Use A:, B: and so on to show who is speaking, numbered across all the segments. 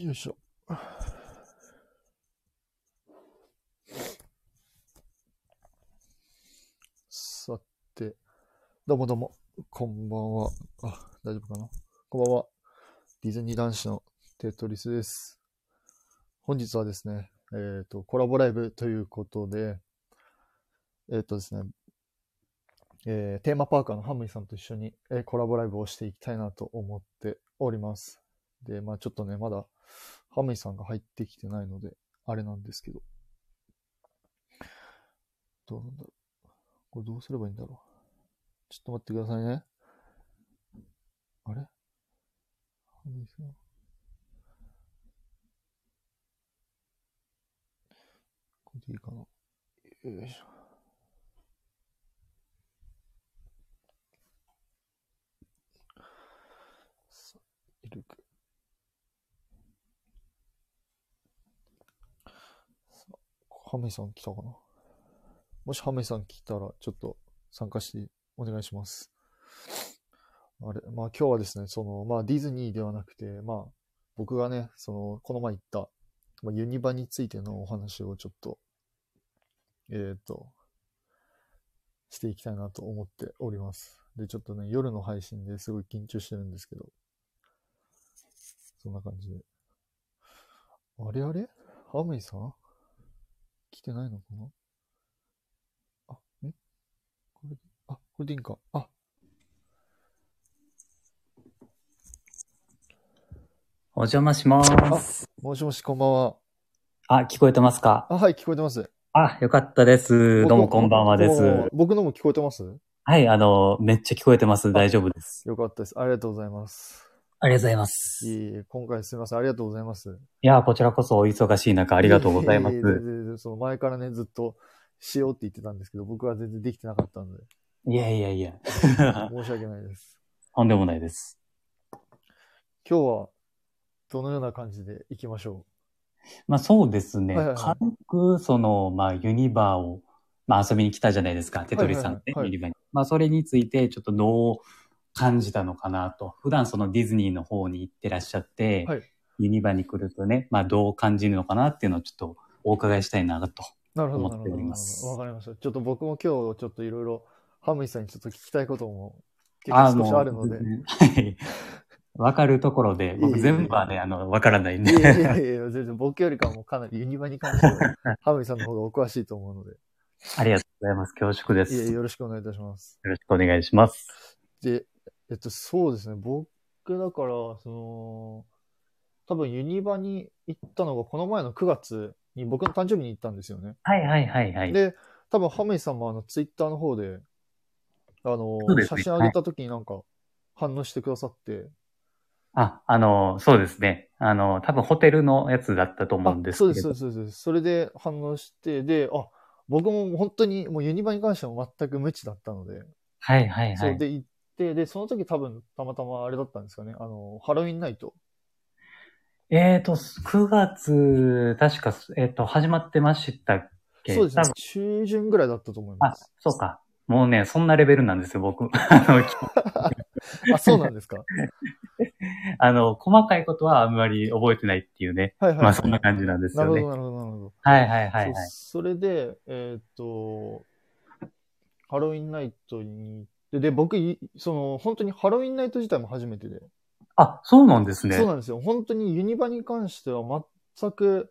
A: よいしょ。さて、どうもどうも、こんばんは。あ、大丈夫かなこんばんは。ディズニー男子のテトリスです。本日はですね、えっ、と、コラボライブということで、えっ、とですね、えーテーマパーカーのハムイさんと一緒に、えーコラボライブをしていきたいなと思っております。で、まあちょっとね、まだ、ハムイさんが入ってきてないので、あれなんですけど。どうなんだろう。これどうすればいいんだろう。ちょっと待ってくださいね。あれハムイさん。これでいいかな。よいしょ。さいるかハメさん来たかなもしハメさん来たら、ちょっと参加してお願いします。あれ、まあ今日はですね、その、まあディズニーではなくて、まあ僕がね、その、この前行った、まあ、ユニバについてのお話をちょっと、えっ、と、していきたいなと思っております。で、ちょっとね、夜の配信ですごい緊張してるんですけど、そんな感じで。あれあれハムイさん来てないのかなあ、んこれで、あ、これでいいんか。あ。
B: お邪魔します。
A: もしもし、こんばんは。
B: あ、聞こえてますか
A: あ、はい、聞こえてます。
B: あ、よかったです。どうもこんばんはで
A: こんばんは
B: す。
A: 僕のも聞こえてます
B: はい、あの、めっちゃ聞こえてます。大丈夫です。
A: よかったです。ありがとうございます。
B: ありがとうございま
A: いえ
B: す。い
A: いえ今回すみません。ありがとうございます。
B: や、こちらこそお忙しい中、あ
A: あ
B: りがとうございます。
A: その前からね、ずっとしようって言ってたんですけど、僕は全然できてなかったん で、
B: いやいやいや。
A: 申し訳ないです。
B: とんでもないです。
A: 今日は、どのような感じで行きましょ
B: まあそうですね
A: はいはい。はい
B: 軽く、その、まあユニバーを、まあ遊びに来たじゃないですか。テトリさんって、
A: はいはいはいはい
B: ユニバーに。まあそれについて、ちょっとどう感じたのかなと。普段そのディズニーの方に行ってらっしゃって、
A: はい
B: ユニバーに来るとね、まあどう感じるのかなっていうのをちょっとお伺いしたいなと。
A: う。なるほど、なる
B: 思っ
A: ほ
B: て
A: ど。
B: お
A: な
B: り
A: る
B: ま
A: ほ
B: す
A: どわかりました。ちょっと僕も今日、ちょっといろいろ、ハムイさんにちょっと聞きたいことも、結
B: あ
A: 構少し
B: もう
A: あるので。
B: はい。わかるところで、
A: いえい
B: 僕
A: え
B: 全部はね、あの、わからないん
A: いやいやい
B: で。
A: やいや、全然僕よりかはもうかなりユニバに関しては、ハムイさんの方がお詳しいと思うので、
B: ありがとうございます。恐縮で
A: い
B: す。
A: や
B: よ
A: よろしくお願いいたします。
B: ろしくお願いします。
A: で、えっと、そうですね、僕だから、その、多分ユニバに行ったのがこの前の9月に僕の誕生日に行ったんですよね。
B: はいはいはいはい。
A: で、多分ハムイさんもあのツイッターの方で、あの
B: そう、です
A: 写真
B: ね
A: 上げた時になんか反応してくださって、
B: あ、あの、そうですね。あの、多分ホテルのやつだったと思
A: あ
B: うんですけ
A: そう
B: ど。
A: です、そうです、そうです。それで反応して、で、あ、僕も本当にもうユニバに関しては全く無知だったので、
B: はいはいは
A: そう
B: い。
A: で行って、で、その時多分たまたまあれだったんですかね、あの、ハロウィンナイト。
B: えっ、と、9月、確か、えっ、と、始まってましたっけ
A: そうです
B: 多
A: ね
B: 分、
A: 中旬ぐらいだったと思いま
B: あ
A: す。、
B: そうか。もうね、そんなレベルなんですよ、僕。 あの、
A: あ、そうなんですか
B: あの細かいことはあんまり覚えてないっていうね。
A: はいはい。
B: まあ、そんな感じなんです
A: なる
B: よ
A: ほど、。な
B: ね
A: るほど、なるほど。
B: はいはいはいはい。
A: そそれで、えーっと、ハロウィンナイトに行って、で、僕、いその、本当にハロウィンナイト自体も初めてで、
B: あ、そうなんですね。
A: そうなんですよ。本当にユニバに関しては全く、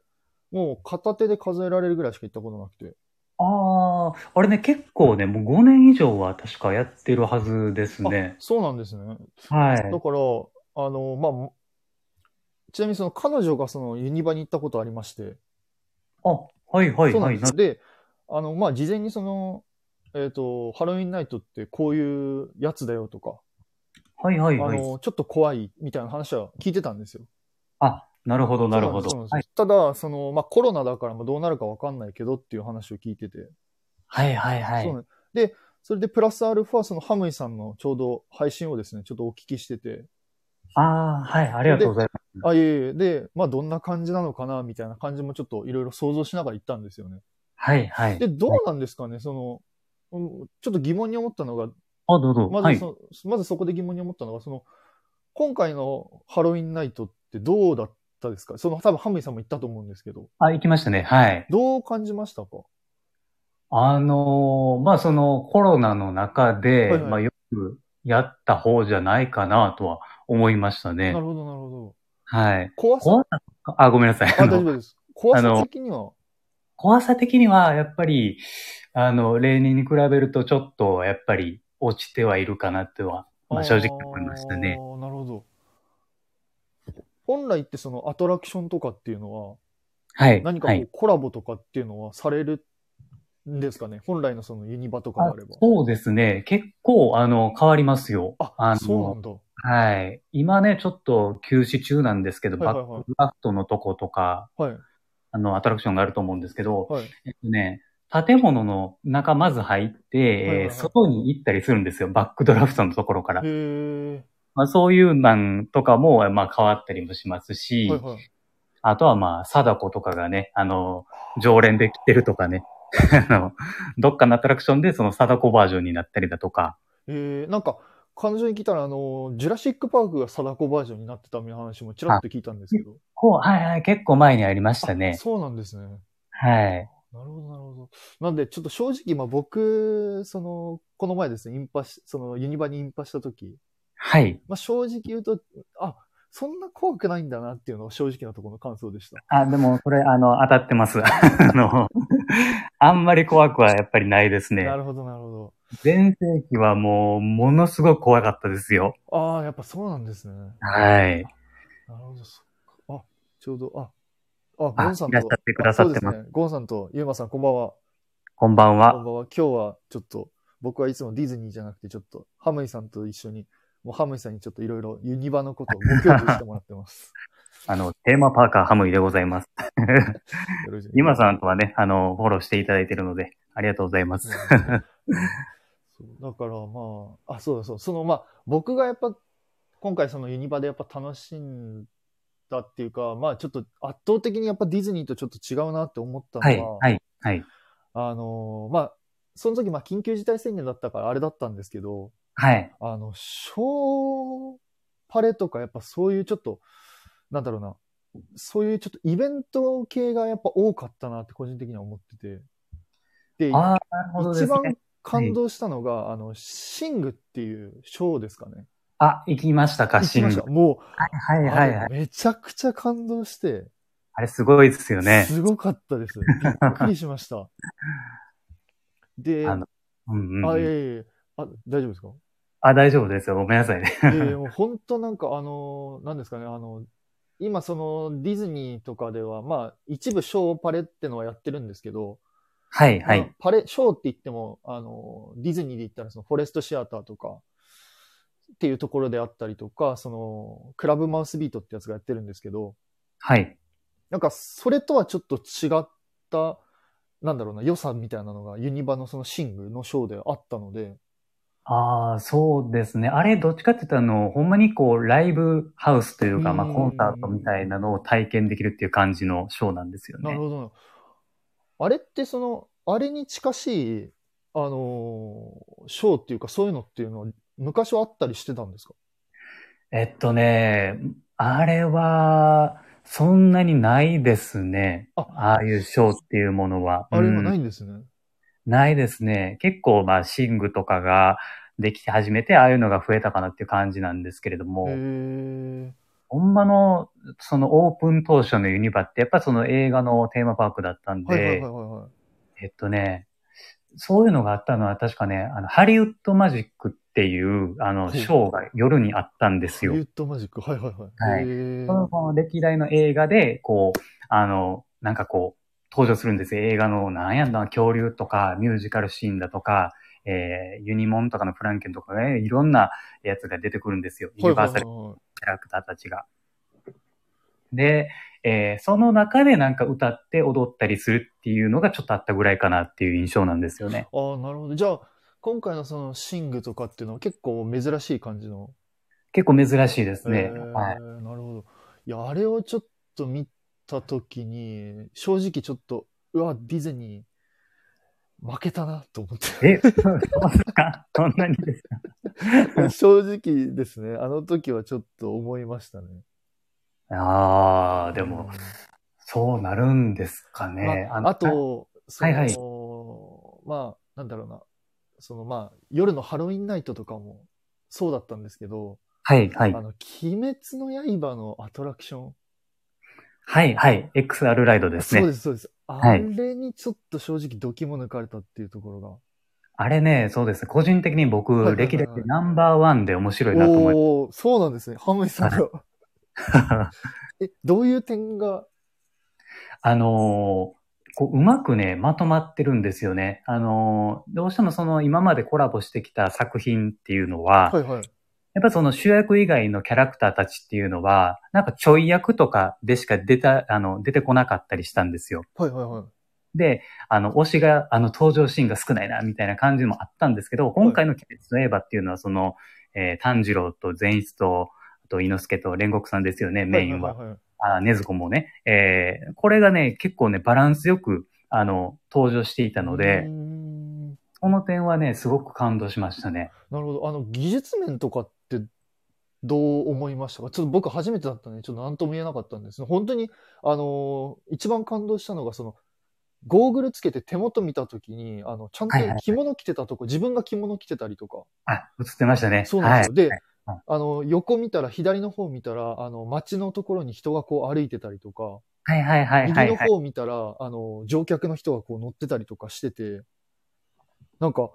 A: もう片手で数えられるぐらいしか行ったことなくて。
B: ああ、あれね、結構ね、もう5年以上は確かやってるはずですね。
A: そうなんですね。
B: は
A: だから、あの、まあも、ちなみにその彼女がそのユニバに行ったことありまして、
B: あ、はいはい
A: そうな
B: は
A: ん
B: い。
A: です。で、あの、まあ、事前にその、えっ、と、ハロウィンナイトってこういうやつだよとか、
B: はいはいは
A: あ
B: い。
A: の、ちょっと怖いみたいな話は聞いてたんですよ。
B: あ、なるほどなる
A: そう
B: ほ
A: ん
B: ど。
A: ですそうなんですただ、その、まあ、コロナだからまあどうなるかわかんないけどっていう話を聞いてて、
B: はいはいはい
A: そう
B: はい。
A: なんで、それでプラスアルファ、そのハムイさんのちょうど配信をですね、ちょっとお聞きしてて、
B: ああ、はい、ありがとうございます。
A: あ、いえいえ、で、まあどんな感じなのかな、みたいな感じもちょっといろいろ想像しながら行ったんですよね。
B: はいはい。
A: で、どうなんですかね、その、うんちょっと疑問に思ったのが、
B: あ、どうぞ。
A: ま
B: は
A: ず
B: い
A: そ。の、まずそこで疑問に思ったのが、その、今回のハロウィンナイトってどうだったですかその、多分ハムイさんも行ったと思うんですけど、
B: あ、行きましたね。はい。
A: どう感じましたか
B: あのーまあ、そのコロナの中
A: は
B: で、
A: いはい
B: まあ、よくやった方じゃないかなとは思いましたね
A: な。るほど、なるほど。
B: はい。
A: 怖さ
B: 怖さあ、ごめんなさい。あ
A: あ、大
B: の
A: 丈夫です。怖
B: あ
A: さ
B: の
A: 的には、
B: 怖さ的には、やっぱり、あの、例年に比べるとちょっと、やっぱり、落ちてはいるかなっては、まあ、正直思いましたね。
A: あー。なるほど。本来ってそのアトラクションとかっていうのは、
B: はい。
A: 何か
B: は
A: こ
B: いう
A: コラボとかっていうのはされるんですかね、本来のそのユニバとかで
B: あ
A: あれば。
B: そうですね。結構、あの、変わりますよ。
A: あ、
B: あ
A: そうなんだ。
B: はい。今ね、ちょっと休止中なんですけど、
A: はい
B: バ
A: はいはい
B: ックアクトのとことか、
A: はい。
B: あの、アトラクションがあると思うんですけど、
A: はい。
B: えっとね、建物の中まず入って、
A: はいはい
B: えー外に行ったりするんですよ。バックドラフトのところから
A: へ。え。
B: まあ、そういうなんとかも、まあ、変わったりもしますし、
A: はいはい。
B: あとはまあ、貞子とかがね、あの、常連で来てるとかね、 あの、どっかのアトラクションでその貞子バージョンになったりだとか、
A: えー、なんか、彼女に聞いたら、あの、ジュラシックパークが貞子バージョンになってたみたいな話もちらっと聞いたんですけど。
B: こう、はいはい、結構前にありました
A: あ
B: ね。
A: そうなんですね。
B: はい。
A: なるほど、なるほど。なんで、ちょっと正直、まあ僕、その、この前ですね、インパし、その、ユニバにインパした時、
B: はい。
A: まあ正直言うと、あ、そんな怖くないんだなっていうのが正直なところの感想でした。
B: あ、でも、これ、あの、当たってます。 あの、あんまり怖くはやっぱりないですね
A: な。るほど、なるほ
B: 前世紀はもう、ものすごく怖かったですよ。
A: ど。ああ、やっぱそうなんですね。な
B: はい。
A: るほど、そっか。あ、ちょうど、あ、あ、
B: あ
A: ゴンさん
B: いらっし
A: と
B: ゃってくださって
A: あ
B: ま
A: そう
B: す
A: ですね。ゴンさんとユーマさん、こんばんは。
B: こんばん
A: こ
B: は
A: ん。ばんは。今日はちょっと、僕はいつもディズニーじゃなくて、ちょっと、ハムイさんと一緒に、もうハムイさんにちょっといろいろユニバのことをご教授してもらってます。
B: あの、テーマパーカーハムイでございます。
A: よろしく
B: 今さんとはね、あの、フォローしていただいてるので、ありがとうございます。
A: そうだからまあ、あ、そうだそう、そのまあ、僕がやっぱ、今回そのユニバでやっぱ楽しんだっていうか、まあちょっと圧倒的にやっぱディズニーとちょっと違うなって思った
B: はい、
A: のは、
B: はい、はい。
A: あのーまあ、その時まあ緊急事態宣言だったからあれだったんですけど、
B: はい。
A: あの、ショーパレとかやっぱそういうちょっと、なんだろうな、そういうちょっとイベント系がやっぱ多かったなって個人的には思ってて、で、
B: ああ、なるほどで
A: 一
B: す
A: 番
B: ね。
A: 感動したのが、あの、シングっていうショーですかね。
B: あ、行きましたか、シ
A: 行きま
B: ング
A: した。。も
B: は
A: う、
B: い、はい、は
A: あ
B: い。
A: れめちゃくちゃ感動して、
B: あれすごいですよね。
A: すごかったです。びっくりしました。で、
B: あ
A: あ
B: の、うん、う
A: い
B: んう
A: え
B: ん。
A: いえ、あ、大丈夫ですか
B: あ、大丈夫ですよ。ごめんなさいね。
A: いやいや、もう本当なんかあの、なんですかね、あの、今そのディズニーとかでは、まあ一部ショーパレってのはやってるんですけど、
B: はい、は
A: まあ
B: い。
A: パレ、ショーって言っても、あの、ディズニーで言ったらそのフォレストシアターとか、っていうところであったりとか、その、クラブマウスビートってやつがやってるんですけど、
B: はい。
A: なんかそれとはちょっと違った、なんだろうな、良さみたいなのがユニバのそのシングのショーであったので、
B: ああ、そうですね。あれ、どっちかって言ったら、あの、ほんまにこう、ライブハウスというか、まあ、
A: うん
B: コンサートみたいなのを体験できるっていう感じのショーなんですよ
A: なる
B: ね。
A: ほどな。あれってその、あれに近しい、あのーショーっていうかそういうのっていうのは昔はあったりしてたんですか
B: えっとね、あれは、そんなにないですね。
A: あ
B: ああいうショーっていうものは。
A: あれ
B: う
A: は
B: ん
A: ないんですね。
B: ないですね。結構、まあ、シングとかができて始めて、ああいうのが増えたかなっていう感じなんですけれども、
A: へえ。
B: ほんまの、そのオープン当初のユニバって、やっぱその映画のテーマパークだったんで、
A: はいはいはいはいはい。
B: えっとね、そういうのがあったのは確かね、あの、ハリウッドマジックっていう、あの、
A: ほう
B: ショーが夜にあったんです
A: ハ
B: よ
A: リウ。ッドマジック。はいはいは。
B: はいい
A: へえ
B: そ。のその歴代の映画で、こう、あの、なんかこう、登場するんですよ。映画の、なんやんな、恐竜とか、ミュージカルシーンだとか、えーユニモンとかのフランケンとかね、いろんなやつが出てくるんですよ。
A: は
B: ユ
A: い
B: ニ
A: はい
B: バーサル
A: はいはい。
B: キャラクターたちが。で、えーその中でなんか歌って踊ったりするっていうのがちょっとあったぐらいかなっていう印象なんですよね。
A: ああ、なるほど。じゃあ、今回のそのシングとかっていうのは結構珍しい感じの。
B: 結構珍しいです
A: へ
B: ね
A: え。
B: はい。
A: なるほど。いや、あれをちょっと見たときに、正直ちょっと、うわ、ディズニー、負けたなと思って。
B: え、 そうですかそんなにです か
A: 正直ですね、あの時はちょっと思いましたね。
B: ああ、でも、そうなるんですか
A: ま
B: ね。
A: あ
B: の
A: あ、と、そ
B: はい
A: の、
B: はい
A: まあ、なんだろうな。その、まあ、夜のハロウィンナイトとかもそうだったんですけど、
B: はい、はい
A: あ。の、鬼滅の刃のアトラクション。
B: はい、はい。XR ライドです
A: そう
B: ね。
A: です、そうです。あ
B: はい
A: れにちょっと正直ドキも抜かれたっていうところが。
B: あれね、そうです。個人的に僕、
A: はいはいはいはい
B: 歴代ナンバーワンで面白いなと思い
A: おおーそうなんですね。ハムイさんが。
B: ます。
A: え、どういう点が、
B: あのーこう、うまくね、まとまってるんですよね。あのーどうしてもその、今までコラボしてきた作品っていうのは、
A: はいはい。
B: やっぱその主役以外のキャラクターたちっていうのは、なんかちょい役とかでしか出た、あの、出てこなかったりしたんですよ。
A: はいはいはい。
B: で、あの、推しが、あの、登場シーンが少ないな、みたいな感じもあったんですけど、今回の鬼滅の刃っていうのは、その、えー炭治郎と善逸と、あと、猪之助と煉獄さんですよね、メインは。
A: いいいい
B: あ、禰豆子もね。えーこれがね、結構ね、バランスよく、あの、登場していたの
A: うー
B: で、
A: ん
B: この点はね、すごく感動しましたね。
A: なるほど。あの、技術面とかってどう思いましたかちょっと僕初めてだったんで、ちょっと何とも言えなかったんですね。本当に、あのー一番感動したのが、その、ゴーグルつけて手元見たときに、あの、ちゃんと
B: はいはいはい
A: 着物着てたとこ、自分が着物着てたりとか。
B: あ、映ってましたね。
A: そうなんですよ。で、
B: はい
A: あの、横見たら、左の方見たら、あの、街のところに人がこう歩いてたりとか、
B: はいはいはいはい、
A: 右
B: は
A: の
B: いはい。
A: 方見たら、あの、乗客の人がこう乗ってたりとかしてて、なんか、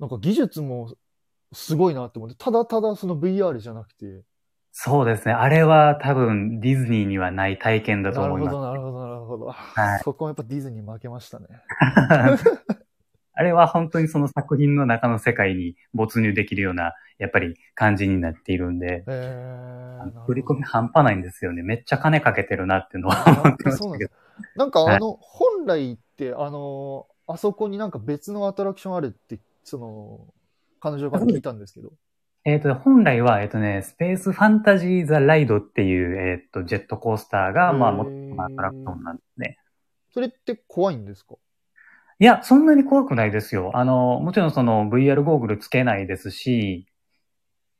A: なんか技術もすごいなって思って、ただただその VR じゃなくて、
B: そうですね。あれは多分ディズニーにはない体験だと
A: なる
B: 思
A: ほ
B: います。
A: ど、なるほど、なるほど。あ
B: はい
A: そこはやっぱディズニー負けましたね。
B: あれは本当にその作品の中の世界に没入できるような、やっぱり感じになっているんで、
A: えー、なるほど
B: 振り込み半端ないんですよね。めっちゃ金かけてるなっていうのは思って
A: あ
B: まし
A: そうな
B: た
A: ん
B: け
A: で
B: ど
A: す。なんかあの、本来って、あの、あそこになんか別のアトラクションあるって、その、彼女から聞いたんですけど。
B: えっ、と、本来は、えっ、とね、スペースファンタジー・ザ・ライドっていう、えっ、と、ジェットコースターが、まあ、
A: へー
B: もっとアトラクションなんですね。
A: それって怖いんですか
B: いや、そんなに怖くないですよ。あの、もちろんその VR ゴーグルつけないですし、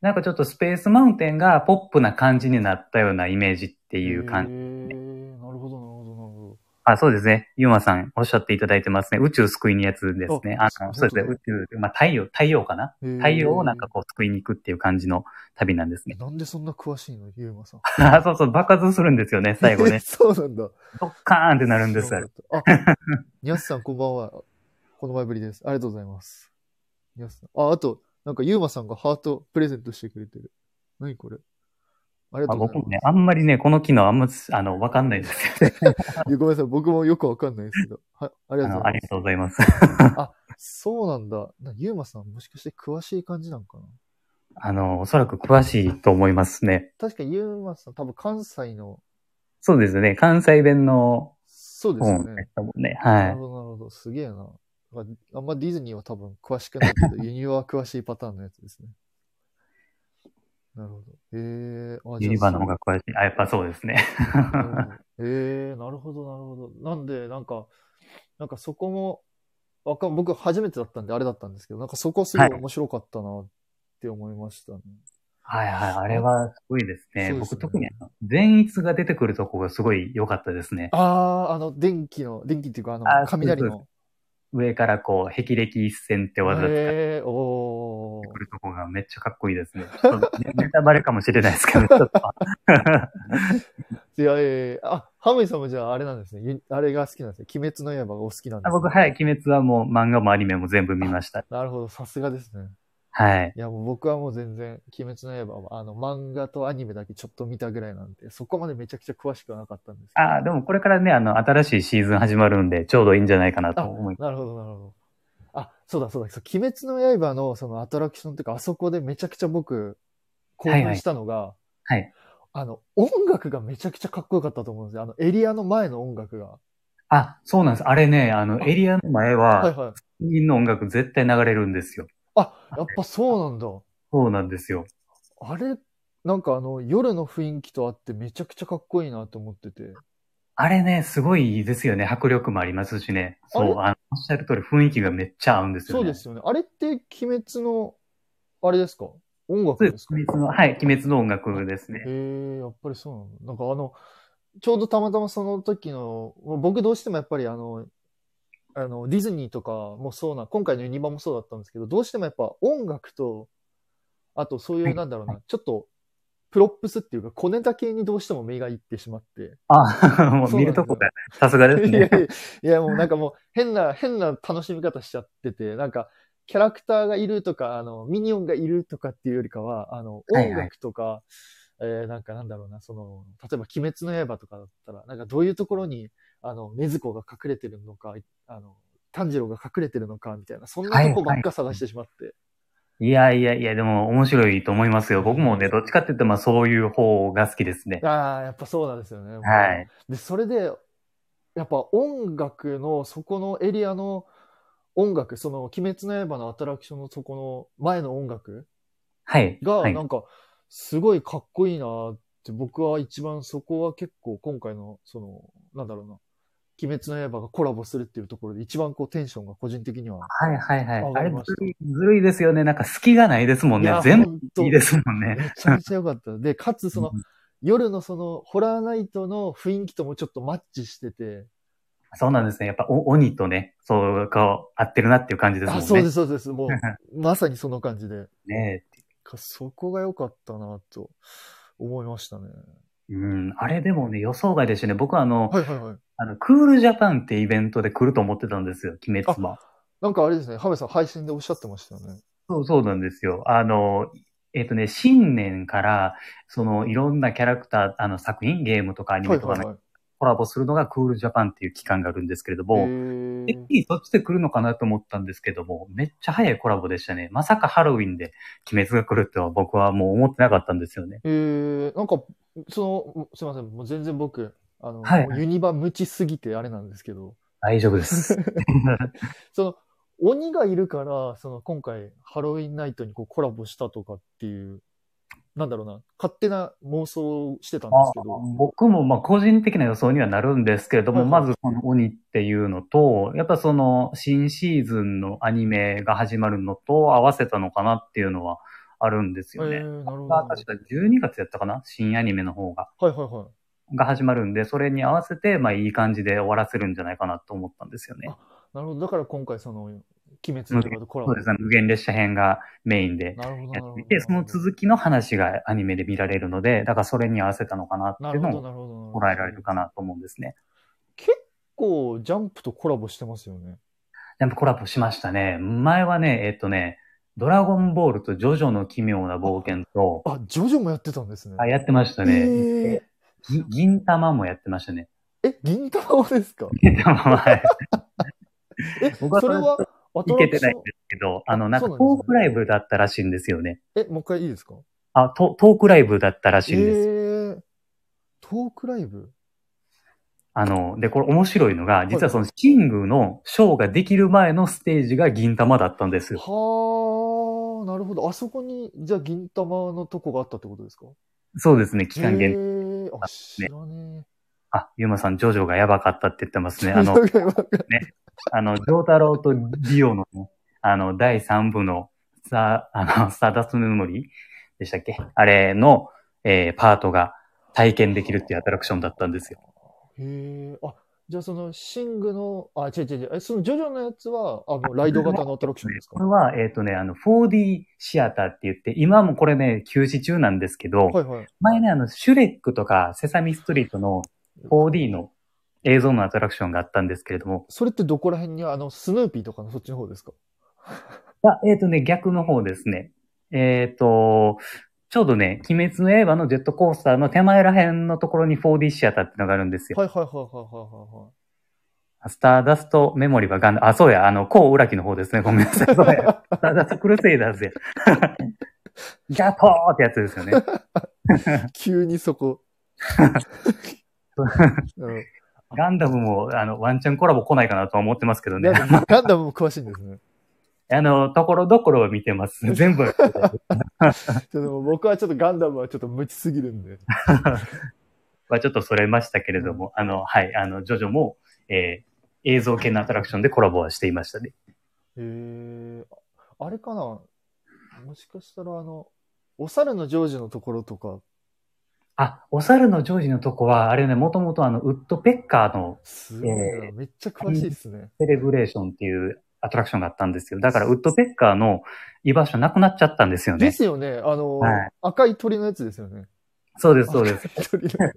B: なんかちょっとスペースマウンテンがポップな感じになったようなイメージっていう感じ。
A: えー、なるほど、なるほど、なるほど。
B: あ、そうですね。ユーマさんおっしゃっていただいてますね。宇宙救いにやつですね。
A: あ
B: あの、そうですね。
A: 本
B: 宇宙、まあ太陽、太陽かな
A: えー
B: 太陽をなんかこう救いに行くっていう感じの旅なんですね。
A: なんでそんな詳しいのゆうまさん。
B: あそうそう、爆発するんですよね、最 後ね。
A: そうなんだ。っ
B: ドッカーンってなるんです。あれ
A: あ、 にゃすさんこんばんは。この前ぶりです。ありがとうございます。にゃすさん。あ、あと、なんかゆうまさんがハートプレゼントしてくれてる。何これありがと
B: まあ
A: うござい
B: 僕もね、
A: ま
B: あんまりね、この機能あんま、あの、わかんないんですよね。
A: す。いやごめんなさい。僕もよくわかんないですけど。はい、ありがと
B: あ
A: うご
B: の、
A: ざ
B: あ
A: い
B: り
A: ま
B: が
A: す
B: とう。ございます。
A: そうなんだ。なゆうまさんもしかして詳しい感じなんかな
B: あの、おそらく詳しいと思いますね。
A: 確かゆうまさん多分関西の、
B: そうですね。関西弁の
A: そうですよ
B: 本
A: ね
B: で。したもんね。
A: な
B: は
A: る
B: い。
A: ほど、なるほど。すげえな。まああんまディズニーは多分詳しくない けど、輸入は詳しいパターンのやつですね。なるほど。ええー、あ
B: ユニバの方が詳しい。あ、やっぱそうですね。
A: ええー、なるほど、なるほど。なんで、なんか、なんかそこも、わかん僕初めてだったんであれだったんですけど、なんかそこすごい
B: はい
A: 面白かったなって思いましたね。
B: はいはい。あれはすごいですね。
A: そうですね
B: 僕特にあの、善逸が出てくるとこがすごい良かったですね。
A: ああ、あの、電気の、電気っていうか、あの
B: あ、ー
A: 雷
B: そう
A: の。
B: 上からこう、霹靂一閃って技で
A: ええー、お
B: 出てく
A: ー。
B: るとこがめっちゃかっこいいですね。ちょっとねネタバレかもしれないですけど、ちょっと。
A: いや、ええあ、ハムイさんもじゃああれなんですね。ゆあれが好きなんですね。鬼滅の刃がお好きなんです、ね、
B: 僕、はい、鬼滅はもう漫画もアニメも全部見ました。
A: なるほど、さすがですね。
B: はい。
A: いや、もう僕はもう全然、鬼滅の刃は、あの、漫画とアニメだけちょっと見たぐらいなんで、そこまでめちゃくちゃ詳しくはなかったんですけど。
B: ああ、でもこれからね、あの、新しいシーズン始まるんで、ちょうどいいんじゃないかなと
A: あ
B: 思います。
A: なるほど、なるほど。あ、そうだ、そうだ、そう鬼滅の刃のそのアトラクションっていうか、あそこでめちゃくちゃ僕、興
B: はいは
A: 奮
B: い
A: したのが、
B: はい
A: あの、音楽がめちゃくちゃかっこよかったと思うんですよ。あの、エリアの前の音楽が。
B: あ、そうなんです。あれね、あの、エリアの
A: は
B: 前
A: い
B: は、
A: はい。
B: 本人の音楽絶対流れるんですよ。
A: あ、やっぱそうなんだ。
B: そうなんですよ。
A: あれ、なんかあの、夜の雰囲気とあってめちゃくちゃかっこいいなと思ってて。
B: あれね、すごいですよね。迫力もありますしね。そう、あの、おっしゃる通り雰囲気がめっちゃ合うんですよ
A: そ
B: ね。
A: うですよね。あれって、鬼滅の、あれですか音楽
B: そうで
A: ですす。か
B: 鬼滅の、はい、鬼滅の音楽ですね。
A: へえ、やっぱりそうなの。なんかあの、ちょうどたまたまその時の、僕どうしてもやっぱりあの、あの、ディズニーとかもそうな、今回のユニバもそうだったんですけど、どうしてもやっぱ音楽と、あとそうい
B: は
A: う
B: い
A: なんだろう
B: は
A: な、ちょっと、プロップスっていうか、小ネタ系にどうしても目がいってしまって。
B: あ、もう
A: そうなんですよ
B: 見るとこが、さすがです
A: いやい
B: ね。
A: やいや、もうなんかもう変な、変な楽しみ方しちゃってて、なんか、キャラクターがいるとか、あの、ミニオンがいるとかっていうよりかは、あの、
B: はいはい
A: 音楽とか、えーなんかなんだろうな、その、例えば鬼滅の刃とかだったら、なんかどういうところに、あの、禰豆子が隠れてるのか、あの、炭治郎が隠れてるのか、みたいな、そんなとこばっか探してしまって。
B: いやいやいや、でも面白いと思いますよ。僕もね、どっちかって言って、まあそういう方が好きですね。
A: ああ、やっぱそうなんですよね。
B: はい。
A: で、それで、やっぱ音楽の、そこのエリアの音楽、その、鬼滅の刃のアトラクションのそこの前の音楽
B: はい。は
A: が、
B: い
A: なんか、すごいかっこいいなって、僕は一番そこは結構今回の、その、なんだろうな、鬼滅の刃がコラボするっていうところで一番こうテンションが個人的には。
B: はいはいはい。
A: わ
B: あ
A: かり
B: れず
A: ました
B: るい、ずるいですよね。なんか隙がないですもん
A: い
B: ね
A: や。
B: 全
A: ほん
B: 部
A: と
B: いいですもんね。
A: めちゃめちゃ良かった。で、かつその
B: う、ん
A: 夜のその、ホラーナイトの雰囲気ともちょっとマッチしてて、
B: そうなんですね。やっぱお鬼とね、そう、こう、合ってるなっていう感じですもん
A: あ、
B: ね。
A: そうです、そうです。も う、まさにその感じで。
B: ね
A: かそこが良かったなと思いましたね。
B: うん。あれでもね、予想外でしたね。僕はあの、
A: はいはいはい。
B: あの、クールジャパンってイベントで来ると思ってたんですよ、鬼滅は。
A: なんかあれですね、ハメさん配信でおっしゃってましたよね。
B: そう、そうなんですよ。あの、えっ、とね、新年から、その、いろんなキャラクター、あの、作品、ゲームとかアニ
A: はい
B: メとか
A: はい
B: の
A: はい。
B: コラボするのがクールジャパンっていう期間があるんですけれども、
A: へ
B: てっきりそっちで来るのかなと思ったんですけども、めっちゃ早いコラボでしたね。まさかハロウィンで鬼滅が来るとは僕はもう思ってなかったんですよね。
A: えー、なんか、その、すいません、もう全然僕、あの、
B: はい
A: もうユニバ無知すぎてあれなんですけど、
B: 大丈夫 です。
A: その、鬼がいるから、その今回ハロウィンナイトにこうコラボしたとかっていう、なんだろうな、勝手な妄想をしてたんですけど、
B: 僕もまあ個人的な予想にはなるんですけれども、
A: はいはい
B: まずその鬼っていうのと、やっぱその新シーズンのアニメが始まるのと合わせたのかなっていうのはあるんです
A: え
B: よね。
A: ー、なるほど。
B: まあ
A: はい
B: 確か12月やったかな新アニメの方が。
A: はいはい。
B: が始まるんで、それに合わせて、まあいい感じで終わらせるんじゃないかなと思ったんですよね。
A: なるほど。だから今回その、鬼滅の刃とコラ
B: そ
A: ボ。
B: うですね。無限列車編がメインで
A: なるほど、な
B: や
A: る
B: っ
A: ほ
B: てい
A: ど。
B: て、その続きの話がアニメで見られるので、だからそれに合わせたのかな
A: な
B: って
A: る
B: いう
A: ほど、
B: の
A: な
B: を
A: るほど。なほど
B: 捉えられるか。なと思うんですね。
A: 結構、ジャンプとコラボしてますよね。
B: やっぱコラボしましたね。前はね、えっとね、ドラゴンボールとジョジョの奇妙な冒険と、
A: あ、ジョジョもやってたんですね。
B: あやってました
A: え
B: ね。ぎ銀玉もやってまし たね。
A: ーえ、銀玉ですか
B: 銀玉ははい。
A: え、
B: 僕は
A: それは、ア
B: い
A: ト
B: け
A: ラク
B: て
A: シ
B: ない
A: ョ
B: んですけど、あの、なんか
A: そ
B: ト
A: うなんですね
B: ークライブだったらしいんですよね。
A: ン。え、もう一回いいですか
B: あ、トトークライブだったらし
A: え
B: いんです。
A: ー、トークライブ
B: あの、で、これ面白いのが、実はその
A: は
B: シングのショーができる前のステージが銀玉だったんですよ。
A: はあ、なるほど。あそこに、じゃあ銀玉のとこがあったってことですか
B: そうですね、期間
A: え
B: 限定。
A: ー、あ、知らね
B: あ、ゆうまさん、ジョジョがやばかったって言ってます
A: え。
B: ね。あの、
A: わかんないわかんない
B: あの、ジョータロウとリオのね、あの、第3部の、さ、あの、スターダストメモリーでしたっけあれの、えーパートが体験できるっていうアトラクションだったんですよ。
A: へえ、あ、じゃあその、シングの、あ、違う違う違う、え、そのジョジョのやつは、あ、もうライド型のアトラクションですか
B: これ
A: は
B: は、えっ、とね、あの、4D シアターって言って、今もこれね、休止中なんですけど、
A: いはい。
B: 前ね、あの、シュレックとかセサミストリートの 4D の映像のアトラクションがあったんですけれども、
A: それってどこら辺に、あの、スヌーピーとかのそっちの方ですか
B: あえっ、とね、逆の方ですね。えっ、と、ちょうどね、鬼滅の刃のジェットコースターの手前ら辺のところに 4D シアターってのがあるんですよ。
A: はいはいはいはいはいはい。
B: スターダストメモリーはガンダあ、そうや、あの、コウウラキの方ですね。ごめんなさい。そうや。スターダストクルセイダーズや。 ジャポーってやつですよね。
A: 急にそ こ。うん
B: ガンダムも、あの、ワンチャンコラボ来ないかなとは思ってますけどね。
A: なんかガンダムも詳しいんですね。
B: あの、ところどころを見てます。全部。
A: ちょっともう僕はちょっとガンダムはちょっと無知すぎるんで。
B: はちょっとそれましたけれども、あの、はい、あの、ジョジョも、えー映像系のアトラクションでコラボはしていましたね。
A: へえ、あれかなもしかしたらあの、お猿のジョージのところとか、
B: あ、お猿のジョージのとこは、あれね、もともとあの、ウッドペッカーの
A: すごいな、
B: え
A: めっちゃ詳しいですね。
B: セレブレーションっていうアトラクションがあったんですよ。だから、ウッドペッカーの居場所なくなっちゃったんですよ
A: で
B: ね。
A: すよね。あの、
B: はい
A: 赤い鳥のやつですよね。
B: そうです、そう です。
A: 赤い鳥の。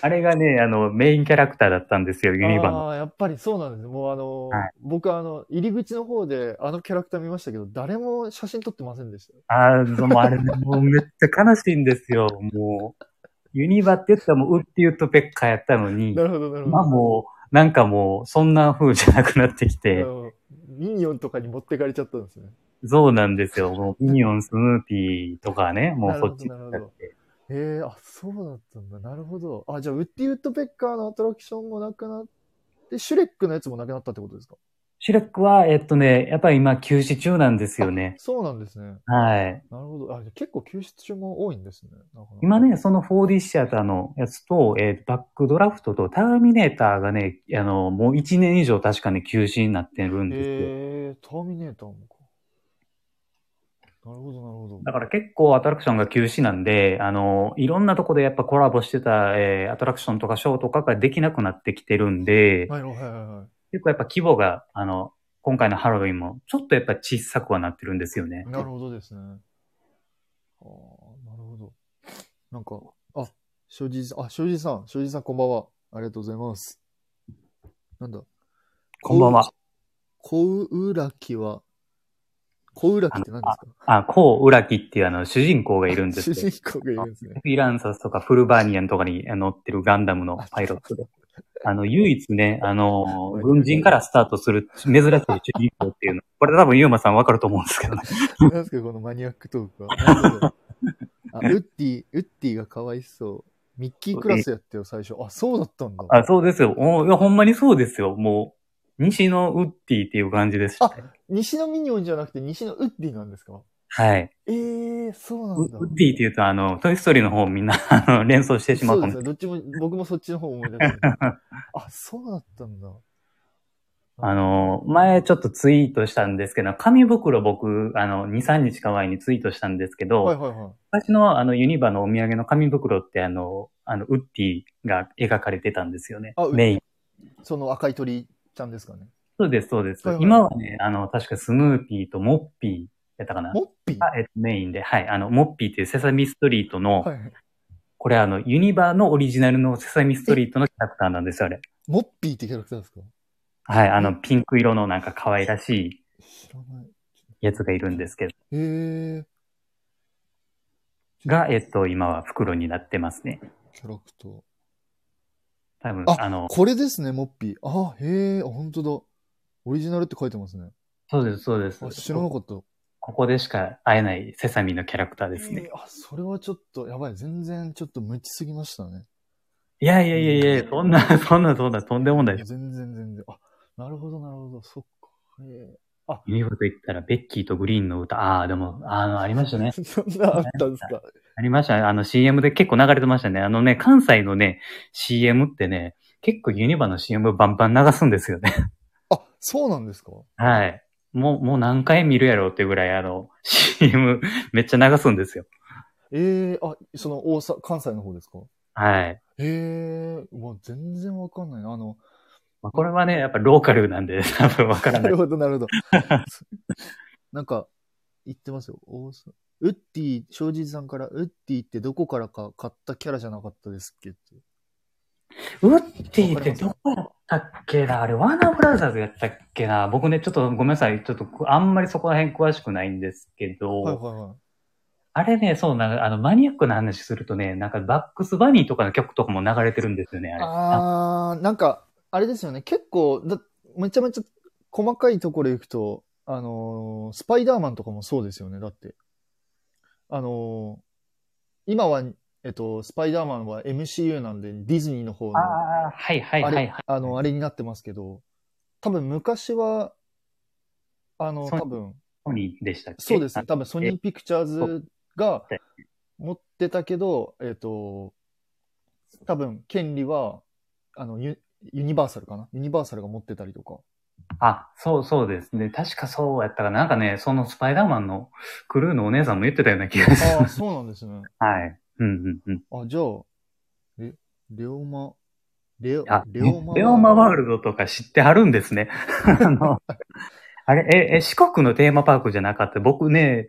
B: あれがね、あの、メインキャラクターだったんですよ、ユニバの。
A: ああ、やっぱりそうなんです。もうあの、
B: はい
A: 僕あの、入り口の方であのキャラクター見ましたけど、誰も写真撮ってませんでした。
B: ああ、そうもうあれね、もうめっちゃ悲しいんですよ、もう。ユニバって言ったらもう、ウッディウッドペッカーやったのに
A: な、るほど、なるほど。
B: まあもう、なんかもう、そんな風じゃなくなってき
A: あ
B: て、
A: のミニオンとかに持ってかれちゃったんですね。
B: そうなんですよ。もう、ミニオン、スヌーピーとかね、もう
A: なる
B: そ
A: ほど
B: っちになっ
A: な
B: ち
A: る
B: ゃ
A: ほ
B: って。
A: へえあ、そうだったんだ。なるほど。あ、じゃあ、ウッディ・ウッドペッカーのアトラクションもなくなって、シュレックのやつもなくなったってことですか
B: シュレックは、えっとね、やっぱり今、休止中なんですよね。
A: そうなんですね。
B: はい。
A: なるほど。あ、じゃあ結構救出中も多いんですね。なかなか
B: 今ね、、その 4D シアターのやつと、えーバックドラフトとターミネーターがね、あの、もう1年以上確かね、休止になってるんですよ。
A: えー、ターミネーターもか。なるほど、なるほど。
B: だから結構アトラクションが休止なんで、あの、いろんなとこでやっぱコラボしてた、えーアトラクションとかショーとかができなくなってきてるんで、
A: はい、はい、はいはい。
B: 結構やっぱ規模が、あの、今回のハロウィンもちょっとやっぱ小さくはなってるんですよね。
A: なるほどですね。ああ、なるほど。なんか、あ、庄司さん、あ、庄司さん、庄司さんこんばんは。ありがとうございます。なんだ。
B: こんばんは。
A: 小浦木は、小浦木って何です
B: あ、コウ・ウラキっていうあの、主人公がいるんで
A: か
B: す
A: 主
B: よ。
A: 人公がいるんですね。
B: フィランサスとかフルバーニアンとかに乗ってるガンダムのパイロットで。あの、唯一ね、あの、軍人からスタートする珍しい主人公っていうの。これ多分ユーマさんわかると思うんですけどね。
A: なんですか、このマニアックトークは。なるほどあ、ウッディ、ウッディがかわいそう。ミッキークラスやったよ、最初。あ、そうだったんだ。
B: あ、そうですよ。おいやほんまにそうですよ。もう、西のウッディっていう感じですしたね。
A: 西のミニオンじゃなくて西のウッディなんですか
B: はい。
A: ええー、そうなん
B: ウ
A: だ。
B: ウッディって言うと、あの、トイストーリーの方みんな、あの、連想してしまう
A: そ
B: と
A: うです
B: 思う
A: ね。。どっちも、僕もそっちの方思い出 した。あ、そうだったんだ。
B: あの、前ちょっとツイートしたんですけど、紙袋僕、あの、2、3日か前にツイートしたんですけど、
A: はいはいはい。
B: 昔のあのユニバのお土産の紙袋ってあの、あの、ウッディが描かれてたんですよね
A: あウッ。ディ
B: メイン。
A: その赤い鳥ちゃんですかね。
B: そうです、そうです
A: はいは。い
B: 今はね、あの、確かスヌーピーとモッピーやったかな。
A: モッピー
B: がえっと、メインで、はい、あの、モッピーっていうセサミストリートの、
A: はい。
B: これあの、ユニバのオリジナルのセサミストリートのキャラクターなんですよ、あれ。
A: モッピーってキャラクターですか
B: はい、あの、ピンク色のなんか可愛らしい
A: 知らない。
B: やつがいるんですけど、
A: ええー。
B: が、えっと、今は袋になってますね。
A: キャラクター。
B: 多分、
A: あ
B: あの、
A: これですね、モッピー。あ、へえ、あ、本当だ。オリジナルって書いてますね。
B: そうです、そうで
A: あ、
B: す。
A: 知らなかった。
B: ここでしか会えないセサミのキャラクターですね
A: え。ーあ、それはちょっと、やばい。全然ちょっと無知すぎましたね。
B: いやいやいやいや、そんな、 そんな、そんな、とんでもないです。
A: 全然全然。あ、なるほど、なるほど。そっか。えー
B: ユニバと言ったら、ベッキーとグリーンの歌、ああ、でも、あの、ありましたね。
A: そんなあったんです か。
B: ありましたね。あの、CM で結構流れてましたね。あのね、関西のね、CM ってね、結構ユニバの CM バンバン流すんですよね。
A: あ、そうなんですか
B: はい。もう、もう何回見るやろうっていうぐらい、あの、CM めっちゃ流すんですよ。
A: ええあ、その大阪、関西の方ですか
B: はい。
A: ええうわ、全然わかんないな。あの、
B: まあ、これはね、やっぱローカルなんで、多分わから
A: な
B: ない
A: る。ほど、なるほど。なんか、言ってますよ。大阪ウッディ、正直さんから、ウッディってどこからか買ったキャラじゃなかったですっけって。
B: ウッディってどこやったっけなあれ、ワーナーブラザーズやったっけな僕ね、ちょっとごめんなさい。ちょっとく、あんまりそこら辺詳しくないんですけど、
A: はいはいはい。
B: あれね、そうな、あの、マニアックな話するとね、なんかバックスバニーとかの曲とかも流れてるんですよね、あれ。
A: あー、なんか、あれですよね。結構、だめちゃめちゃ細かいところ行くと、あのースパイダーマンとかもそうですよね。だって。あのー今は、えっと、スパイダーマンは MCU なんで、ディズニーの方の、
B: あ
A: あ
B: あー、はいはい
A: れ、
B: はいはい。
A: あの、あれになってますけど、多分昔は、あの、
B: そう
A: 多分、
B: ソニーでしたっけ
A: そうですね。
B: あ
A: 多分ソニーピクチャーズが
B: え
A: 持ってたけど、えっ、と、多分権利は、あのユ、ユニバーサルかなユニバーサルが持ってたりとか。
B: あ、そうそうですね。確かそうやったかな。なんかね、そのスパイダーマンのクルーのお姉さんも言ってたような気がする。
A: ああ、 そうなんですね。
B: はい。うんうんうん。
A: あ、じゃあ、え、レオマ、レオ、
B: あ、
A: レ
B: レ
A: オマ、
B: オマワールドとか知ってはるんで すね。あの、あれ、え、え、四国のテーマパークじゃなかった。僕ね、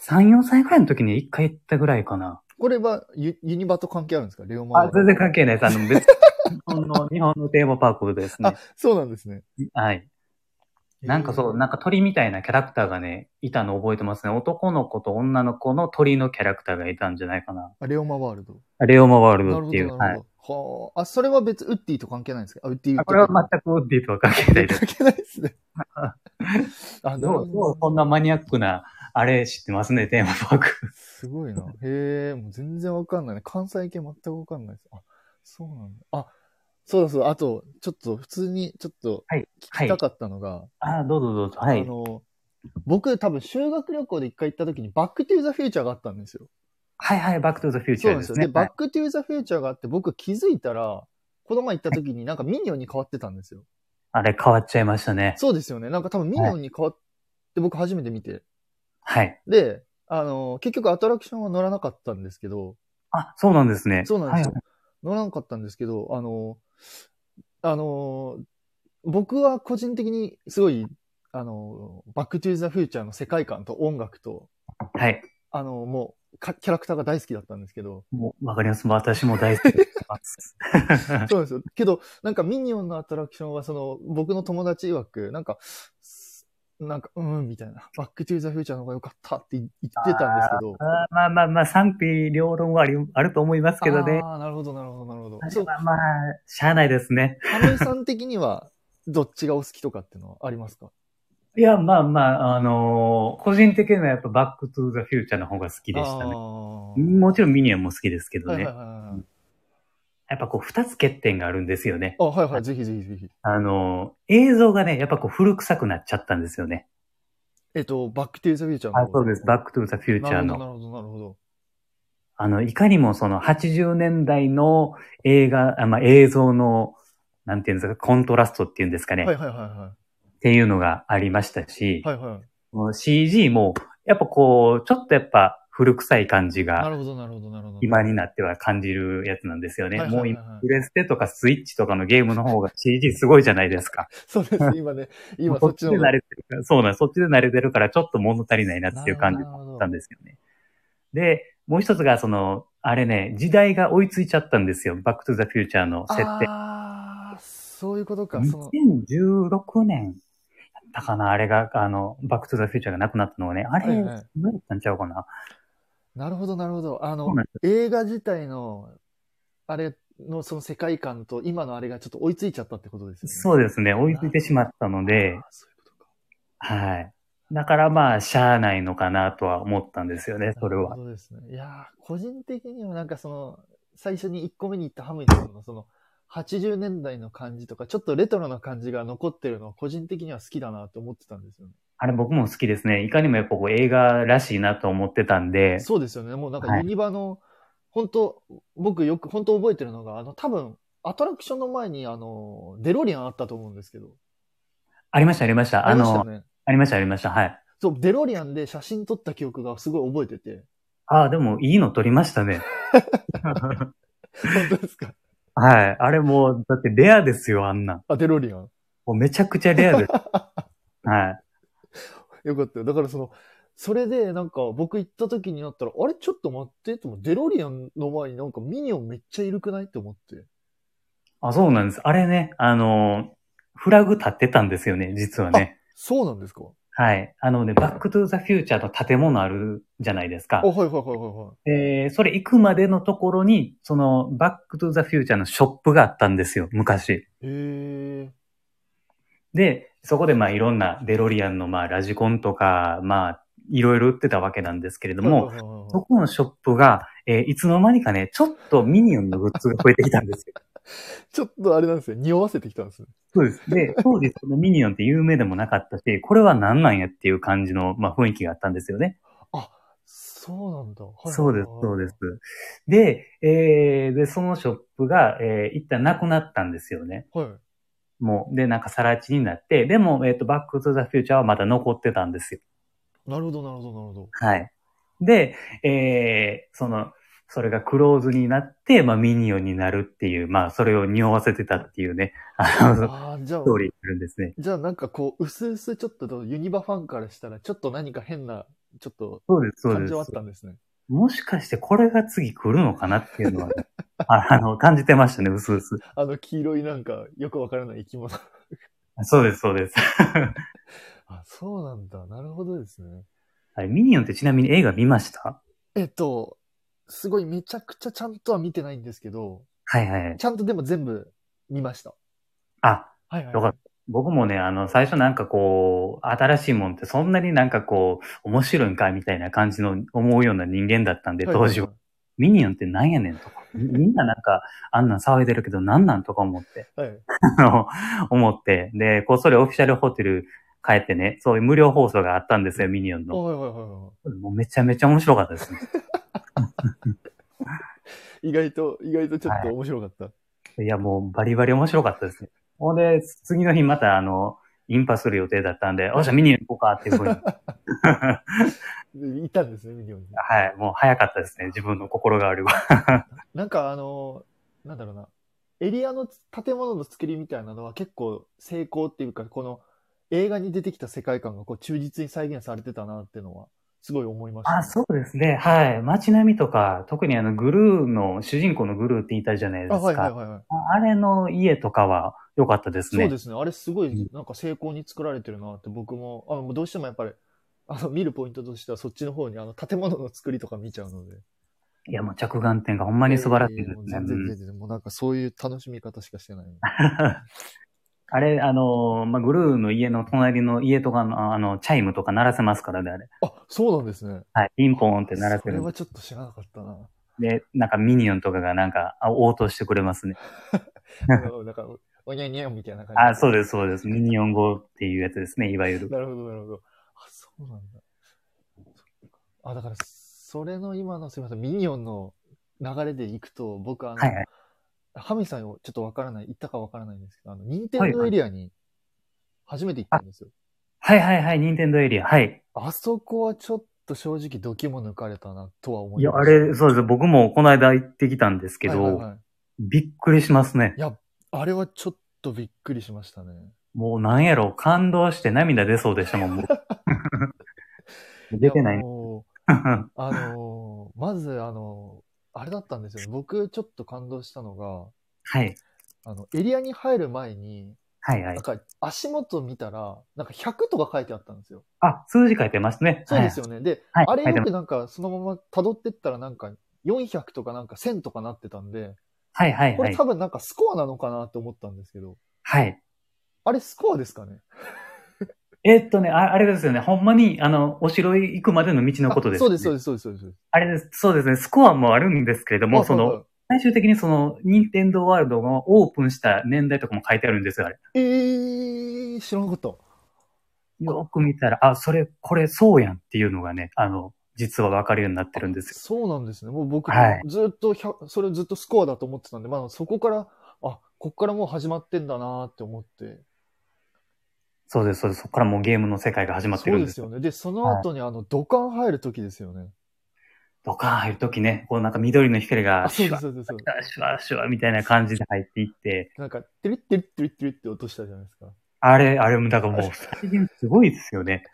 B: 3、4歳くらいの時に一回行ったぐらいかな。
A: これはユユニバと関係あるんですかレオマワー、
B: あ
A: ル
B: 全
A: ド。
B: 然関係ないです。あの、別日本 の、日本のテーマパークですね
A: あ。そうなんですね。
B: はい。なんかそう、なんか鳥みたいなキャラクターがね、いたの覚えてますね。男の子と女の子の鳥のキャラクターがいたんじゃないかな。
A: あレオマワールド。
B: レオマワール
A: なる
B: ドっ
A: ほ
B: ていう。
A: ど、な
B: は
A: る
B: い。
A: ほど。はあ、あそれは別、ウッディと関係ないんですかあ、ウッディ、ウッディ。
B: これは全くウッディとは関係ないです。
A: 関係ないです ね。あ、なる
B: ど
A: ほ
B: う、ど
A: ど
B: う、こんなマニアックな、あれ知ってますね、テーマパーク。
A: すごいな。へえ、もう全然わかんないね。関西系全くわかんないです。あ、そうなんだ。あ、そうだそうだ。あと、ちょっと普通にちょっと
B: はい
A: 聞きたかったのが、
B: ああ、どうぞどうぞ。は
A: あ
B: い。
A: の、僕多分修学旅行で一回行った時にバックトゥーザフューチャーがあったんですよ。
B: はいはい、バックトゥーザフューチ
A: そう
B: ャ
A: な
B: ー
A: ん
B: で
A: です
B: す
A: よ。
B: ね。
A: で、
B: は
A: バッ
B: い
A: クトゥーザフューチャーがあって僕気づいたら、この前行った時になんかミニオンに変わってたんですよ。
B: あれ変わっちゃいましたね。
A: そうですよね。なんか多分ミニオンに変わって僕初めて見て。
B: はい。
A: で、あの、結局アトラクションは乗らなかったんですけど、
B: あ、そうなんですね。
A: そうなんですよ
B: はい。
A: 乗らなかったんですけど、あの、あの、僕は個人的にすごい、あの、バックトゥーザフューチャーの世界観と音楽と、
B: はい。
A: あの、もうか、キャラクターが大好きだったんですけど、
B: もう、わかります。私も大好き です。
A: そうなんですよ。けど、なんかミニオンのアトラクションは、その、僕の友達曰く、なんか、すなんか、うん、みたいな、バックトゥーザフューチャーの方が良かったって言ってたんですけど、
B: あーまあまあまあ、賛否両論はありあると思いますけどね。
A: ああ、なるほど、なるほど、なるほど。
B: あ
A: そう
B: れ、はまあ、しゃあないですね。
A: ハムイさん的には、どっちがお好きとかっていうのはありますか
B: いや、まあまあ、あのー個人的にはやっぱバックトゥーザフューチャーの方が好きでした
A: あー
B: ね。もちろんミニオンも好きですけど
A: は
B: ね。
A: いはいはいはい。
B: やっぱこう、二つ欠点があるんですよね。
A: あ、はいはい、ぜひぜひぜひ。
B: あの、映像がね、やっぱこう古臭くなっちゃったんですよね。
A: えっと、バックトゥーザフューチャーの
B: あ
A: 方
B: そうです。バックトゥーザフューチャー
A: な
B: の。
A: るほど、なるほど、
B: あの、いかにもその80年代の映画、あまあ、映像の、なんていうんですか、コントラストっていうんですかね、
A: なるほど。はいはいは
B: っていうのがありましたし、
A: いはい。はいはい。
B: もう CG も、やっぱこう、ちょっとやっぱ古臭い感じ
A: な
B: が、
A: るほど、なるほど、なるほど。
B: 今になっては感じるやつなんですよね。
A: はいはい
B: も
A: は
B: う
A: いはい
B: 今、プレステとかスイッチとかのゲームの方が CG すごいじゃないですか。
A: そうです、今ね。今、
B: そ
A: そ
B: っ
A: っ
B: ち
A: ちの
B: で慣
A: 方
B: れてるから、そうなん、そっちで慣れてるから、ちょっと物足りないなっていう感じだ
A: なるほど
B: ったんですよね。で、もう一つが、その、あれね、時代が追いついちゃったんですよ。バックトゥザフューチャーの設定。
A: ああ、そういうことか。その、
B: 2016年だったかな、あれが、あの、バックトゥザフューチャーがなくなったのはね、あれ、
A: はいはい
B: どうやったんちゃうかな。
A: なるほど、なるほど。あ
B: そう
A: の
B: なん、
A: 映画自体の、あれのその世界観と今のあれがちょっと追いついちゃったってことですよね。
B: そうですね、追いついてしまったので
A: あー、そういうことか。
B: はい。だからまあ、しゃあないのかなとは思ったんですよね、それは。
A: そうですね。いやー個人的にはなんかその、最初に1個目に行ったハムイさんのその、80年代の感じとか、ちょっとレトロな感じが残ってるのは個人的には好きだなと思ってたんですよね。
B: あれ僕も好きですね。いかにもやっぱこう映画らしいなと思ってたんで、
A: そうですよね。もうなん
B: は
A: か
B: い
A: ユニバの、本当僕よく、本当覚えてるのが、あの、多分、アトラクションの前に、あの、デロリアンあったと思うんですけど。
B: ありました、ありました。あ
A: りましたよ
B: の、
A: ね。
B: ありました、ありました。はい。
A: そう、デロリアンで写真撮った記憶がすごい覚えて て。
B: ああ、でもいいの撮りましたね。
A: 本当ですか
B: はい。あれもう、だってレアですよ、あんなん。
A: あ、デロリアン。
B: もうめちゃくちゃレアです。はい。
A: よかったよ。だからその、それでなんか僕行った時になったら、あれちょっと待ってと思って、デロリアンの前になんかミニオンめっちゃいるくないって思って。
B: あ、そうなんです。あれね、あの、フラグ立ってたんですよね、実はね。
A: そうなんですか
B: はい。あのね、バックトゥーザフューチャーの建物あるじゃないですか
A: あ、。はいはいはいはいはい。
B: で、それ行くまでのところに、その、バックトゥーザフューチャーのショップがあったんですよ、昔。
A: へえ。
B: で、そこでまあいろんなデロリアンのまあラジコンとか、まあいろいろ売ってたわけなんですけれども、
A: はいはいはい
B: そ
A: はい、
B: このショップが、えーいつの間にかね、ちょっとミニオンのグッズが増えてきたんです よ。
A: ちょっとあれなんですよ。匂わせてきたんですね。
B: そうです。で、当時そのミニオンって有名でもなかったし、これは何なんやっていう感じの、まあ、雰囲気があったんですよね。
A: そうなんだ。はいはいはい
B: そうです、そうです。。で、えーで、そのショップが、えー一旦なくなったんですよね。
A: はい。
B: もう、で、なんかさら地になって、でも、えっ、と、バックトゥザフューチャーはまだ残ってたんですよ。
A: なるほど、なるほど、なるほど。
B: はい。で、えー、その、それがクローズになって、まあ、ミニオンになるっていう、まあ、それを匂わせてたっていうね、あの、
A: ああ、じゃあ
B: スト、ーリーするんですね。
A: じゃあなんかこう、薄々ちょっとユニバファンからしたら、ちょっと何か変な、ちょっと
B: そうです、そう
A: 感
B: です
A: 情あ。ったんですね。
B: もしかしてこれが次来るのかなっていうのは、ね、 ああの、感じてましたね、うすうす。
A: あの黄色いなんか、よくわからない生き物。
B: そうです、そうです。
A: あ、そうなんだ。なるほどですね。
B: あれミニオンってちなみに映画見ました
A: えっと、すごいめちゃくちゃちゃんとは見てないんですけど、
B: はいはいはい。
A: ちゃんとでも全部見ました。
B: あ、
A: はいはい、
B: よかった。僕もね、あの、最初なんかこう、新しいもんってそんなになんかこう、面白いんかいみたいな感じの思うような人間だったんで、
A: はいは
B: 当
A: い
B: 時は。ミニオンってなんやねんとか。みみんななんか、あんなん騒いでるけどなんなんとか思って。
A: はい。はい。
B: あの、思って。で、こっそりオフィシャルホテル帰ってね、そういう無料放送があったんですよ、ミニオンの。
A: はいはいはいは
B: もうめちゃめちゃ面白かったですね。
A: い。意外と、意外とちょっと面白かった。
B: いや、もうバリバリ面白かったですね。ほんで、次の日またあの、インパする予定だったんで、おっしゃ、ミニオン行こうかっていうふ うに。は
A: でいたんですね、ミニオンに。
B: い、もう早かったですね、自分の心変わりは。
A: なんかあの、なんだろうな。エリアの建物の作りみたいなのは結構成功っていうか、この映画に出てきた世界観がこう忠実に再現されてたなっていうのは、すごい思いました、
B: あ、そうですね。はい。街並みとか、特にあの、グルーの、主人公のグルーって言ったじゃないで
A: あ
B: すか。
A: は
B: あ,、
A: いはいはいはい。
B: れの家とかは良かったですね。
A: そうですね。あれすご
B: うん
A: いなんか成功に作られてるなって僕も、あのどうしてもやっぱり、あの見るポイントとしてはそっちの方にあの建物の作りとか見ちゃうので。
B: いや、もう着眼点がほんまに素晴らしいですね。
A: もう全
B: う
A: 然
B: ん
A: 全然、もうなんかそういう楽しみ方しかしてない。
B: あれ、あのーまあ、グルーの家の隣の家とかの、あの、チャイムとか鳴らせますからね、あれ。
A: あ、そうなんですね。
B: はい、ピンポーンって鳴ら
A: そ
B: せ
A: れ
B: る。
A: はちょっと知らなかった な。
B: で、なんかミニオンとかがなんか、あ応答してくれますね。
A: あのなんか、おにゃにゃみたいな感じ。
B: あ、そうです、そうです。ミニオン語っていうやつですね、いわゆる。
A: なるほど、なるほど。あ、そうなんだ。あ、だから、それの今の、すみません、ミニオンの流れでいくと、僕、あの、
B: はいはい
A: ハミさんをちょっとわからない、行ったかわからないんですけど、あの、任天堂エリアに初めて行ったんですよ。
B: はいはいはい、ニンテンドエリア。はい。
A: あそこはちょっと正直、ドキも抜かれたな、とは思
B: い
A: い
B: や、
A: ま
B: あ
A: した。
B: れ、そうです。僕もこの間行ってきたんですけど、
A: はいはいはい
B: びっくりしますね。
A: いや、あれはちょっとびっくりしましたね。
B: もうなんやろ、感動して涙出そうでしたもん、も う出てない
A: や
B: い。
A: もう
B: は
A: あのーまず、あのーあれだったんですよね。僕、ちょっと感動したのが、
B: い。
A: あの、エリアに入る前に、
B: はいは
A: ないん。か足元見たら、なんか100とか書いてあったんですよ。
B: あ、数字書いてますね。
A: そうです
B: よ。
A: よね。で、
B: はい
A: あれ
B: 書いて
A: よ
B: ま
A: くなんかそのまま辿ってったらなんか400とかなんか1000とかなってたんで、
B: はいはい
A: こ
B: は
A: れ
B: い
A: 多。分なんかスコアなのかなって思ったんですけど、
B: はい。
A: あれスコアですかね
B: えっとね、ああれですよね。ほんまに、あの、お城へ行くまでの道のことです、ね。
A: あそうです、そうです、そうです。そうです
B: あれです。そうですね。スコアもあるんですけれども、
A: あ
B: そ
A: はい
B: の、
A: はい
B: 最終的にその、ニンテンドーワールドがオープンした年代とかも書いてあるんですよ、あれ。
A: えー、知らなかった。
B: よく見たら、あ、それ、これ、そうやんっていうのがね、あの、実はわかるようになってるんですよ。
A: そうなんですね。もう僕、
B: はい
A: ずっと100、それずっとスコアだと思ってたんで、まあそこから、あ、こっからもう始まってんだなーって思って、
B: そうです、そうです。そこからもうゲームの世界が始まってるんです
A: そ
B: よ。
A: うですよね。で、その後にあの、土管入る時ですよね。
B: ドカーン入るときね、こうなんか緑の光が
A: あ、そう
B: シュ
A: で
B: ワ
A: す、そう
B: シ
A: です、そうで
B: ュワシュワシュワみたいな感じで入っていって、
A: す。なんか、てるってるってるってるって落としたじゃないですか。
B: あれ、あれも、だからもう、再現すごいですよね。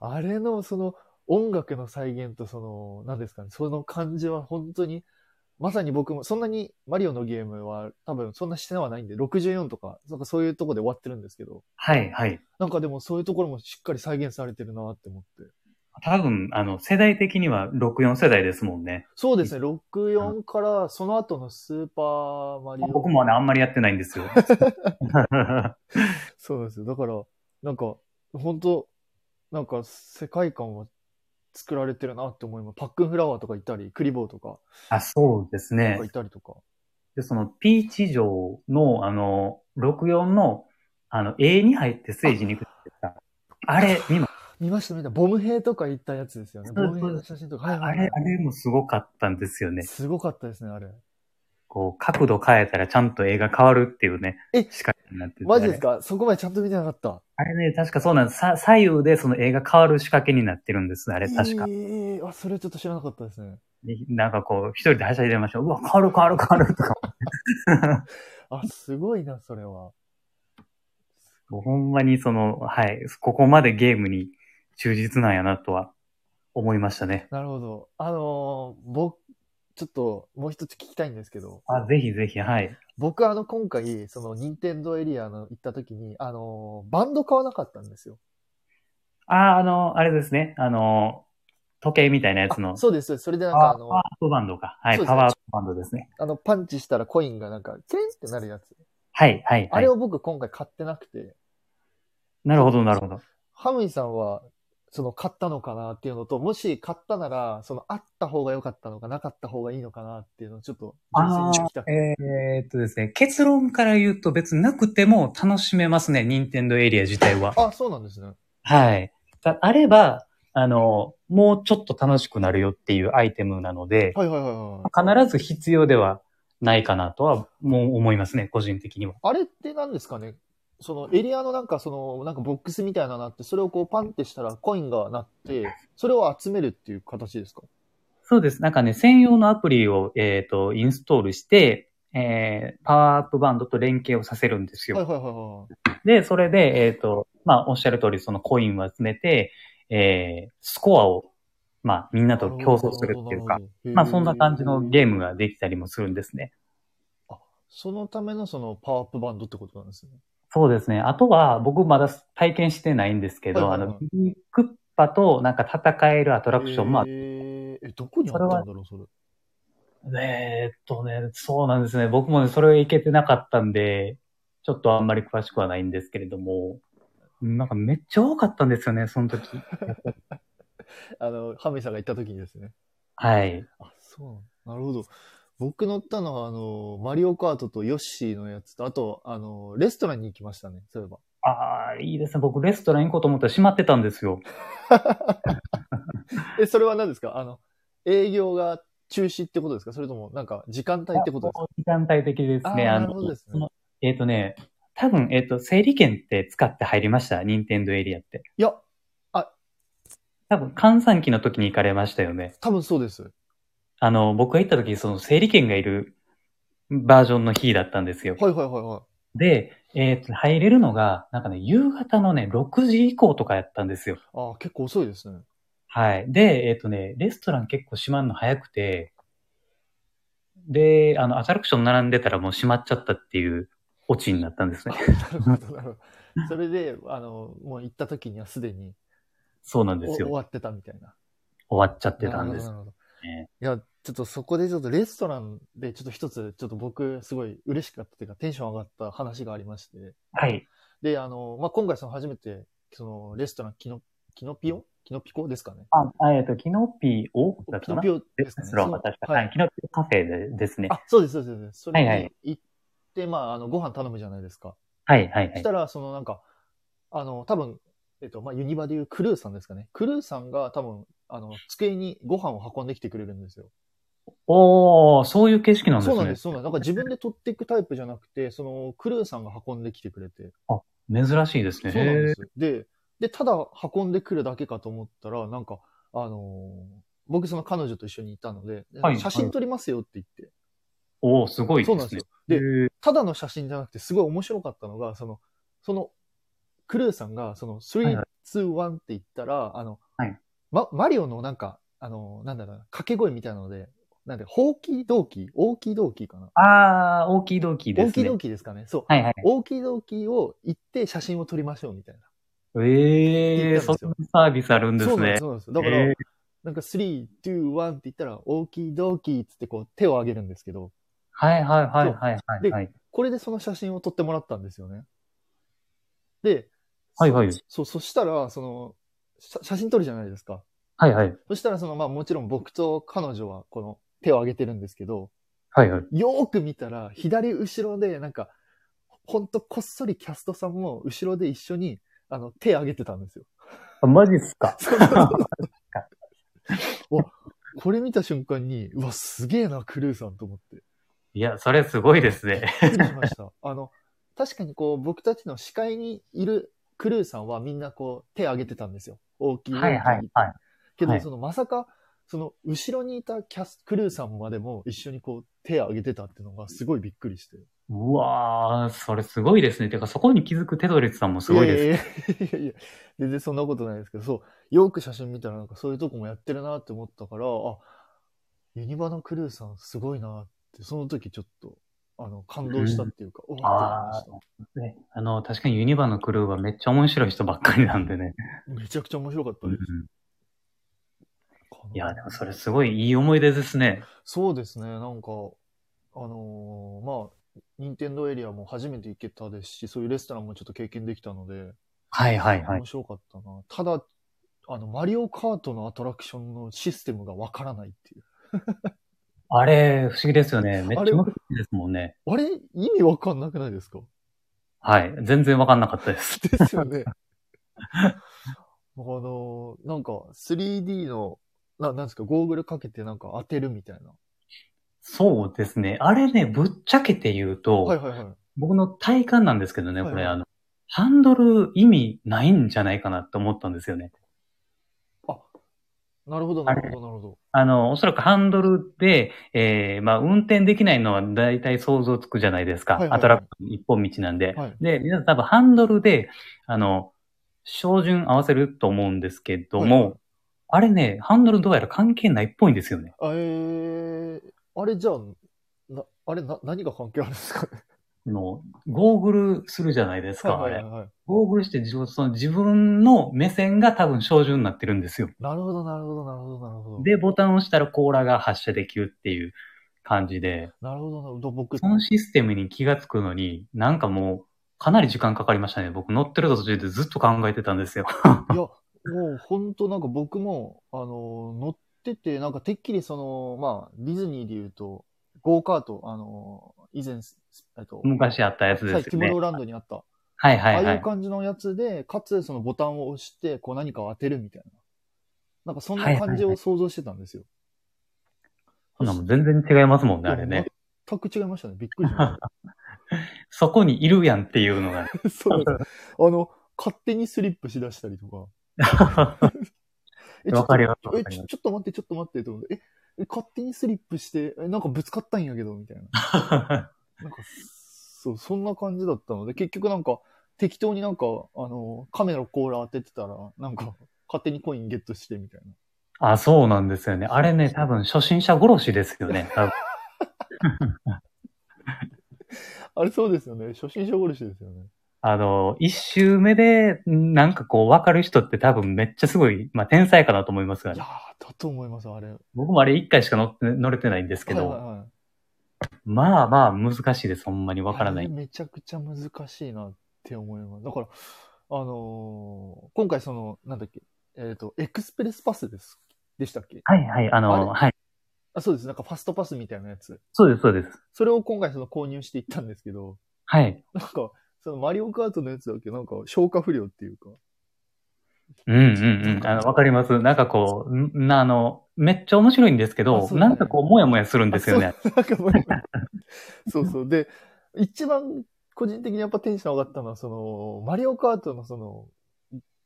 A: あれの、その、音楽の再現と、その、何ですかね、その感じは本当に、まさに僕も、そんなにマリオのゲームは多分そんなしてはないんで、64とか、なんかそういうとこで終わってるんですけど、
B: はい、はい。
A: なんかでもそういうところもしっかり再現されてるなって思って。
B: 多分、あの、世代的には64世代ですもんね。
A: そうですね、64からその後のスーパーマリオ。
B: 僕もね、あんまりやってないんで すよ。
A: そうなんですよ。だから、なんか、本当なんか世界観は作られてるなって思います。パックンフラワーとかいたり、クリボーとか、
B: あ、そうです
A: な
B: ね
A: んか。いたりとか。
B: で、その、ピーチ城の、あの、64の、あの、A に入ってステージに行くって言った。あれ、今、
A: 見ました、見た。ボム兵とかいったやつですよね。
B: そう
A: ボ
B: です
A: ム兵の写真とか。はい
B: あ
A: はい
B: れ、
A: は
B: あれもすごかったんですよね
A: い。。すごかったですね、あれ。
B: こう、角度変えたらちゃんと映画変わるっていうね、
A: え
B: 仕掛けになってて。
A: マジです
B: か
A: かそこまでちゃんと見てなかった。
B: あれね、確かそうなんです。さ左右でその映画変わる仕掛けになってるんです、あれ確か。
A: えー、あ、それちょっと知らなかったですね。
B: でなんかこう、一人ではしゃいでました。うわ、変わる変わる変わるとか。
A: あ、すごいな、それは。
B: もうほんまにその、はい、ここまでゲームに忠実なんやなとは思いましたね。
A: なるほど。あのー僕、ちょっと、もう一つ聞きたいんですけど、
B: あ、ぜひぜひ、はい。
A: 僕、あの、今回、その、任天堂エリアの行った時に、あのーバンド買わなかったんですよ。
B: あ、あの、あれですね。あの、時計みたいなやつの。
A: あそうです、そうですそれでなん
B: パワ
A: か、
B: ー
A: あの
B: パワーアップバンドか。はい、
A: そうですね
B: パワーアップバンドですね。
A: あの、パンチしたらコインがなんか、キュンってなるやつ。
B: はい、はい、
A: あ
B: はい
A: れ。を僕今回買ってなくて、
B: なるほど、なるほど。
A: ハムイさんは、その買ったのかなっていうのと、もし買ったなら、そのあった方が良かったのか、なかった方がいいのかなっていうのをちょっと、純粋に聞きたくて
B: えーっとですね、結論から言うと別になくても楽しめますね、任天堂エリア自体は。
A: あ、そうなんですね。
B: はい。があれば、あの、もうちょっと楽しくなるよっていうアイテムなので、
A: はいはいはいはい。
B: 必ず必要ではないかなとは、もう思いますね、個人的には。
A: あれって何ですかねそのエリアのなんかその、なんかボックスみたいなのがあって、それをこうパンってしたらコインが鳴って、それを集めるっていう形ですか
B: そうです。なんかね、専用のアプリを、えーっと、インストールして、えー、パワーアップバンドと連携をさせるんですよ。
A: はいはいはいはい。
B: で、それで、えっ、と、まあ、おっしゃる通り、そのコインを集めて、えー、スコアを、まあ、みんなと競争するっていうか、まあ、そんな感じの
A: ーム。
B: ゲームができたりもするんですね。
A: そのためのそのパワーアップバンドってことなんですね。
B: そうですね。あとは、僕まだ体験してないんですけど、
A: はいはい
B: あ
A: はい
B: の、ビビクッパとなんか戦えるアトラクションもあっ
A: えーえ、どこにあったんだろう、それ。
B: えーっとね、そうなんですね。僕もね、それはいけてなかったんで、ちょっとあんまり詳しくはないんですけれども、なんかめっちゃ多かったんですよね、その時。
A: あの、ハミさんが行った時にですね。
B: はい。
A: あ、そうなのなるほど。僕乗ったのは、あの、マリオカートとヨッシーのやつと、あと、あの、レストランに行きましたね、そういえば。
B: ああ、いいですね。僕、レストラン行こうと思ったら閉まってたんですよ。
A: え、それは何ですかあの、営業が中止ってことですかそれとも、なんか、時間帯ってことですか
B: 時間帯的ですね。
A: あー
B: あ
A: なるほどですね
B: そのえっ、とね、多分、えっ、と、整理券って使って入りました。任天堂エリアって。
A: いや、
B: 多分、換算期の時に行かれましたよね。
A: 多分そうです。
B: あの、僕が行った時、その整理券がいるバージョンの日だったんですよ。
A: はいはいはいはい。
B: で、えっ、と、入れるのが、なんかね、夕方のね、6時以降とかやったんですよ。
A: あー結構遅いですね。
B: はい。で、えっ、とね、レストラン結構閉まるの早くて、で、あの、アトラクション並んでたらもう閉まっちゃったっていうオチになったんですね。
A: なるほど、なるほど。それで、あの、もう行った時にはすでに
B: そうなんで
A: お
B: す
A: 終
B: よ。
A: わってたみたいな。
B: 終わっちゃってたんです
A: な。るほど
B: ね
A: なるほどいや、ちょっとそこでちょっとレストランでちょっと一つ、ちょっと僕すごい嬉しかったというかテンション上がった話がありまして。
B: はい。
A: で、あの、まあ、今回その初めて、そのレストランキノ、キノピオキノピコですかね
B: あ、あえっと、キノピオだっ
A: キ
B: たか
A: ノ
B: な
A: ピオ
B: レ
A: ですかね
B: ストランは確か、はい、キノピオカフェでですね。
A: あ、そうです、そうですそうです。それに
B: はいはい
A: 行って、まあ、あの、ご飯頼むじゃないですか。
B: はい、はい、
A: そ
B: は
A: し
B: い。
A: たら、そのなんか、あの、多分、えっと、まあ、ユニバでいうクルーさんですかね。クルーさんが多分、あの、机にご飯を運んできてくれるんですよ。
B: おー、そういう景色なんで
A: そ
B: すね。
A: うなんです、そうなんです。なんか自分で取っていくタイプじゃなくて、その、クルーさんが運んできてくれて。
B: 珍しいですね。
A: そうなんで
B: へ
A: す。で、で、ただ運んでくるだけかと思ったら、なんか、あのー僕その彼女と一緒にいたので、で
B: はい
A: 写真撮りますよって言って。
B: ーおー、すごいで
A: そうな
B: すね。
A: んですよ。で、
B: へー
A: ただの写真じゃなくて、すごい面白かったのが、その、その、クルーさんが、その、
B: はい
A: 3
B: は、
A: 2、1って言ったら、あの、
B: はい
A: ま、マリオのなんか、あの、なんだろうな、掛け声みたいなので、なんで、ほうきいどうき大きいどうきかな
B: あー、大きい動機で
A: 大
B: す
A: きい
B: ね。
A: どうきですかね。そう。
B: はい、はい。
A: 大きい動機を言って写真を撮りましょうみたいな。
B: ええ
A: 言
B: ー、
A: ったん
B: そ
A: ですよ
B: んなサービスあるんで
A: そ
B: す
A: うなんで
B: ね
A: す、。そうなんです。だから、
B: えー
A: なんか3、2、1って言ったら、大きい動機っつってこう手を挙げるんですけど、
B: はいはいはいはいはいはい。
A: これでその写真を撮ってもらったんですよね。で、
B: はいはい
A: そそう、そしたら、その、写写真撮るじゃないですか。
B: はいはい。
A: そしたら、その、まあもちろん僕と彼女はこの手を挙げてるんですけど、
B: はいはい。
A: よーく見たら、左後ろで、なんか、ほんとこっそりキャストさんも後ろで一緒に、あの、手挙げてたんですよ。
B: あ、マジっすか。
A: そうそうそう おこれ見た瞬間に、うわ、すげえな、クルーさんと思って。
B: いや、それすごいですね。
A: びっくりしました。あの、確かにこう、僕たちの視界にいるクルーさんはみんなこう、手挙げてたんですよ。大きい。
B: はいはい
A: 大き
B: はい。
A: け
B: は
A: ど、
B: い
A: その、まさか、その、後ろにいたキャス、クルーさんまでも一緒にこう、手挙げてたっていうのがすごいびっくりして。
B: うわー、それすごいですね。てか、そこに気づくテドリスさんもすごいです。
A: す。いやいやいや、 全然そんなことないですけど、そう、よく写真見たらなんかそういうとこもやってるなって思ったから、あ、ユニバのクルーさんすごいなって、その時ちょっと、あの、感動したっていうか、おわって思いまし
B: ねあの、確かにユニバのクルーはめっちゃ面白い人ばっかりなん でね。
A: た。めちゃくちゃ面白かった
B: うん
A: で
B: う
A: す。
B: んいや、でもそれすごいいい思い出ですね。
A: そうですね、なんか、あのーまあ、任天堂エリアも初めて行けたですし、そういうレストランもちょっと経験できたので、
B: はいはいはい
A: 面。白かったな。ただ、あの、マリオカートのアトラクションのシステムがわからないっていう。
B: あれ、不思議ですよね。めっ
A: あ
B: ち
A: れ
B: ゃ難しいですもんね。
A: あれ意味わかんなくないですか
B: はい。全然わかんなかったです。
A: ですよね。 あのーなんか 3D の、ななんですか、ゴーグルかけてなんか当てるみたいな。
B: そうですね。あれね、ぶっちゃけて言うと、
A: はいはいはい。
B: 僕の体感なんですけどね、これ、
A: はいはい
B: あの、ハンドル意味ないんじゃないかなって思ったんですよね。
A: なるほど、なるほど、なるほど。
B: あの、おそらくハンドルで、えーまあ、運転できないのは大体想像つくじゃないですか。
A: はいはいはい
B: アトラクション一本道なんで。
A: はい
B: で、皆さん多分ハンドルで、あの、照準合わせると思うんですけども、
A: はいはい
B: あれね、ハンドルどうやら関係ないっぽいんですよね。
A: あえー、あれじゃあ、な、あれな、何が関係あるんですかね
B: あのゴーグルするじゃないですか、
A: はいはい
B: あれ。
A: はいはい。
B: ゴーグルして自分その自分の目線が多分照準になってるんですよ。
A: なるほど、なるほど、なるほど、なるほど。
B: で、ボタンを押したら甲羅が発射できるっていう感じで、
A: なるほど、なるほど。僕、
B: そのシステムに気がつくのに、なんかもう、かなり時間かかりましたね。僕乗ってる途中でずっと考えてたんですよ。
A: いや、もう本当なんか僕も、あの、乗ってて、なんかてっきりその、まあ、ディズニーで言うと、ゴーカート、あの、以前、えっと、
B: 昔あったや
A: さ
B: つで
A: っ
B: す
A: きティ
B: よ
A: モロー。
B: ね
A: ランドにあった、
B: はいはい
A: ああ。
B: はいいう
A: 感じのやつで、かつそのボタンを押して、こう何かを当てるみたいな。なんかそんな感じを想像してたんですよ。
B: そんなもん全然違いますもんね、あ
A: い
B: れ
A: や
B: ね。。
A: 全く違いましたね。びっくりしまし
B: そこにいるやんっていうの が。
A: た。そうです。あの、勝手にスリップしだしたりとか。えちょ っと
B: わかります
A: え
B: わかり
A: ち
B: ま
A: ょ、ちょっと待って、ちょっと待って、と思って、え、え勝手にスリップして、え、なんかぶつかったんやけど、みたいな。なんか、そう、そんな感じだったので、結局なんか、適当になんか、あの、カメラコーラ当ててたら、なんか、勝手にコインゲットして、みたいな。
B: あ、そうなんですよね。あれね、多分初心者殺しですよね。多分
A: あれそうですよね。初心者殺しですよね。
B: あの、一周目で、なんかこう、わかる人って多分めっちゃすごい、まあ、天才かなと思いますが
A: い
B: ね
A: や。ー、だと思います、あれ。
B: 僕もあれ一回しか乗って、乗れてないんですけど、
A: はいはいはい
B: まあまあ難しいです、ほんまにわからな
A: あ
B: い
A: れ。めちゃくちゃ難しいなって思います。だから、あのー今回その、なんだっけ、えっ、と、エクスプレスパスです、でしたっけ
B: はいはい、あの、はい。
A: あ、そうです。なんかファストパスみたいなやつ。
B: そうです、そうです。
A: それを今回その購入していったんですけど、
B: はい。
A: なんか、そのマリオカートのやつだけなんか消化不良っていうか。
B: うんうんうん。あの、わかります。なんかこう、んな、あの、めっちゃ面白いんですけ
A: あ
B: ど、
A: そう
B: なんかこう、もやもやするんですよね。
A: あ。そう なんかも うそうそう。で、一番個人的にやっぱテンション上がったのは、その、マリオカートのその、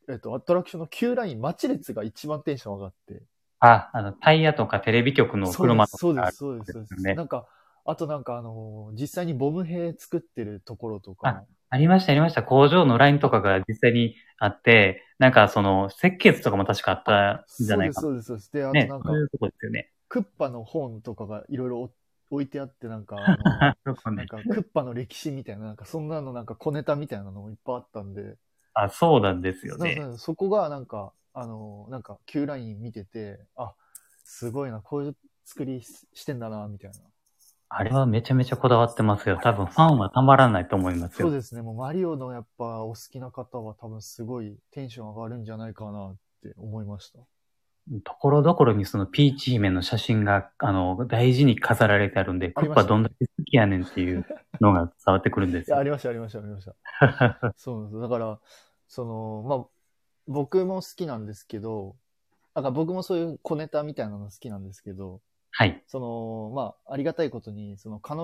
A: えっと、アトラクションの Q ライン、待ち列が一番テンション上がって。
B: あ、あの、タイヤとかテレビ局の
A: そう
B: 車
A: で
B: と
A: す、
B: か。
A: そうです、そうです。そうです
B: ですよね
A: なんか、あとなんかあのー実際にボム兵作ってるところとか。
B: ありました、ありました。工場のラインとかが実際にあって、なんかその、設計図とかも確かあったんじゃ
A: そう
B: ない
A: です、
B: か。
A: そうです。そうですで、あと
B: ね
A: なん、か
B: そう、いうとこですよね。
A: クッパの本とかがいろいろ置いてあって、なんか、 あ
B: そうか
A: のなん
B: ね。
A: かクッパの歴史みたいな、なんかそんなのなんか小ネタみたいなのもいっぱいあったんで、
B: あ、そうなんですよ
A: そう
B: ね。
A: そうそこがなんか、あの、なんか Q ライン見てて、あ、すごいな、こういう作りししてんだな、みたいな。
B: あれはめちゃめちゃこだわってますよ。多分ファンはたまらないと思います
A: そう
B: よ。
A: ですね、もうマリオのやっぱお好きな方は多分すごいテンション上がるんじゃないかなって思いました。
B: ところどころにそのピーチ姫の写真が、あの、大事に飾られてあるんで、
A: あ
B: ク
A: り
B: ッ
A: ま
B: パ
A: したね
B: どんだけ好きやねんっていうのが伝わってくるんで
A: い
B: す
A: や、あ
B: よ。
A: りました、ありました、ありました。 そうなんです。だから、その、まあ、僕も好きなんですけど、なんか僕もそういう小ネタみたいなの好きなんですけど、
B: はい。
A: その、まあ、ありがたいことに、その、彼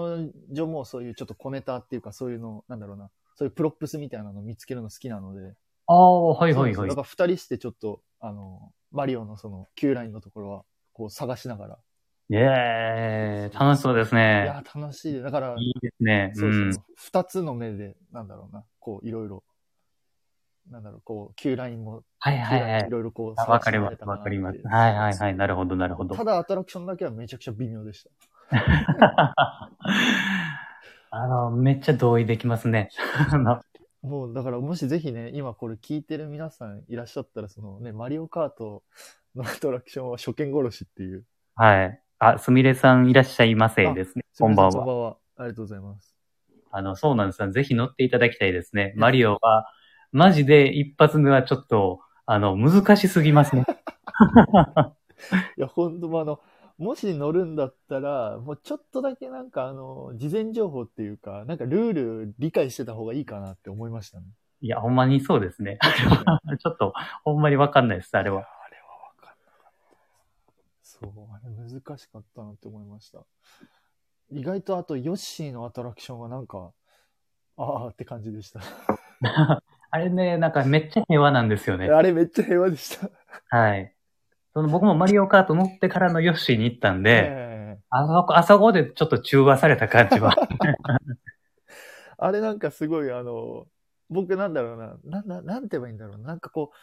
A: 女もそういうちょっと小ネタっていうか、そういうの、なんだろうな、そういうプロップスみたいなのを見つけるの好きなので、
B: ああ、はいはい
A: そう
B: は
A: なんで
B: い。
A: すだから二人してちょっと、あの、マリオのその、Q ラインのところは、こう探しながら。
B: イエーイ楽しそうです
A: い
B: ね
A: や。ー、楽しいで。だから、
B: いいですね。
A: そうそう
B: うん
A: そう。二、つの目で、なんだろうな、こう、いろいろ、なんだろう、こう、Q ラインも、
B: はいはい
A: Q
B: は
A: ライン
B: い
A: い。ろいろこう、
B: あわかります、わかります。はいはいはい。な
A: る
B: るほど、なるほど。
A: ただ、アトラクションだけはめちゃくちゃ微妙でした。
B: あの、めっちゃ同意できますね。 あの
A: もう、だから、もしぜひね、今これ聞いてる皆さんいらっしゃったら、そのね、マリオカートのアトラクションは初見殺しっていう。
B: はい。あ、すみれさんいらっしゃいませですね。こんばん
A: すみませこんばん
B: は。
A: は。ありがとうございます。
B: あの、そうなんですよ。ぜひ乗っていただきたいですね。マリオは、マジで一発目はちょっと、あの、難しすぎますね。
A: いや、ほんと、まああの、もし乗るんだったら、もうちょっとだけなんか、あの、事前情報っていうか、なんかルール理解してた方がいいかなって思いましたね。
B: いや、ほんまにそうですね。ちょっと、ほんまにわかんないです、あれ
A: いや
B: は。
A: あれは分かんなかったです。そう、あれ難しかったなって思いました。意外とあと、ヨッシーのアトラクションはなんか、ああって感じでした。
B: あれね、なんかめっちゃ平和なんですよね。
A: あれめっちゃ平和でした。
B: はい。その僕もマリオカート乗ってからのヨッシーに行ったんで、
A: ええ
B: あそこ、あそこでちょっと中和された感 じは。
A: あれなんかすごい、あの、僕なんだろうな、なんだ、なんて言えばいいんだろうな、なんかこう、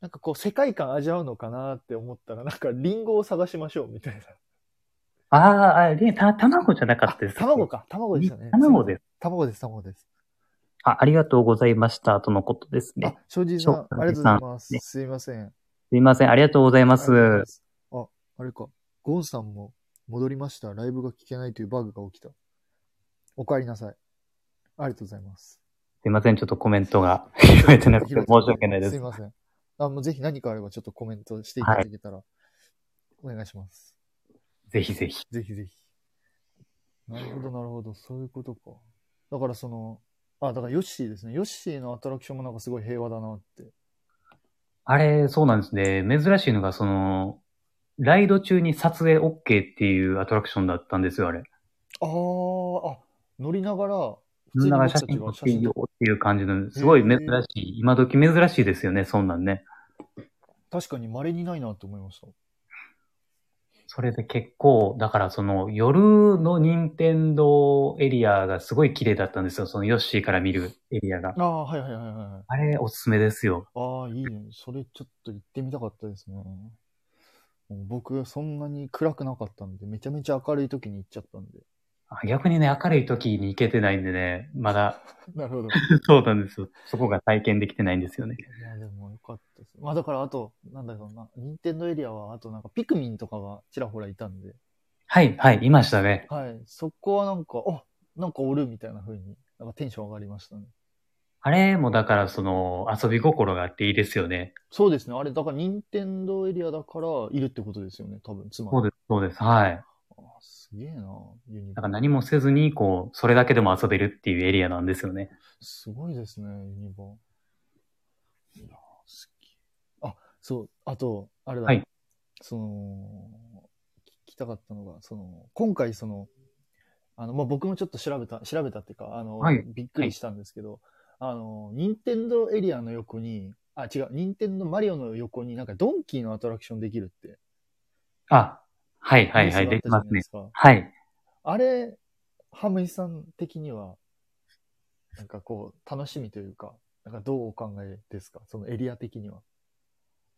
A: なんかこう世界観味わうのかなって思ったら、なんかリンゴを探しましょうみたいな。
B: ああ、あれ、た、卵じゃなかった
A: あ
B: です。
A: 卵か、卵でしたね。
B: 卵です。
A: 卵です、卵です。
B: あ、ありがとうございました、とのことです
A: あ
B: ね。、
A: 正直さん、ありがとうございます。
B: ね
A: すいません。
B: すいません、ありがとうございま
A: ありがとうございま。
B: す
A: すあ、あれか。ゴンさんも戻りました。ライブが聞けないというバグが起きた。お帰りなさい。ありがとうございます。
B: すいません、ちょっとコメントが拾えてなくて
A: 広瀬
B: 申し
A: さん
B: 訳ないです
A: い
B: す。
A: ません。あもうぜひ何かあればちょっとコメントしていただけたら、お願いします。
B: ぜひぜひ。
A: ぜひぜひ。なるほど、なるほど。そういうことか。だからその、あ、だからヨッシーですね。ヨッシーのアトラクションもなんかすごい平和だなって。
B: あれ、そうなんですね。珍しいのが、その、ライド中に撮影 OK っていうアトラクションだったんですよ、あれ。
A: あー、あ、乗りながら、普
B: みんなが
A: 僕
B: 写
A: たち
B: 真撮
A: が
B: っ
A: 写
B: ていい
A: 真
B: よ
A: 撮
B: っていう感じの、すごい珍しい、今時珍しいですよね、そんなんね。
A: 確かに稀にないなって思いました。
B: それで結構、だからその夜の任天堂エリアがすごい綺麗だったんですよ。そのヨッシーから見るエリアが。
A: ああ、はいはいはいはいはい。
B: あれおすすめですよ。
A: ああ、いいね。それちょっと行ってみたかったですね。もう僕、そんなに暗くなかったんで、めちゃめちゃ明るい時に行っちゃったん で。
B: あ逆にね、明るい時に行けてないんでね、まだ、
A: なるほど。い
B: そうなんですよ。そこが体験できてないんですよね。
A: や、でもよかったです。まあだから、あと、なんだろうな、任天堂エリアは、あとなんかピクミンとかがちらほらいたんで、
B: はい、はい、いましたね。
A: はい。そこはなんか、あなんかおるみたいな風に、なんかテンション上がりましたね。
B: あれもだからその遊び心があっていいですよね。
A: そうですね。あれ、だから任天堂エリアだからいるってことですよね、多分、つまり。
B: そうです、そうです。はい。
A: あすげえな、ユニバ
B: だから何もせずに、こう、それだけでも遊べるっていうエリアなんですよね。
A: すごいですね、ユニバ。いやー、好き。あ、そう、あと、あれだ。
B: はい
A: その、聞きたかったのが、その、今回、その、あの、まあ、僕もちょっと調べた、調べたっていうか、あの、
B: はい
A: びっくりしたんですけど、あの、ニンテンドエリアの横に、あ、違う、ニンテンドマリオの横になんかドンキーのアトラクションできるって。
B: あ、はい、はい、はい、
A: ニュ
B: で
A: ース
B: き
A: があ
B: ま
A: ったじゃ
B: す
A: ないで。すか。
B: ねはい。
A: あれ、ハムイさん的には、なんかこう、楽しみというか、なんかどうお考えですかそのエリア的には。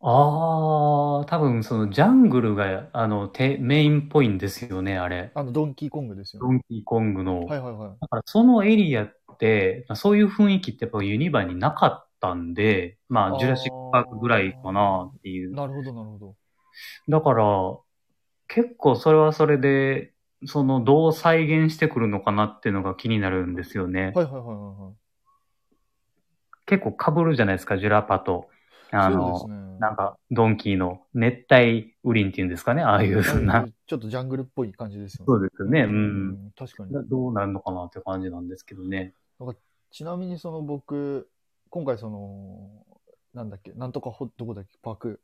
B: ああ、多分そのジャングルがあのてメインっぽいんですよね、あれ。
A: あの、ドンキーコングですよ
B: ド
A: ね。
B: ンキーコングの。
A: はいはいはい。
B: だからそのエリアって、まあそういう雰囲気ってやっぱユニバになかったんで、ま
A: あー
B: あジュラシックパークぐらいかなっていう。
A: なるほどなるほど。
B: だから、結構それはそれで、そのどう再現してくるのかなっていうのが気になるんですよね。
A: はいはいはいはい
B: 結構被るじゃないですか、ジュラパと。あ
A: はい。
B: の、
A: そうですね。
B: なんかドンキーの熱帯雨林っていうんですかね、ああいうふうな。
A: ちょっとジャングルっぽい感じですよね。
B: そうですよね、うん。
A: ん。確かに。
B: どうなるのかなって感じなんですけどね。
A: ちなみにその僕、今回その、なんだっけ、なんとかほどこだっけ、パーク、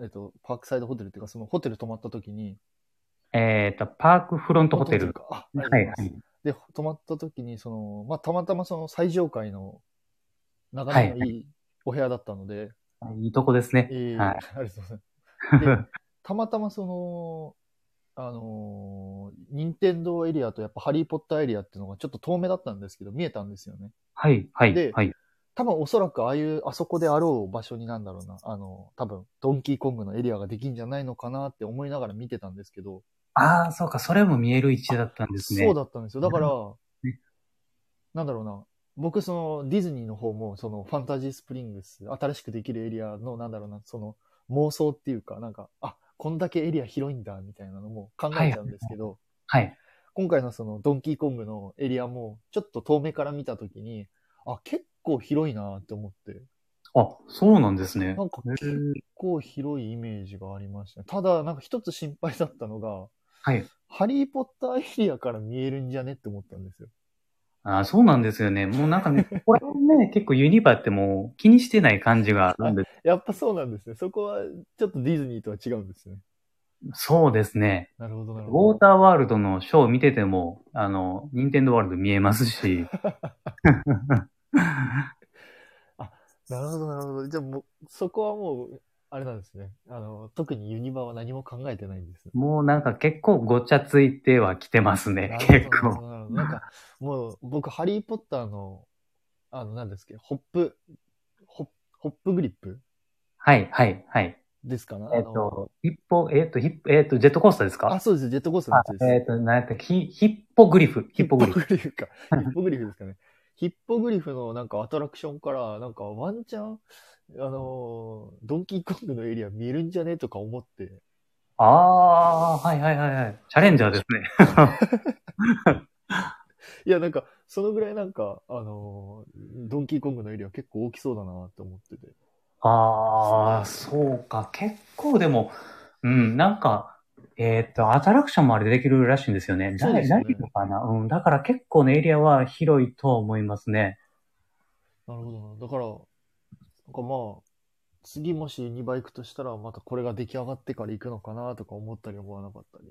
A: えっと、パークサイドホテルっていうか、そのホテル泊まった時に、
B: えっと、パークフロントホテル。
A: ホか。あ、
B: はいは
A: ありがとうござい
B: い。
A: ますで、泊まった時に、その、まあ、たまたまその最上階の、なかなかいいお部屋だったので、
B: いいとこですね。
A: えー
B: はい。
A: ありがとうございます。でたまたまその、あのー、任天堂エリアとやっぱハリーポッターエリアっていうのがちょっと遠目だったんですけど、見えたんですよね。
B: はい、はい
A: で、
B: はい。
A: 多分おそらくああいう、あそこであろう場所になんだろうな、あの、多分ドンキーコングのエリアができんじゃないのかなって思いながら見てたんですけど、
B: ああ、そうか、それも見える位置だったんですね。
A: そうだったんですよ。だから
B: ね、
A: なんだろうな、僕そのディズニーの方も、そのファンタジースプリングス、新しくできるエリアの、なんだろうな、その妄想っていうか、なんか、あ、こんだけエリア広いんだ、みたいなのも考えちゃうんですけど、
B: はい。
A: 今回のそのドンキーコングのエリアも、ちょっと遠目から見たときに、あ、結構広いなって思って、
B: あ、そうなんですね。
A: なんか
B: へー
A: 結構広いイメージがありましたね。ただ、なんか一つ心配だったのが、
B: はい。
A: ハリーポッターエリアから見えるんじゃねって思ったんですよ。
B: あーそうなんですよね。もうなんかね、 これね、結構ユニバってもう気にしてない感じがなんで、
A: やっぱそうなんですね。そこは、ちょっとディズニーとは違うんですね。
B: そうですね。
A: なるほど、な
B: ウ
A: るほ
B: ォ
A: ど
B: ー。ターワールドのショー見てても、あの、ニンテンドーワールド見えますし。
A: なるほど、なるほど。じゃあもう、そこはもう、あれなんですね。あの、特にユニバは何も考えてないんですね。
B: もうなんか結構ごちゃついては来てますね
A: な、る
B: 結
A: ほど
B: 構。
A: なるほど。なんか、もう、僕、ハリー・ポッターの、あの、なんですっけど、ホップ、ホッホップグリップ
B: はい、はい、はい。
A: ですかな
B: え
A: あ
B: っ、
A: の
B: と、ヒッポ、えっ、と、ヒップ、えっ、と、ジェットコースターです
A: あ、
B: か
A: そうです。ジェットコースターの
B: あ
A: やつです。
B: えっ、と、なんやったっけヒヒッポグリフ。ヒッポグリフ。
A: ヒッポグリフ か。ヒッポグリフですかね。ヒッポグリフのなんかアトラクションから、なんかワンチャン、あのードンキーコングのエリア見えるんじゃねとか思って、
B: ああー、はいはいはいはい。チャレンジャーですね。
A: いや、なんか、そのぐらいなんか、あのードンキーコングのエリア結構大きそうだなって思ってて。
B: ああ、そうか。結構でも、うん、なんか、えっ、と、アトラクションもあれできるらしいんですよね。
A: そうですよね
B: ライライブかな。うん。だから結構ね、エリアは広いと思いますね。
A: なるほどな。だから、なんかまあ、次もしユニバ行くとしたら、またこれが出来上がってから行くのかなとか思ったり思わなかったり。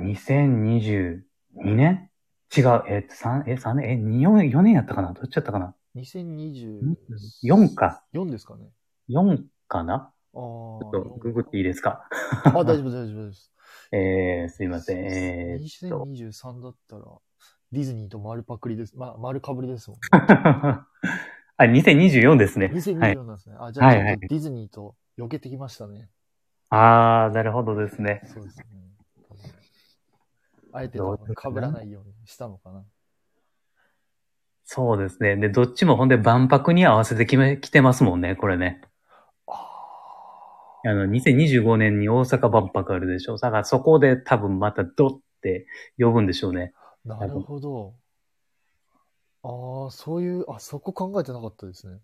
B: 2022年違う。えっ、と、3、え、三年、え、2、4、4年やったかなどっちやったかな
A: 2024
B: ?4 か。
A: 4ですかね。
B: 4かな
A: ああ。
B: ちょっと、ググっていいですか
A: あ、大丈夫、大丈夫です。
B: えー、すいません。えー
A: 2023だったら、ディズニーと丸パクリです。まあ、丸かぶりですもん、ね。
B: あ、2024ですね。はい。
A: 2024なんですね。あ、じゃあ、ちょ
B: はいは
A: っ
B: い
A: とディズニーと避けてきましたね。
B: ああ、なるほどですね。
A: そうですね。あえて多分被らないようにしたのかな。
B: そうですね。で、どっちもほんで万博に合わせてきめ来てますもんね、これね。あの、2025年に大阪万博あるでしょ。だからそこで多分またドって呼ぶんでしょうね。
A: なるほど。ああ、そういう、あ、そこ考えてなかったですね。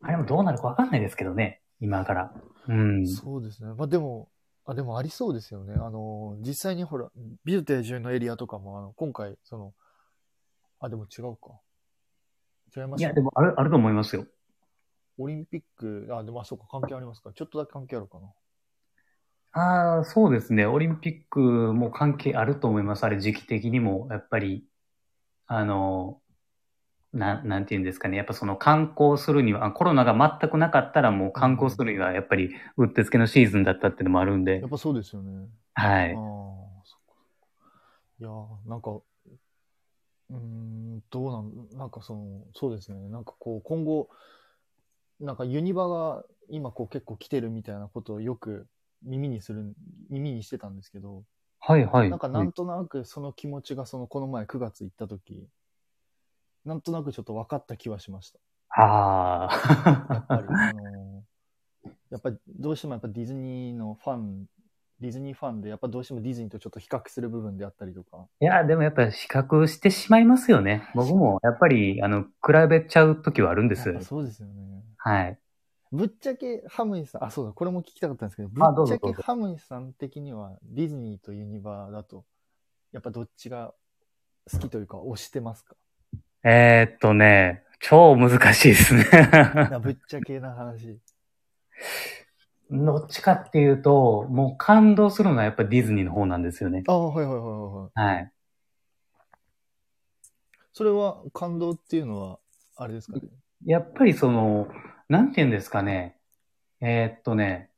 B: あれもどうなるかわかんないですけどね、今から。うん。
A: そうですね。まあでも、あ、でもありそうですよね。あの、実際にほら、ビューテージュのエリアとかも、あの、今回、その、あ、でも違うか。違いま
B: い
A: す
B: や、でもある、あると思いますよ。
A: オリンピック、あ、でもあ、そうか、関係ありますか。ちょっとだけ関係あるかな。
B: ああ、そうですね。オリンピックも関係あると思います。あれ、時期的にも、やっぱり、あの、な、なんていうんですかね。やっぱその観光するには、あコロナが全くなかったらもう観光するには、やっぱり、うってつけのシーズンだったってのもあるんで
A: やっ、ぱそうですよね。
B: は
A: ああ、
B: い。
A: そっかそっか。いやー、なんか、うーん、どうなん、なんかその、そうですね。なんかこう、今後、なんかユニバが今こう結構来てるみたいなことをよく耳にする、耳にしてたんですけど、
B: はい、はい。
A: なんかなんとなくその気持ちがそのこの前9月行った時、なんとなくちょっと分かった気はしました。
B: あ
A: やっぱ
B: あ。
A: り、あのーやっぱりどうしてもやっぱディズニーのファン、ディズニーファンで、やっぱどうしてもディズニーとちょっと比較する部分であったりとか。
B: いや、でもやっぱ比較してしまいますよね。僕も、やっぱり、あの、比べちゃう時はあるんで
A: や
B: す
A: っぱ。そうですよね。
B: はい。
A: ぶっちゃけハムイさん、あ、そうだ、これも聞きたかったんですけど、ぶ
B: あどう
A: っち
B: ぞ
A: ゃ
B: ど
A: け
B: うぞ
A: ハムイさん的にはディズニーとユニバーだと、やっぱどっちが好きというか推してますか
B: えーっとね、超難しいですね。
A: なぶっちゃけな話。
B: どっちかっていうと、もう感動するのはやっぱディズニーの方なんですよね。
A: ああ、はいはいはいはいはい。
B: はい。
A: それは感動っていうのは、あれですかね。
B: やっぱりその、なんて言うんですかね。えーっとね、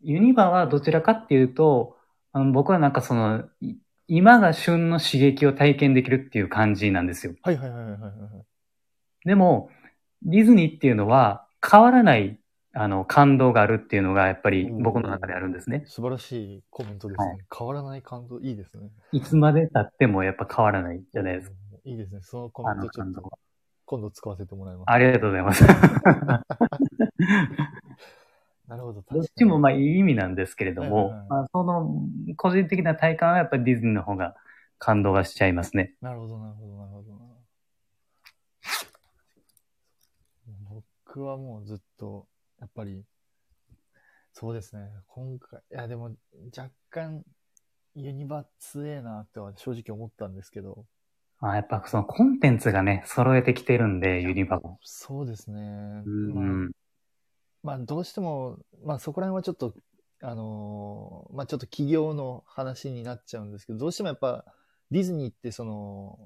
B: ユニバはどちらかっていうと、あの僕はなんかその、い今が旬の刺激を体験できるっていう感じなんですよ。
A: はいはいはいはいはいはい。
B: でも、ディズニーっていうのは変わらない、あの、感動があるっていうのがやっぱり僕の中であるんですね。
A: 素晴らしいコメントですね。
B: は
A: 変わらない感動、いいですね。
B: いつまで経ってもやっぱ変わらないじゃないですか。
A: うんいいですね。そのコ
B: あ
A: メン
B: の
A: トちょ
B: 感
A: っ
B: 動
A: と
B: は。
A: 今度使わせてもらいます。
B: ありがとうございます。
A: なるほど。
B: どっ
A: 確か
B: ち
A: に
B: もまあいい意味なんですけれど
A: はいはいは
B: も
A: い、
B: まあ、その個人的な体感はやっぱりディズニーの方が感動がしちゃいますね。
A: なるほど、なるほど、なるほどな。僕はもうずっと、やっぱり、そうですね。今回、いやでも、若干、ユニバ強えなっては正直思ったんですけど、
B: まあ、やっぱそのコンテンツがね、揃えてきてるんで、ユニバも。
A: そうですね。
B: うん。
A: まあ、まあどうしても、まあそこら辺はちょっと、あのーまあちょっと企業の話になっちゃうんですけど、どうしてもやっぱ、ディズニーってその、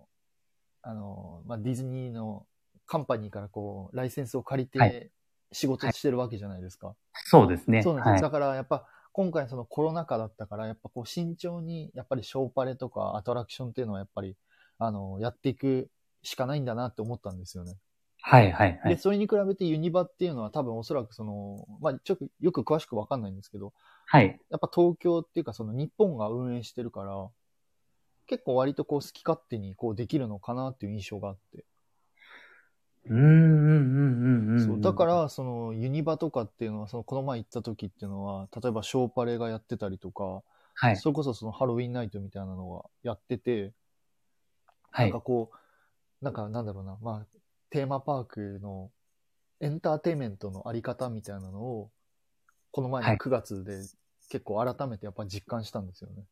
A: あの、まあ、ディズニーのカンパニーからこう、ライセンスを借り
B: は
A: て仕事してるわけじゃないですか。
B: そうですね。
A: そうなんですよ。
B: はい
A: だからやっぱ、今回そのコロナ禍だったから、やっぱこう慎重に、やっぱりショーパレとかアトラクションっていうのはやっぱり、あの、やっていくしかないんだなって思ったんですよね。
B: はいはいは
A: で、
B: い。
A: それに比べてユニバっていうのは多分おそらくその、まあ、ちょっとよく詳しくわかんないんですけど、
B: はい。
A: やっぱ東京っていうかその日本が運営してるから、結構割とこう好き勝手にこうできるのかなっていう印象があって。
B: うんうんうんうんうん。
A: そうだか、らそのユニバとかっていうのはそのこの前行った時っていうのは例えばショーパレがやってたりとか、
B: はい。
A: それこそそのハロウィンナイトみたいなのがやってて、
B: は
A: なん
B: い
A: か。こうなんかなんだろうな、まあ、テーマパークのエンターテインメントのあり方みたいなのをこの前
B: は
A: の
B: い
A: 9月で結構改めてやっぱ実感したんですよね。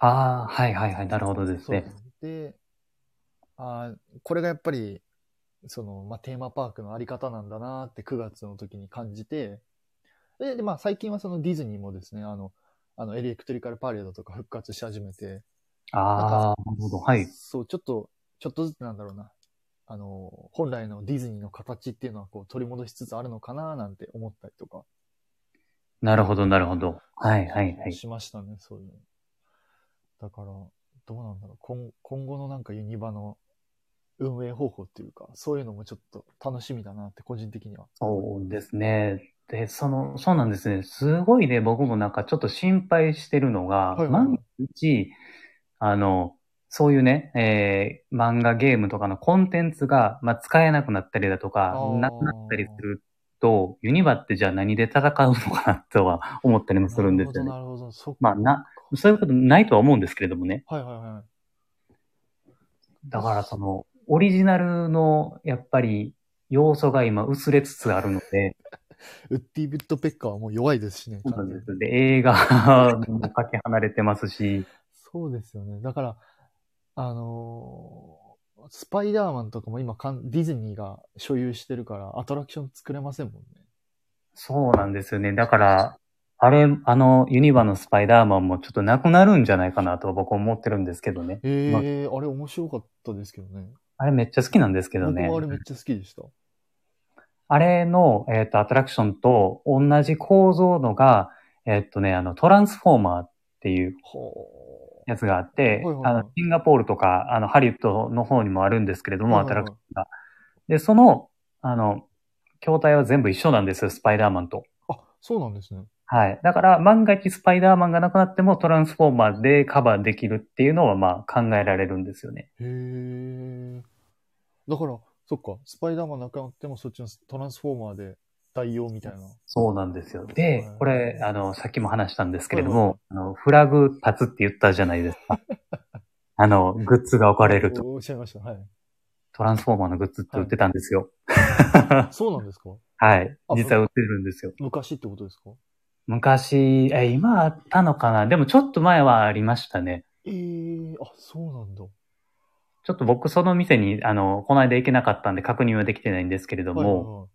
B: ああ、はいはいはい。なるほどです
A: そう
B: ね。
A: であーこれがやっぱりその、まあ、テーマパークのあり方なんだなーって9月の時に感じてでで、まあ、最近はそのディズニーもですねあのあのエレクトリカルパレードとか復活し始めて
B: ああ、なるほど。はい。
A: そうちょっとちょっとずつなんだろうなあの本来のディズニーの形っていうのはこう取り戻しつつあるのかなーなんて思ったりとか
B: なるほどなるほど。はいはいはい。
A: しましたね、そういうの。だから、どうなんだろう。今今後のなんかユニバの運営方法っていうか、そういうのもちょっと楽しみだなって、個人的には。
B: そうですね。で、その、そうなんですね。すごいね、僕もなんかちょっと心配してるのが、
A: はいはいはい
B: 万一、あの、そういうね、えー漫画ゲームとかのコンテンツが、まあ、使えなくなったりだとか
A: あー、
B: なくなったりすると、ユニバってじゃあ何で戦うのかなとは思ったりもするんですよね
A: な。るほど、なるほど。そっか。
B: まあ、な、そういうことないとは思うんですけれどもね。
A: はいはいはい。
B: だからその、オリジナルの、やっぱり、要素が今薄れつつあるので、
A: ウッディ・ビット・ペッカーはもう弱いですしね。
B: そうなんで
A: 完全に
B: す。で、映画もかけ離れてま すし、
A: そうですよね。だから、あのースパイダーマンとかも今かん、ディズニーが所有してるから、アトラクション作れませんもんね。
B: そうなんですよね。だから、あれ、あの、ユニバのスパイダーマンもちょっとなくなるんじゃないかなとは僕思ってるんですけどね。
A: えー、あれ面白かったですけどね。
B: あれめっちゃ好きなんですけど
A: 僕
B: ね
A: は。あれめっちゃ好きでした。
B: あれの、えっ、と、アトラクションと同じ構造のが、えっ、とね、あの、トランスフォーマーっていう
A: ほ
B: やつがあって、
A: はいはいはい
B: あの、シンガポールとか、あの、ハリウッドの方にもあるんですけれども、
A: はいはいはい
B: アトラクションが。で、その、あの、筐体は全部一緒なんですよ、スパイダーマンと。
A: う。あ、そうなんですね。
B: はい。だから、万が一スパイダーマンがなくなっても、トランスフォーマーでカバーできるっていうのは、まあ、考えられるんですよね。
A: へえ。だから、そっか、スパイダーマンなくなっても、そっちのトランスフォーマーで代用みたいな。
B: そうなんですよ。で
A: はい、
B: これ、あの、さっきも話したんですけれど
A: はいはい
B: も、あの、フラグ立つって言ったじゃないです か。あの、グッズが置かれると。
A: おおっしゃいました。はい。
B: トランスフォーマーのグッズって売ってたんですよ。
A: そうなんですか
B: はい
A: あ。
B: 実は売ってるんですよ。
A: 昔ってことですか
B: 昔、え、今あったのかなでもちょっと前はありましたね。
A: ええあ、そうなんだ。
B: ちょっと僕その店に、あの、この間行けなかったんで確認はできてないんですけれども、
A: はいはいはい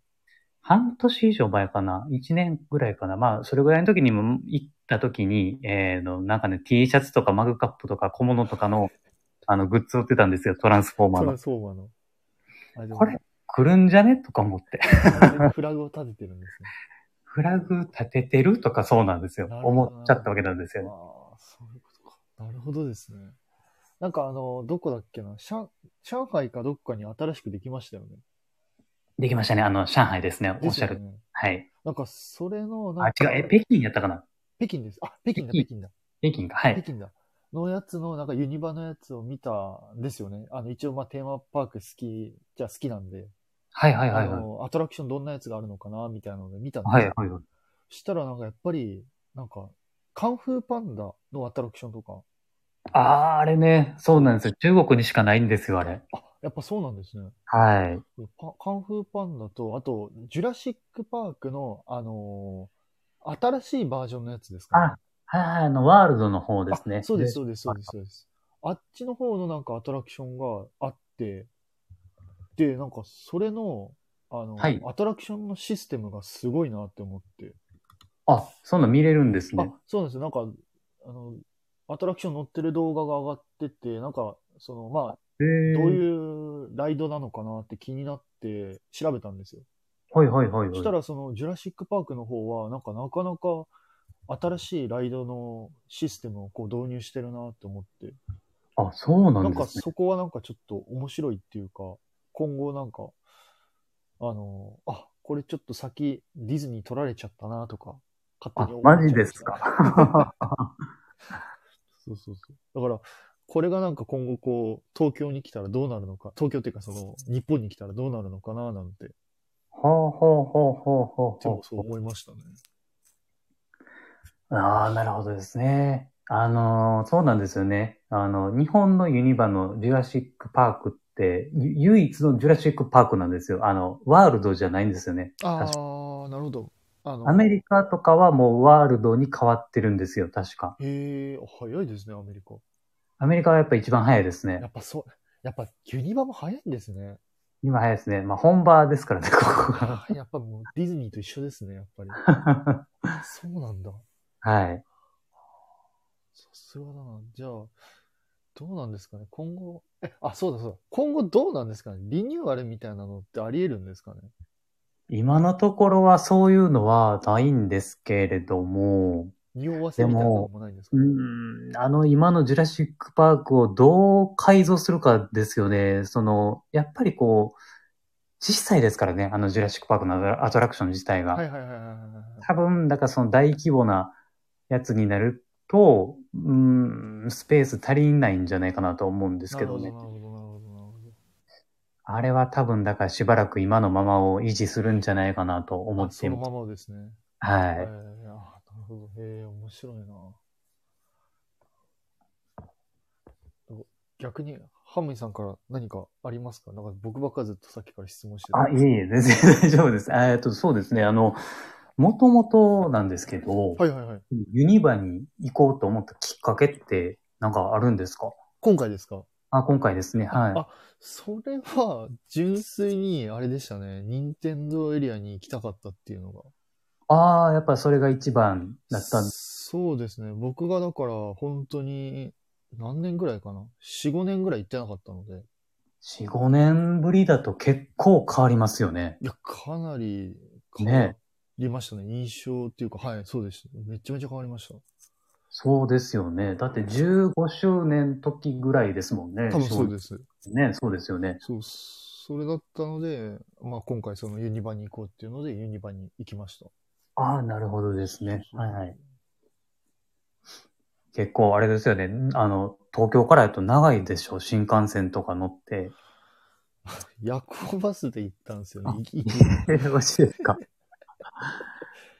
B: 半年以上前かな ?1 年ぐらいかなまあ、それぐらいの時にも行った時に、えーの、なんかね、T シャツとかマグカップとか小物とか の、あの、グッズ売ってたんですよ。トランスフォーマー
A: トラ
B: の
A: ン。スフォーマーの。あ、で
B: これ、来るんじゃねとか思って。
A: フラグを立ててるんですね。
B: フラグ立ててるとかそうなんですよ
A: な。るほど
B: 思っちゃったわけなん ですよね。
A: ああ、そういうことか。なるほどですね。なんかあの、どこだっけな、上上海かどっかに新しくできましたよね。
B: できましたね。あの、上海ですね。お
A: で
B: っ
A: す
B: しゃ
A: よ
B: る。
A: ね。
B: はい。
A: なんか、それの、
B: あ、
A: なんか、
B: 違う。え、北京やったかな
A: 北京です。あ、北京だ、
B: 北京
A: 北京だ、
B: 北京か。は
A: 北
B: い。
A: 京だ。のやつの、なんかユニバのやつを見たんですよね。あの、一応、まあ、テーマパーク好き、じゃあ好きなんで、
B: はいはいはい
A: あ
B: はい。
A: の、アトラクションどんなやつがあるのかな、みたいなので見たんです
B: はい
A: よ
B: はいはい。
A: そしたら、なんかやっぱり、なんか、カンフーパンダのアトラクションとか、
B: ああ、あれね。そうなんですよ。中国にしかないんですよ、あれ。
A: あ、やっぱそうなんですね。
B: はい。
A: パカンフーパンダと、あと、ジュラシックパークの、あのー新しいバージョンのやつですか、
B: あはいはい、あの、ワールドの方ですね。
A: あそうです、
B: で
A: そうです、そうです、そうです。あっちの方のなんかアトラクションがあって、で、なんかそれの、あの、
B: はい
A: アトラクションのシステムがすごいなって思って。
B: あ、そんな見れるんです
A: あ
B: ね。、
A: そうなんですよ。なんか、あの、アトラクション乗ってる動画が上がってて、なんか、その、まあ、
B: へえ。
A: どういうライドなのかなって気になって調べたんですよ。
B: はいはいはい
A: そした
B: はい。
A: ら、その、ジュラシック・パークの方は、なんか、なかなか、新しいライドのシステムをこう導入してるなって思って、
B: あ、そう
A: な
B: な
A: んん
B: で
A: か
B: すね。
A: そこはなんかちょっと面白いっていうか、今後なんか、あの、あ、これちょっと先ディズニー取られちゃったなとか、勝
B: あ
A: 手に、思っちゃ
B: マ
A: いまし
B: ジ
A: た
B: です。か。
A: そうそうそう。だから、これがなんか今後こう、東京に来たらどうなるのか、東京っていうかその、日本に来たらどうなるのかななんて、
B: ほうほうほうほうほう
A: そう
B: ほ
A: そう思いましたね。
B: う。ああ、なるほどですね。あのー、そうなんですよね。あの、日本のユニバのジュラシックパークって、ゆ唯一のジュラシックパークなんですよ。あの、ワールドじゃないんですよね。
A: ああ、なるほど。あの
B: アメリカとかはもうワールドに変わってるんですよ、確か。
A: へえ、早いですね、アメリカ。
B: アメリカはやっぱ一番早いですね
A: や。っぱそう、やっぱユニバも早いんですね。
B: 今早いですね。まあ本場ですからね、ここが。
A: やっぱもうディズニーと一緒ですね、やっ ぱり。 そうなんだ。
B: はい。
A: さすがだな。じゃあ、どうなんですかね、今後。え、あ、そうだそうだ。今後どうなんですかねリニューアルみたいなのってあり得るんですかね
B: 今のところはそういうのはないんですけれども、
A: 匂わせみたいなのもないんですか
B: う
A: ね
B: ーん、あの今のジュラシックパークをどう改造するかですよね。その、やっぱりこう、小さいですからね、あのジュラシックパークのアトラアトラクション自体が。
A: はいはいはいはいはいはい。
B: 多分、だからその大規模なやつになると、うーん、スペース足りないんじゃないかなと思うんですけど
A: な。
B: ね
A: るほど、なるほど、なるほど。
B: あれは多分、だからしばらく今のままを維持するんじゃないかなと思
A: あ
B: って
A: そ
B: い
A: の
B: ます。
A: ままですね。え
B: はい。
A: ー、あなるほど。へえ、面白いな。お逆に、ハムイさんから何かありますかなんか僕ばっかずっとさっきから質問して
B: あ、いえいえ、全然大丈夫です。えっと、そうですね。あの、もともとなんですけど、
A: はいはいはい。
B: ユニバに行こうと思ったきっかけってなんかあるんですか
A: 今回ですか
B: あ、今回ですね。は
A: あそれは、純粋に、あれでしたね。任天堂エリアに行きたかったっていうのが。
B: い。ああ、やっぱそれが一番だったんです。
A: そうですね。僕がだから、本当に、何年ぐらいかな ?4、5年ぐらい行ってなかったので。
B: 4、5年ぶりだと結構変わりますよね。
A: いや、かなり変
B: ね
A: わりましたね。印象っていうか、はい、そうです。めちゃめちゃ変わりました。
B: そうですよね。だって15周年時ぐらいですもんね。。
A: 多分そうですす。
B: ね、そうですよね。
A: そう、それだったので、まあ今回そのユニバに行こうっていうので、ユニバに行きました。
B: ああ、なるほどですね。
A: そうそう
B: はいはい。結構あれですよね。あの、東京からやと長いでしょ。新幹線とか乗 って。
A: 夜行バスで行ったんですよね。いい
B: え、マジですか。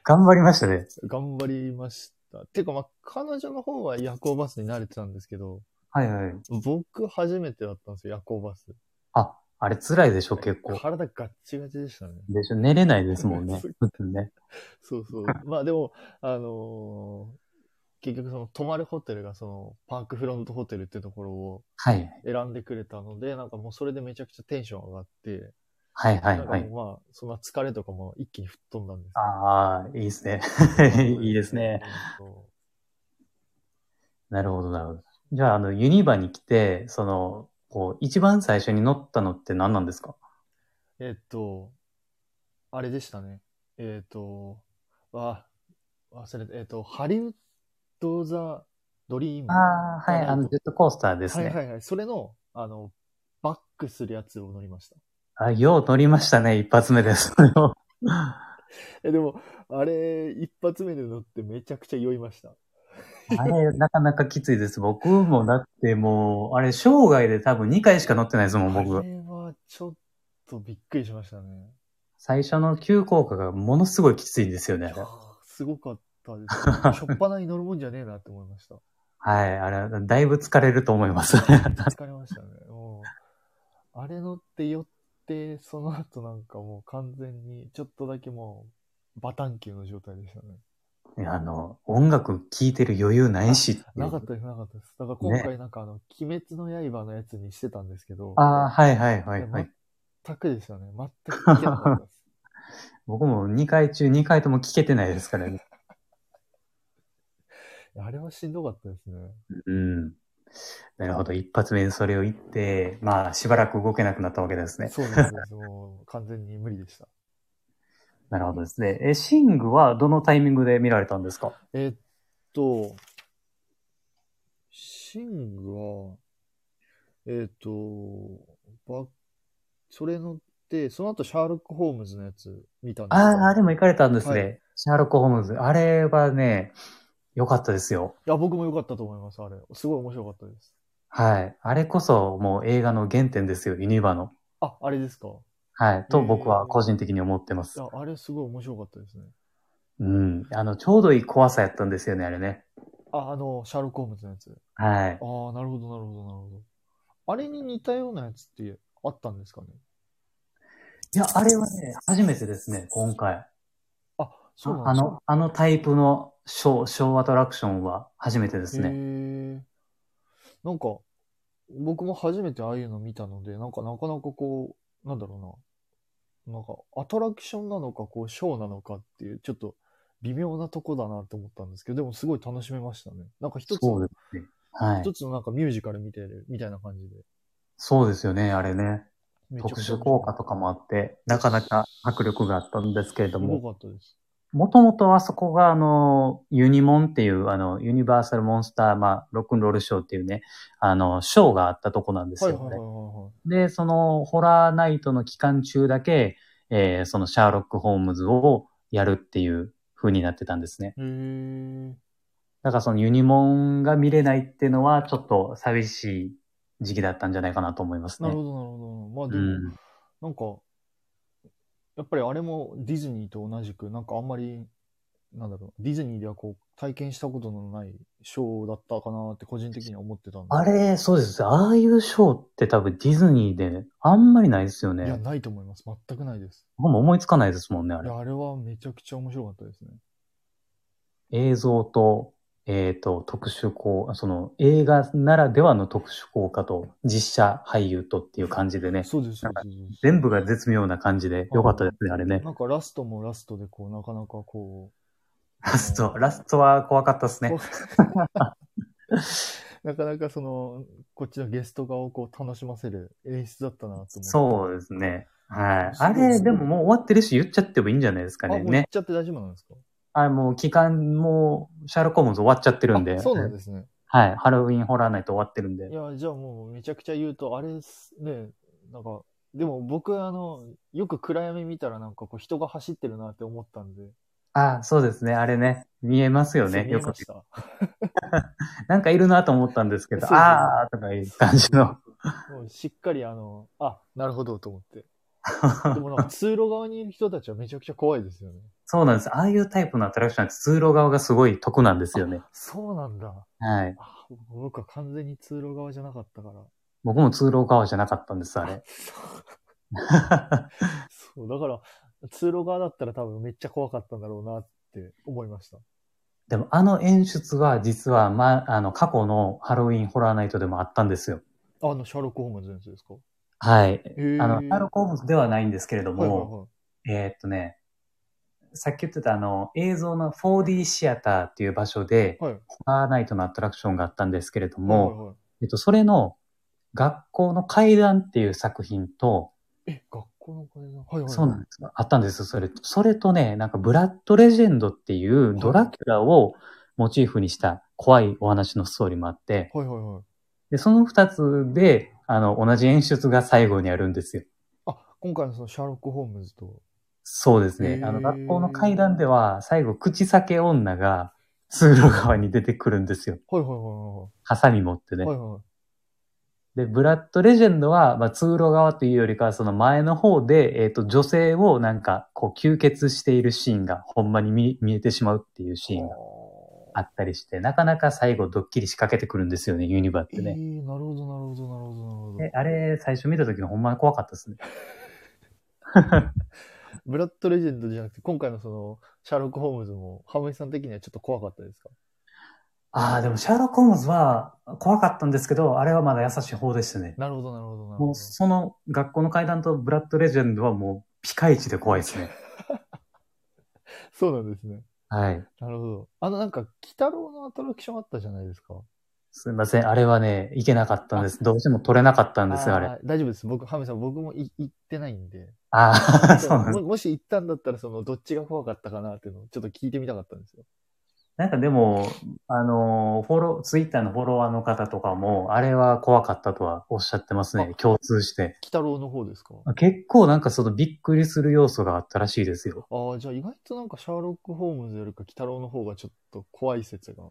B: 頑張りましたね。
A: 頑張りました。ていうかまあ彼女の方は夜行バスに慣れてたんですけど、
B: はいはい。
A: 僕初めてだったんですよ、夜行バス。
B: あ、あれ辛いでしょ、結構。
A: 体ガッチガチでしたね。
B: でしょ、寝れないですもんね。普通ね。
A: そうそう。 まあでも、あのー結局その泊まるホテルがそのパークフロントホテルってところを
B: はい。
A: 選んでくれたので、なんかもうそれでめちゃくちゃテンション上がって、
B: はいはい
A: なん
B: は
A: かも
B: い。
A: うまあ、そんな疲れとかも一気に吹っ飛んだんですけど
B: ああ、いい ですね。いいですね。。
A: うんと
B: なるほど、なるほど。じゃあ、あの、ユニバに来て、その、こう、一番最初に乗ったのって何なんですか
A: えっと、あれでしたね。えっと、わ、忘れて、えっと、ハリウッド・ザ・ドリーム。
B: ああ、はい、あの、ジェットコースターです
A: はい
B: ね。
A: はいはい。それの、あの、バックするやつを乗りました。
B: あ、よう乗りましたね、一発目です。 あ
A: え、でも、あれ、一発目で乗ってめちゃくちゃ酔いました。
B: れ、なかなかきついです。僕もだってもう、あれ、生涯で多分2回しか乗ってないですもん、
A: あれ
B: 僕。
A: はちょっとびっくりしましたね。
B: 最初の急降下がものすごいきついんですよね。
A: あーすごかったです。しょっぱなに乗るもんじゃねえなって思いました。
B: はい、あれ、だいぶ疲れると思います。
A: 疲れましたね。 もう、あれ乗って寄って、その後なんかもう完全に、ちょっとだけもう、バタン球の状態でしたね。
B: いやあの、音楽聴いてる余裕ないしっていう
A: なかったです、なかったです。だから今回なんかあの、鬼滅の刃のやつにしてたんですけど、
B: ああ、はいはいはいはい。
A: 全くでしたね。全く聞けなかったです。
B: 僕も2回中2回とも聴けてないですからね。
A: いやあれはしんどかったですね。
B: うん。なるほど。一発目にそれを言って、まあ、しばらく動けなくなったわけ ですね。
A: そうなんです。もう完全に無理でした。
B: なるほどですね。え、シングはどのタイミングで見られたんですか
A: えっと、シングは、えっと、ば、それ乗って、その後シャーロック・ホームズのやつ見たんです
B: あ
A: よ
B: あ、あれも行かれたんですね。
A: はい
B: シャーロック・ホームズ。あれはね、良かったですよ。
A: いや、僕も良かったと思います、あれ。すごい面白かったです。
B: はい。あれこそもう映画の原点ですよ。ユニバの。
A: あ、あれですか。
B: はい。と
A: へー
B: 僕は個人的に思ってま
A: い
B: す
A: や。、あれすごい面白かったですね。
B: うん。あの、ちょうどいい怖さやったんですよね、あれね。
A: あ、あの、シャーロック・ホームズのやつ。ああ、な
B: はい。
A: るほど、なるほど、なるほど。あれに似たようなやつってあったんですかね。
B: いや、あれはね、初めてですね、今回。
A: あ、そうな
B: あ
A: んですか。
B: の、あのタイプのショー、ショーアトラクションは初めてです
A: へ
B: ね。
A: え。なんか、僕も初めてああいうの見たので、なんかなかなかこう、なんだろうな。なんか、アトラクションなのか、こう、ショーなのかっていう、ちょっと微妙なとこだなと思ったんですけど、でもすごい楽しめましたね。なんか一つ、
B: そうですね。はい
A: 一。つのなんかミュージカル見てるみたいな感じで。
B: そうですよね、あれね。
A: めちゃ
B: 特
A: くちゃ
B: 殊効果とかもあって、なかなか迫力があったんですけれど
A: 面白いす
B: も、
A: ごかったです。
B: もともとあそこが、あの、ユニモンっていう、あの、ユニバーサルモンスター、まあ、ロックンロールショーっていうね、あの、ショーがあったとこなんです
A: はい
B: よ
A: は
B: ね。
A: いはいはいはい。
B: で、その、ホラーナイトの期間中だけ、えーその、シャーロック・ホームズをやるっていう風になってたんですね。
A: へえ。
B: だからそのユニモンが見れないっていうのはちょっと寂しい時期だったんじゃないかなと思いますね。
A: なるほど、なるほど。まあで
B: う
A: も、
B: ん。
A: なんか、やっぱりあれもディズニーと同じく、なんかあんまり、なんだろう、ディズニーではこう、体験したことのないショーだったかなって個人的には思ってたんで。
B: あれ、そうです。ああいうショーって多分ディズニーであんまりないですよ
A: いや、
B: ね。
A: ないと思います。全くないです。
B: 僕も思いつかないですもんね、あ
A: い
B: れ
A: や、。あれはめちゃくちゃ面白かったですね。
B: 映像と、えっ、と、特殊効、その映画ならではの特殊効果と実写俳優とっていう感じでね、
A: そうです、そうです。
B: 全部が絶妙な感じで良かったですね、あれね。
A: なんかラストもラストで、こう、なかなかこう。
B: ラス
A: あ
B: ト、
A: の
B: ラストは怖かったですね。
A: なかなかその、こっちのゲスト側をこう楽しませる演出だったなと思って。
B: そうですね。はい。
A: そう
B: あ
A: ですね
B: れ、でももう終わってるし、言っちゃってもいいんじゃないですか
A: あ、も
B: ね。
A: う行っ
B: ね。
A: ちゃって大丈夫なんですか
B: あ、もう期間も、シャーロック・ホームズ終わっちゃってるんで。
A: あそうなんですね。
B: はい。ハロウィン・ホラーナイト終わってるんで
A: い。や、じゃあもうめちゃくちゃ言うと、あれですね、なんか、でも僕、あの、よく暗闇見たらなんかこう人が走ってるなって思ったんで。
B: あ、そうですね。あれね。見えますよ
A: そう
B: ね。
A: 見え
B: よく
A: ま。した。
B: なんかいるなと思ったんですけど、
A: そうそう
B: あーとかいう感じの。
A: もうしっかりあの、あ、なるほどと思 って。でもなんか通路側にいる人たちはめちゃくちゃ怖いですよね。
B: そうなんです。ああいうタイプのアトラクションは通路側がすごい得なんですよね。
A: そうなんだ。
B: はい。
A: あ僕は完全に通路側じゃなかったから。
B: 僕も通路側じゃなかったんです、あれ。
A: そう、だから、通路側だったら多分めっちゃ怖かったんだろうなって思いました。
B: でもあの演出は実は、ま、あの、過去のハロウィン・ホラーナイトでもあったんですよ。
A: あの、シャーロック・ホームズのやつですか
B: はい。
A: えー
B: あの、シャーロック・ホームズではないんですけれど
A: はいはい
B: も、えーっとね、さっき言ってたあの、映像の 4D シアターっていう場所で、
A: はい。はい。
B: ホラーナイトのアトラクションがあったんですけれども、
A: はいはい
B: えっと、それの、学校の階段っていう作品と、
A: え、学校の階段。はいはい。
B: そうなんです。あったんですよ、それと。それとね、なんか、ブラッドレジェンドっていうドラキュラをモチーフにした怖いお話のストーリーもあって、
A: はいはいはい。
B: で、その二つで、あの、同じ演出が最後にあるんですよ。
A: あ、今回のそのシャーロック・ホームズと。
B: そうです
A: へ
B: ね。
A: ー
B: あの、学校の階段では、最後、口裂け女が通路側に出てくるんですよ。
A: はいはいは
B: ハサミ持って
A: い
B: ね
A: はい。はい。。はいはい。
B: で、ブラッドレジェンドは、まあ、通路側というよりかは、その前の方で、えっ、と、女性をなんか、こう、吸血しているシーンが、ほんまに見見えてしまうっていうシーンがあったりして、なかなか最後、ドッキリ仕掛けてくるんですよね、ユニバっ
A: え
B: て
A: ー、な
B: ね。
A: るほどなるほどなるほどなるほど
B: で。あれ、最初見た時のほんまに怖かったですね。
A: ブラッドレジェンドじゃなくて、今回のその、シャーロック・ホームズも、ハムイさん的にはちょっと怖かったですか
B: ああ、でも、シャーロック・ホームズは怖かったんですけど、あれはまだ優しい方でしたね。
A: なるほど、なるほど、なる
B: も
A: ほ
B: う、その、学校の階段とブラッドレジェンドはもう、ピカイチで怖いですね。
A: ど。そうなんですね。
B: はい。
A: なるほど。あの、なんか、鬼太郎のアトラクションあったじゃないですか。
B: すみません。あれはね、いけなかったんです。どうしても取れなかったんですよ、あれ。
A: ー大丈夫です。僕、ハムイさん、僕もい行ってないんで。
B: ああ、 そうなんです。
A: ももし行ったんだったら、その、どっちが怖かったかなっていうのを、ちょっと聞いてみたかったんですよ。
B: なんかでも、あの、フォロー、ツイッターのフォロワーの方とかも、あれは怖かったとはおっしゃってますね。共通して。
A: 鬼太郎の方ですか
B: 結構なんかそのびっくりする要素があったらしいですよ。
A: ああ、じゃあ意外となんかシャーロック・ホームズよりか、鬼太郎の方がちょっと怖い説が。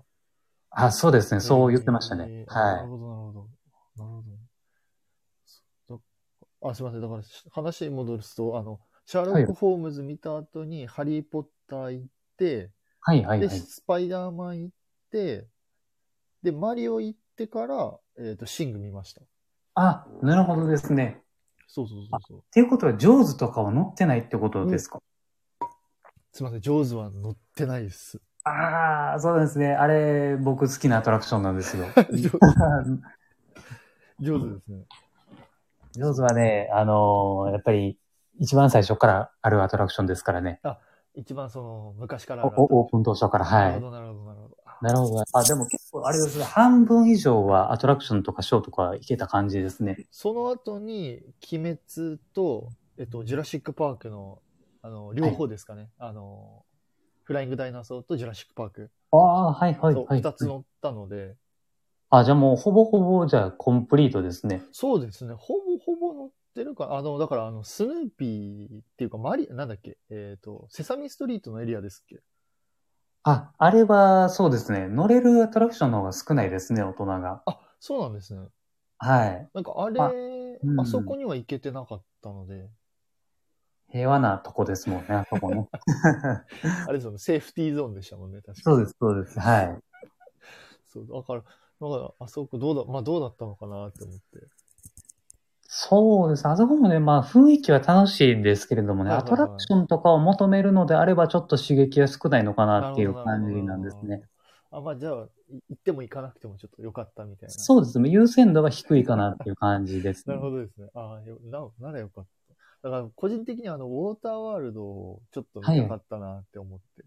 B: あ、そうですね。そう言ってましたね
A: え。ーなる
B: はい。
A: ほど、なるほど。なるほど。そあ、すいません。だから、し話に戻すと、あの、シャーロック・ホームズ見た後に、ハリー・ポッター行って、
B: はいはい
A: で、
B: はい。
A: スパイダーマン行って、で、マリオ行ってから、えっ、と、シング見ました。
B: あ、なるほどですね。
A: そうそうそうそう。
B: っていうことは、ジョーズとかは乗ってないってことですか、
A: すいません。ジョーズは乗ってないです。
B: ああ、そうですね。あれ、僕好きなアトラクションなん ですよ。
A: ジョジョーズですね。
B: ジョーズはね、あのーやっぱり、一番最初からあるアトラクションですからね。
A: 一番その、昔から
B: お
A: ある
B: おオープン当初から、は
A: なるほ
B: い。
A: ど、なるほど、なるほど。
B: なるほど。あ、でも結構、あれですね、半分以上はアトラクションとかショーとか行けた感じですね。
A: その後に、鬼滅と、えっと、ジュラシック・パークの、あの、両方ですかね。あの、フライング・ダイナソーとジュラシック・パーク。
B: ああ、はいはい
A: そう
B: はい。
A: 二つ乗ったので、
B: あ、じゃあもうほぼほぼ、じゃあコンプリートですね。
A: そうですね。ほぼほぼ乗ってるか、あの、だから、あの、スヌーピーっていうか、マリ、なんだっけ、えっ、と、セサミストリートのエリアですっけ。
B: あ、あれは、そうですね。乗れるアトラクションの方が少ないですね、大人が。
A: あ、そうなんですね。
B: はい。
A: なんか、あれ、あ
B: あ,、うん
A: そこには行けてなかったので、
B: 平和なとこですもんね、あそこ ね。
A: あれですよね、セーフティーゾーンでしたもんね、確か
B: そうです、そうです。はい。
A: そう、だから、だから、あそこどうだ、まあ、どうだったのかなって思って。
B: そうです。あそこもね、まあ雰囲気は楽しいんですけれどもね、
A: はい
B: ア
A: はいはい
B: トラクションとかを求めるのであれば、ちょっと刺激は少ないのかなっていう感じなんですね。
A: あ、まあじゃあ、い行っても行かなくてもちょっと良かったみたいな。
B: そうですね。優先度が低いかなっていう感じです、
A: な
B: ね
A: る。ほどですね。ああ、よな、なら良かった。だから、個人的にあの、ウォーターワールドをちょっと見たかったなって思って。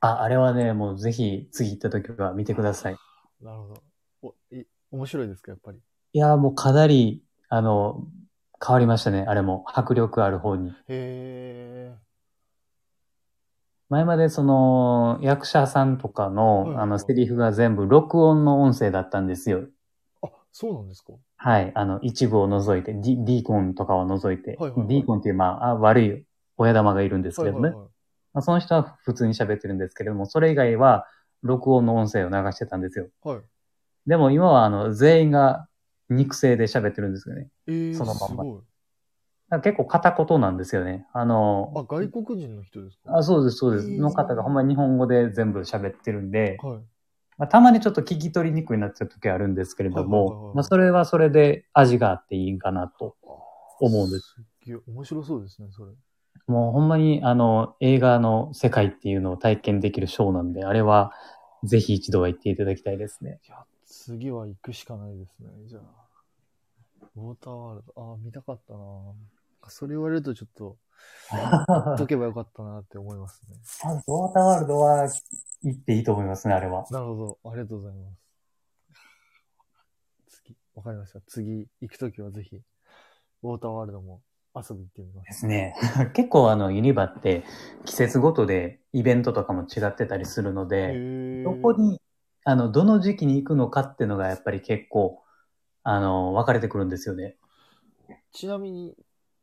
B: あ、あれはね、もうぜひ次行った時は見てください。
A: なるほど。お、い、面白いですか、やっぱり。
B: いやー、もうかなり、あの、変わりましたね。あれも。迫力ある方に。
A: へえ。
B: 前までその、役者さんとか
A: はい
B: の、
A: はい
B: あの、セリフが全部録音の音声だったんですよ。
A: あ、そうなんですか
B: はい。あの、一部を除いて、ディディーコンとかを除いて、
A: はいはいはい
B: ディーコンっていう、まあ、あ悪い親玉がいるんですけど
A: は
B: ね。
A: いはいはい。
B: まあ、その人は普通に喋ってるんですけれども、それ以外は録音の音声を流してたんですよ。
A: はい。
B: でも今は、あの、全員が肉声で喋ってるんですよね。
A: えー、
B: そのまんます
A: ごい。
B: だから結構片言なんですよね。あ
A: あ、
B: の、
A: 外国人の人ですか
B: あそうです、そうで
A: へ
B: す。
A: ー
B: の方がほんまに日本語で全部喋ってるんで、
A: はい。
B: まあ、たまにちょっと聞き取りにくいなっちゃう時あるんですけれど
A: はいはいはいは
B: も
A: い、
B: まあ、それはそれで味があっていいんかなと思うんです。
A: すっげえ、面白そうですね、それ。
B: もうほんまにあの映画の世界っていうのを体験できるショーなんで、あれはぜひ一度は行っていただきたいですね。
A: いや、次は行くしかないですね、じゃあ。ウォーターワールド。ああ、見たかったななんかそれ言われるとちょっと、
B: あ
A: 見とけばよかったなって思いますね。
B: ウォーターワール ドは行っていいと思いますね、あれは。
A: なるほど。ありがとうございます。 次、わかりました。次、行くときはぜひ、ウォーターワールドも遊び行ってみま。
B: ですすね。 結構あの、ユニバって季節ごとでイベントとかも違ってたりするの
A: へ
B: で、
A: ー
B: どこに、あの、どの時期に行くのかっていうのがやっぱり結構、あの、分かれてくるんですよね。
A: ちなみに、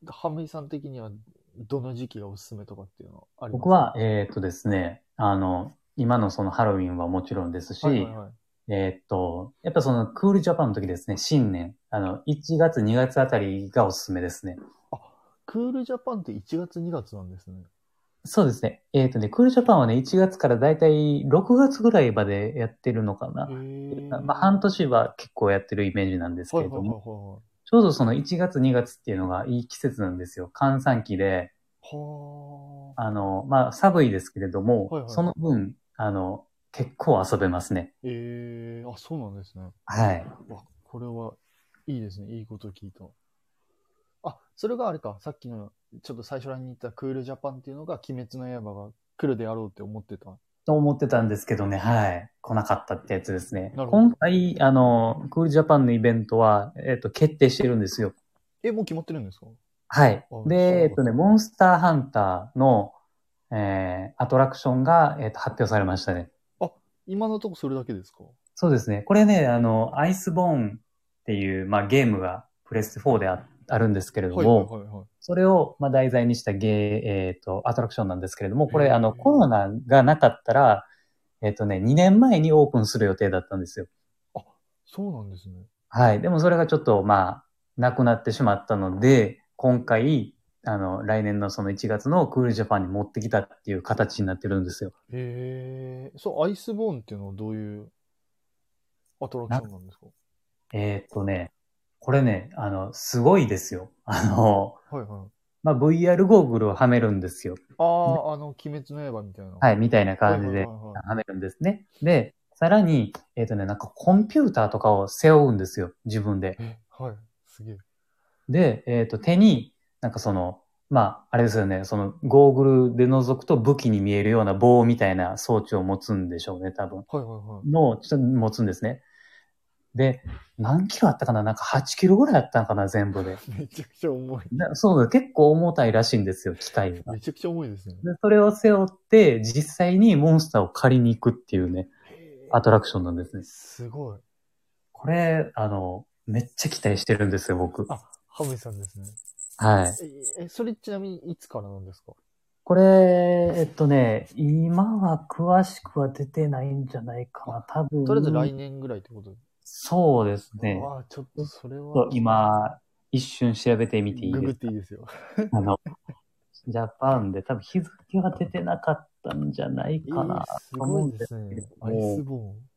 A: ハムイさん的には、どの時期がおすすめとかっていうのはあります
B: 僕は、えーっとですね、あの、今のそのハロウィンはもちろんですし、
A: はいはいはい、
B: えーっと、やっぱそのクールジャパンの時ですね、新年、あの、1月、2月あたりがおすすめですね。
A: クールジャパンって1月2月なんですね。
B: そうですね。えーっとね、クールジャパンはね、1月からだいたい6月ぐらいまでやってるのかな。まあ、半
A: で
B: 年は結構やってるイメージなんですけれども、
A: も。
B: ちょうどその1月2月っていうのがいい季節なんですよ。閑散期で、
A: はあ。
B: あの、まあ、寒いですけれども、
A: はいはい
B: その分、あの、結構遊べますね。
A: ええあ、そうなんですね。
B: はい。
A: わ、これはいいですね。いいこと聞いた。あ、それがあれか。さっきの、ちょっと最初らに言ったクールジャパンっていうのが、鬼滅の刃が来るであろうって思ってた。
B: と思ってたんですけどね、はい。来なかったってやつですね。
A: なるほど
B: 今回、あの、クールジャパンのイベントは、えっ、と、決定してるんですよ。
A: え、もう決まってるんですか
B: はい
A: あ。
B: で、
A: そう
B: えっ、とね、モンスターハンターの、えー、アトラクションが、えーと発表されましたね。
A: 今のとこそれだけですか
B: そうですね。これね、あの、アイスボーンっていう、まあ、ゲームがプレステ4でああるんですけれども、
A: はいはいはいはい。
B: それを、まあ、題材にしたゲー、えっ、と、アトラクションなんですけれども、こ
A: へ
B: れ、
A: ー
B: あの、コロナがなかったら、えっ、とね、2年前にオープンする予定だったんですよ。
A: そうなんですね。
B: はい。でもそれがちょっと、まあ、なくなってしまったので、今回、あの、来年のその1月のクールジャパンに持ってきたっていう形になってるんですよ。
A: ええそう、アイスボーンっていうのはどういうアトラクションなんですか
B: えっ、とね、これね、あの、すごいですよ。あの、
A: はいはい。
B: まあ、VR ゴーグルをはめるんですよ。
A: ああ、あの、鬼滅の刃みたいな。。
B: はいい、みたいな感じ
A: は
B: で
A: いはいはいはい
B: はめるんですね。で、さらに、えっ、とね、なんかコンピューターとかを背負うんですよ、自分で。
A: え、はい。すげえ。
B: で、えっ、と、手に、なんかその、まあ、あれですよね、その、ゴーグルで覗くと武器に見えるような棒みたいな装置を持つんでしょうね、多分。
A: はいはいはい。
B: の、ちょっと持つんですね。で、何キロあったかななんか8キロぐらいあったのかな、全部で。
A: めちゃくちゃ重い。
B: なそうだ、結構重たいらしいんですよ、機械が。
A: めちゃくちゃ重いですね。
B: でそれを背負って、実際にモンスターを借りに行くっていうね、アトラクションなんですね。
A: すごい。
B: これ、あの、めっちゃ期待してるんですよ、僕。
A: あ、ハムイさんですね。
B: はい。
A: え、えそれちなみにいつからなんですか
B: これ、えっとね、今は詳しくは出てないんじゃないかな、多分。
A: とりあえず来年ぐらいってことで
B: そうです
A: す
B: ね。
A: ああ、ちょっとそれ
B: ちょっ
A: は
B: と。今、一瞬調べてみていい
A: ググ
B: で
A: っ
B: す
A: ていいですよ。
B: かあの、ジャパンで多分日付は出てなかったんじゃない
A: え
B: かな。
A: ーすごいですね。ア
B: 思
A: イ
B: うんですけ
A: ス
B: ど
A: ボーン。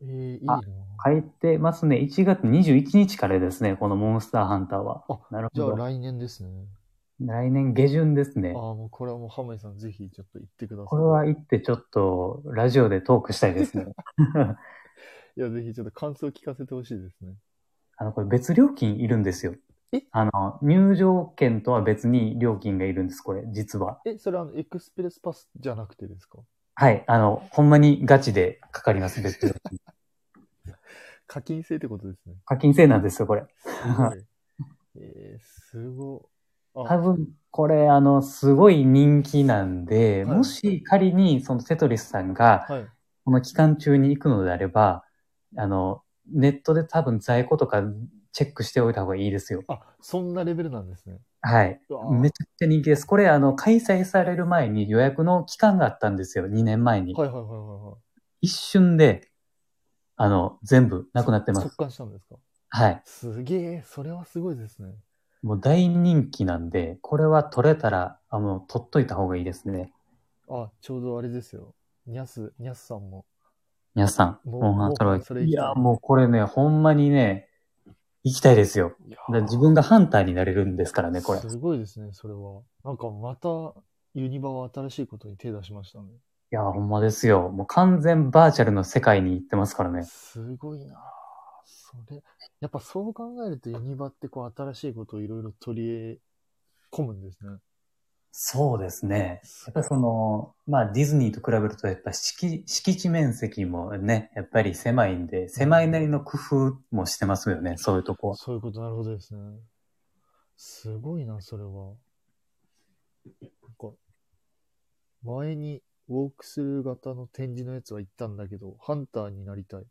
A: えー、いいな
B: あ。書いてますね。1月21日からですね、このモンスターハンターは。
A: あ
B: なる
A: じゃ
B: ほ
A: あ
B: ど。
A: 来年ですね。
B: 来年下旬ですね
A: ああ、。もうこれはもうハムイさんぜひちょっと行ってください。
B: これは行ってちょっと、ラジオでトークしたいで すね。
A: いや、ぜひちょっと感想聞かせてほしいですね。
B: あの、これ別料金いるんですよ。
A: え
B: あの、入場券とは別に料金がいるんです、これ、実は。
A: え、それはあのエクスプレスパスじゃなくてですか
B: はい、あの、ほんまにガチでかかります、別料 金。
A: 課金制ってことですね。
B: 課金制なんですよ、これ。
A: すごいえー、すごい。
B: 多
A: あ、
B: 分、これ、あの、すごい人気なんで、
A: はい
B: もし仮に、そのテトリスさんが、
A: はい。
B: この期間中に行くのであれば、あの、ネットで多分在庫とかチェックしておいた方がいいですよ。
A: あ、そんなレベルなんですね。
B: はい。
A: うわー
B: めちゃくちゃ人気です。これ、あの、開催される前に予約の期間があったんですよ、2年前に。
A: はいはいはいは
B: 一瞬で、あの、全部なくなって
A: いは
B: ま
A: い。
B: す
A: 速。乾したんですか
B: はい。
A: すげえ、それはすごいですね。
B: もう大人気なんで、これは取れたら、あの、取っといた方がいいですね。
A: あ、ちょうどあれですよ。ニャス、ニャスさんも。
B: 皆さん、
A: もう
B: モンハントロ
A: もうそれ行
B: イ。い
A: きたい
B: や、もうこれね、ほんまにね、行きたいですよ。
A: いや
B: だから自分がハンターになれるんですからね、これ。い
A: すごいですね、それは。なんかまた、ユニバは新しいことに手出しましたね。
B: や、ほんまですよ。もう完全バーチャルの世界に行ってますからね。
A: すごいなそれ、やっぱそう考えるとユニバってこう新しいことをいろいろ取り込むんですね。
B: そうですね。やっぱりその、まあディズニーと比べると、やっぱ敷敷地面積もね、やっぱり狭いんで、狭いなりの工夫もしてますよね、そういうとこは。
A: そういうこと、なるほどですね。すごいな、それは。なんか、前にウォークスルー型の展示のやつは行ったんだけど、ハンターになりたい。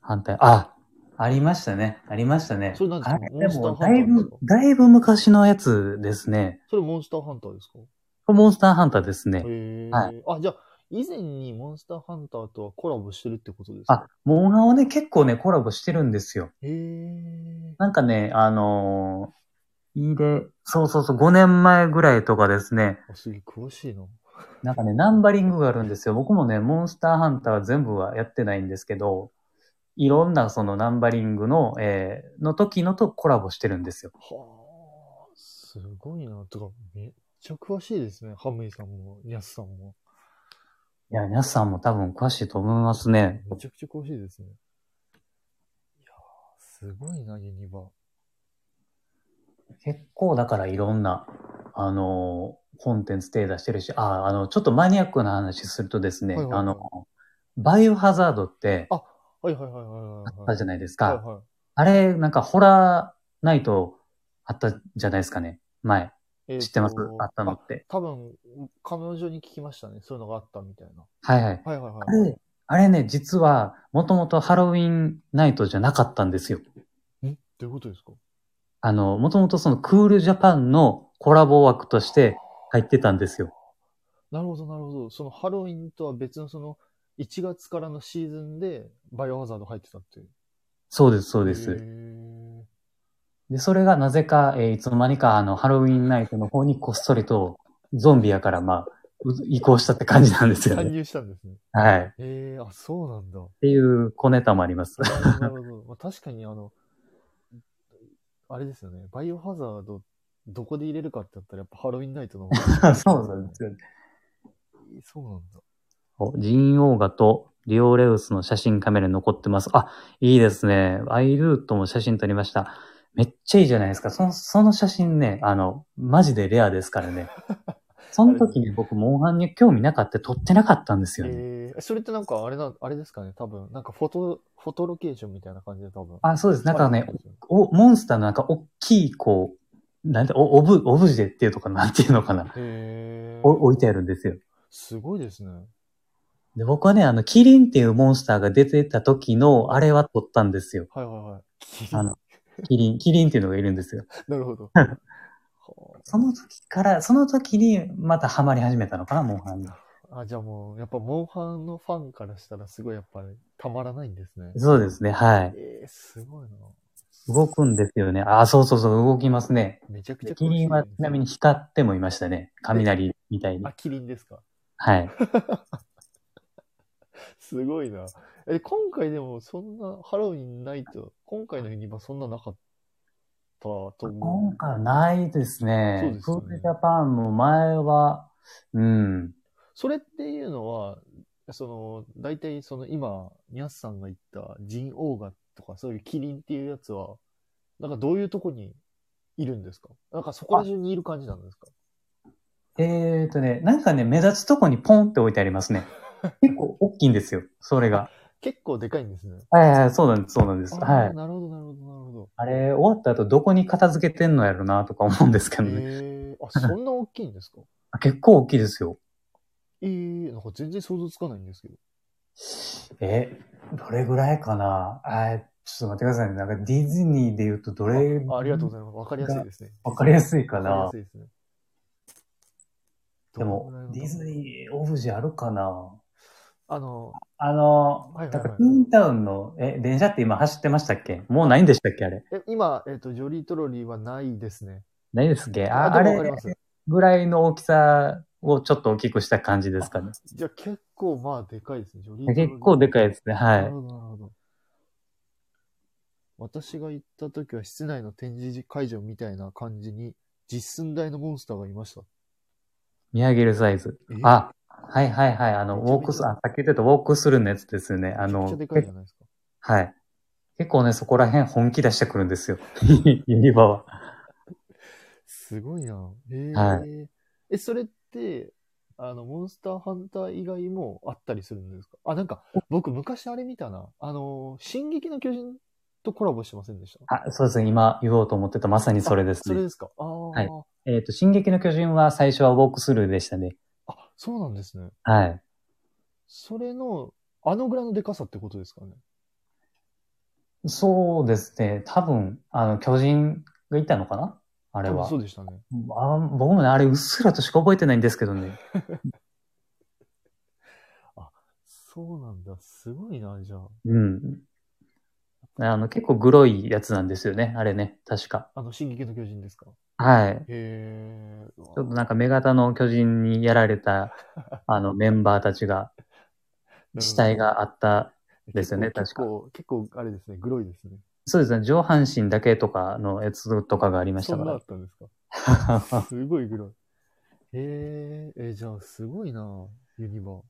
B: 反対。あ、ありましたね。ありましたね。
A: それなんですか
B: あれ
A: モンスター
B: も
A: ハ
B: だい
A: ンターです
B: ぶ
A: か、
B: だいぶ昔のやつですね。
A: それモンスターハンターですか
B: これモンスターハンターですね。
A: へえ、
B: は
A: あ、じゃあ、以前にモンスターハンターとはコラボしてるってことです
B: あ
A: か、
B: モンハンはね、結構ね、コラボしてるんですよ。
A: へえ。
B: なんかね、あのー、いいで、そうそうそう、5年前ぐらいとかですね、
A: あ、すげえ詳しいな。
B: なんかね、ナンバリングがあるんですよ。僕もね、モンスターハンターは全部はやってないんですけど、いろんなそのナンバリングの、えー、の時のとコラボしてるんですよ。
A: はあ、すごいな。とか、めっちゃ詳しいですね。ハムイさんも、ニャスさんも。
B: いや、皆さんも多分詳しいと思いますね。
A: めちゃくちゃ詳しいですね。いやーすごいな、ユニバ。
B: 結構だからいろんな、あのーコンテンツ手出してるし、あー、あの、ちょっとマニアックな話するとですね、
A: はいはいはい
B: あの、バイオハザードって
A: あ、はいはいはいはいはい、はい。
B: あったじゃないですか。
A: はいはい。
B: あれ、なんかホラーナイトあったじゃないですかね。前。
A: えーと
B: 知ってますあったの
A: あ
B: って。
A: 多分、彼女に聞きましたね。そういうのがあったみたいな。
B: はいはい。
A: はいはいは
B: あ
A: い。
B: れ、あれね、実は、もともとハロウィンナイトじゃなかったんですよ。
A: んどういうことですか
B: あの、もともとそのクールジャパンのコラボ枠として入ってたんですよ。
A: なるほど、なるほど。そのハロウィンとは別のその、1月からのシーズンで、バイオハザード入ってたっていう。
B: そうです、そう
A: そ
B: です。で、それがなぜか、えーいつの間にか、あの、ハロウィンナイトの方にこっそりと、ゾンビやから、まあ、う移行したって感じなんですよ
A: 参
B: ね。
A: 入したんですね。
B: はい。っ
A: ええあ、そうなんだ。
B: ていう小ネタもあり ます。
A: なるほど。まあ、確かに、あの、あれですよね。バイオハザード、どこで入れるかって言ったら、やっぱハロウィンナイトの方が
B: そうなんですよね。
A: そうなんだ。
B: おジンオーガとリオレウスの写真カメラに残ってます。あ、いいですね。アイルートも写真撮りました。めっちゃいいじゃないですか。その、その写真ね、あの、マジでレアですから ね。その時に僕、モンハンに興味なかった、撮ってなかったんですよね。
A: ええそれってなんかあれな、あれですかね。多分、なんかフォト、フォトロケーションみたいな感じで多分。
B: あ、そうです。なんかね
A: 使われて、るですよね
B: お、モンスターのなんか大きい、こう、なんて、お、オブ、オブジェっていうとか、なんていうのかな。
A: へえ
B: お置いてあるんですよ。
A: すごいですね。
B: で、僕はね、あの、キリンっていうモンスターが出てた時の、あれは撮ったんですよ。
A: はいはいはい。
B: あの、キリン、キリンっていうのがいるんですよ。
A: なるほ ど。
B: その時から、その時にまたハマり始めたのかな、モンハンに。
A: あ、じゃあもう、やっぱモンハンのファンからしたらすごいやっぱりたまらないんですね。
B: そうですね、はい。
A: ええすごいな。
B: 動くんですよね。あ、そうそうそう、動きますね。
A: めちゃくちゃ
B: で
A: 詳しい
B: キリンはちなみに。光ってもいましたね。雷みたいに
A: あ、。キリンですか。
B: はい。
A: すごいな。え、今回でもそんなハロウィンないと、今回のユニバそんななかったと思
B: 今回はないですね。
A: そうですよね
B: クールジャパンも前は、うん。
A: う。それっていうのは、その、大体その今、ニャスさんが言ったジンオーガとかそういうキリンっていうやつは、なんかどういうとこにいるんですかなんかそこら中にいる感じなんですか
B: えーとね、なんかね、目立つとこにポンって置いてあり ますね。結構大きいんですよ、それが。
A: 結構でかいんですね。
B: はいはい、そうなんです、そうなんです。
A: あ
B: はい
A: ー。なるほど、なるほど、なるほど。
B: あれ、終わった後どこに片付けてんのやろなとか思うんですけどね。
A: えー、あ、そんな大きいんですか
B: 結構大きいですよ。
A: えー、なんか全然想像つかないんですけど。
B: え、どれぐらいかなあちょっと待ってくださいね。なんかディズニーで言うとどれ、
A: あありがとうございます。わかりやすいですね。
B: わかりやすいか
A: わかりや
B: な
A: すいですね。
B: で
A: どの
B: も
A: ぐらいな、の
B: ディズニーオブジェあるかな
A: あの、
B: あの、
A: はいはいはい
B: だからトゥーンタウンの、え、電車って今走ってましたっけもうないんでしたっけあれ。
A: え今、えっ、と、ジョリートロリーはないですね。
B: ないですっけ
A: あ
B: あ
A: で
B: あ
A: もわかり
B: れ
A: ます
B: ぐらいの大きさをちょっと大きくした感じですかね。
A: じゃあ結構、まあ、でかいですね。ジョリートロリー。
B: 結構でかいですね。は
A: なる
B: い。
A: ほど、なるほど。私が行った時は室内の展示会場みたいな感じに実寸大のモンスターがいました。
B: 見上げるサイズ。
A: え
B: あ、はいはいはい。あの、
A: め
B: ウ
A: ちゃめちゃ
B: ォークス、あ、さっき言ってたウォークスルーのやつですよね。あ
A: めちゃくちゃ
B: の
A: で、かいじゃないですか。
B: はい。結構ね、そこら辺本気出してくるんですよ。 ユニバは。
A: すごいな。えー
B: は
A: え、それって、あの、モンスターハンター以外もあったりするんですかあ、なんか、僕昔あれ見たな。あの、進撃の巨人とコラボしてませんでした
B: あ、そうですね。今言おうと思ってたまさにそれです
A: それ
B: ね。
A: ですかああ、
B: いえっ、と、進撃の巨人は最初はウォークスルーでしたね。
A: あ、そうなんですね。
B: はい。
A: それの、あのぐらいのデカさってことですかね。
B: そうですね。多分、あの、巨人がいたのかなあれ
A: 多分
B: は
A: そ。うでしたね。
B: あ僕もね、あれうっすらとしか覚えてないんですけどね。
A: そうなんだ。すごいな、じゃあ。
B: うん。あの、結構グロいやつなんですよね。あれね。確か。
A: あの、進撃の巨人ですか
B: はい。
A: へえ。
B: ちょっとなんか、目型の巨人にやられた、あの、メンバーた ちが、死体があった。ですよね
A: 結構結構、結構あれですね、グロいですね。
B: そうですね。上半身だけとかのやつとかがありまし
A: そ
B: た
A: ん
B: か
A: なあ
B: ら
A: っ。たんですか
B: は
A: すごいグロい。へえ、え、じゃあ、すごいな、ユニバー。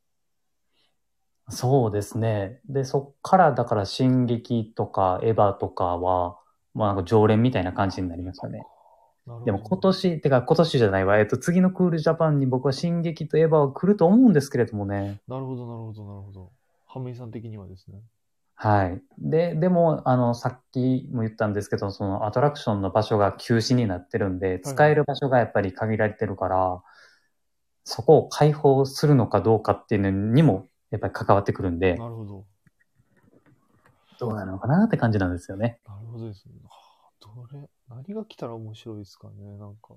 B: そうですね。で、そっから、だから、進撃とか、エヴァとかは、まあ、なんか常連みたいな感じになりましたね。
A: なるほど
B: でも今。年、てか今年じゃないわ。えっと、次のクールジャパンに僕は進撃とエヴァは来ると思うんですけれどもね。
A: なるほど、なるほど、なるほど。ハメイさん的にはですね。
B: はい。で、でも、あの、さっきも言ったんですけど、そのアトラクションの場所が休止になってるんで、使える場所がやっぱり限られてるから、そこを開放するのかどうかっていうのにも、やっぱり関わってくるんで、
A: なるほど。
B: どうなのかなって感じなんですよね。
A: なるほどですね。はあどれ、何が来たら面白いですかね、なんか。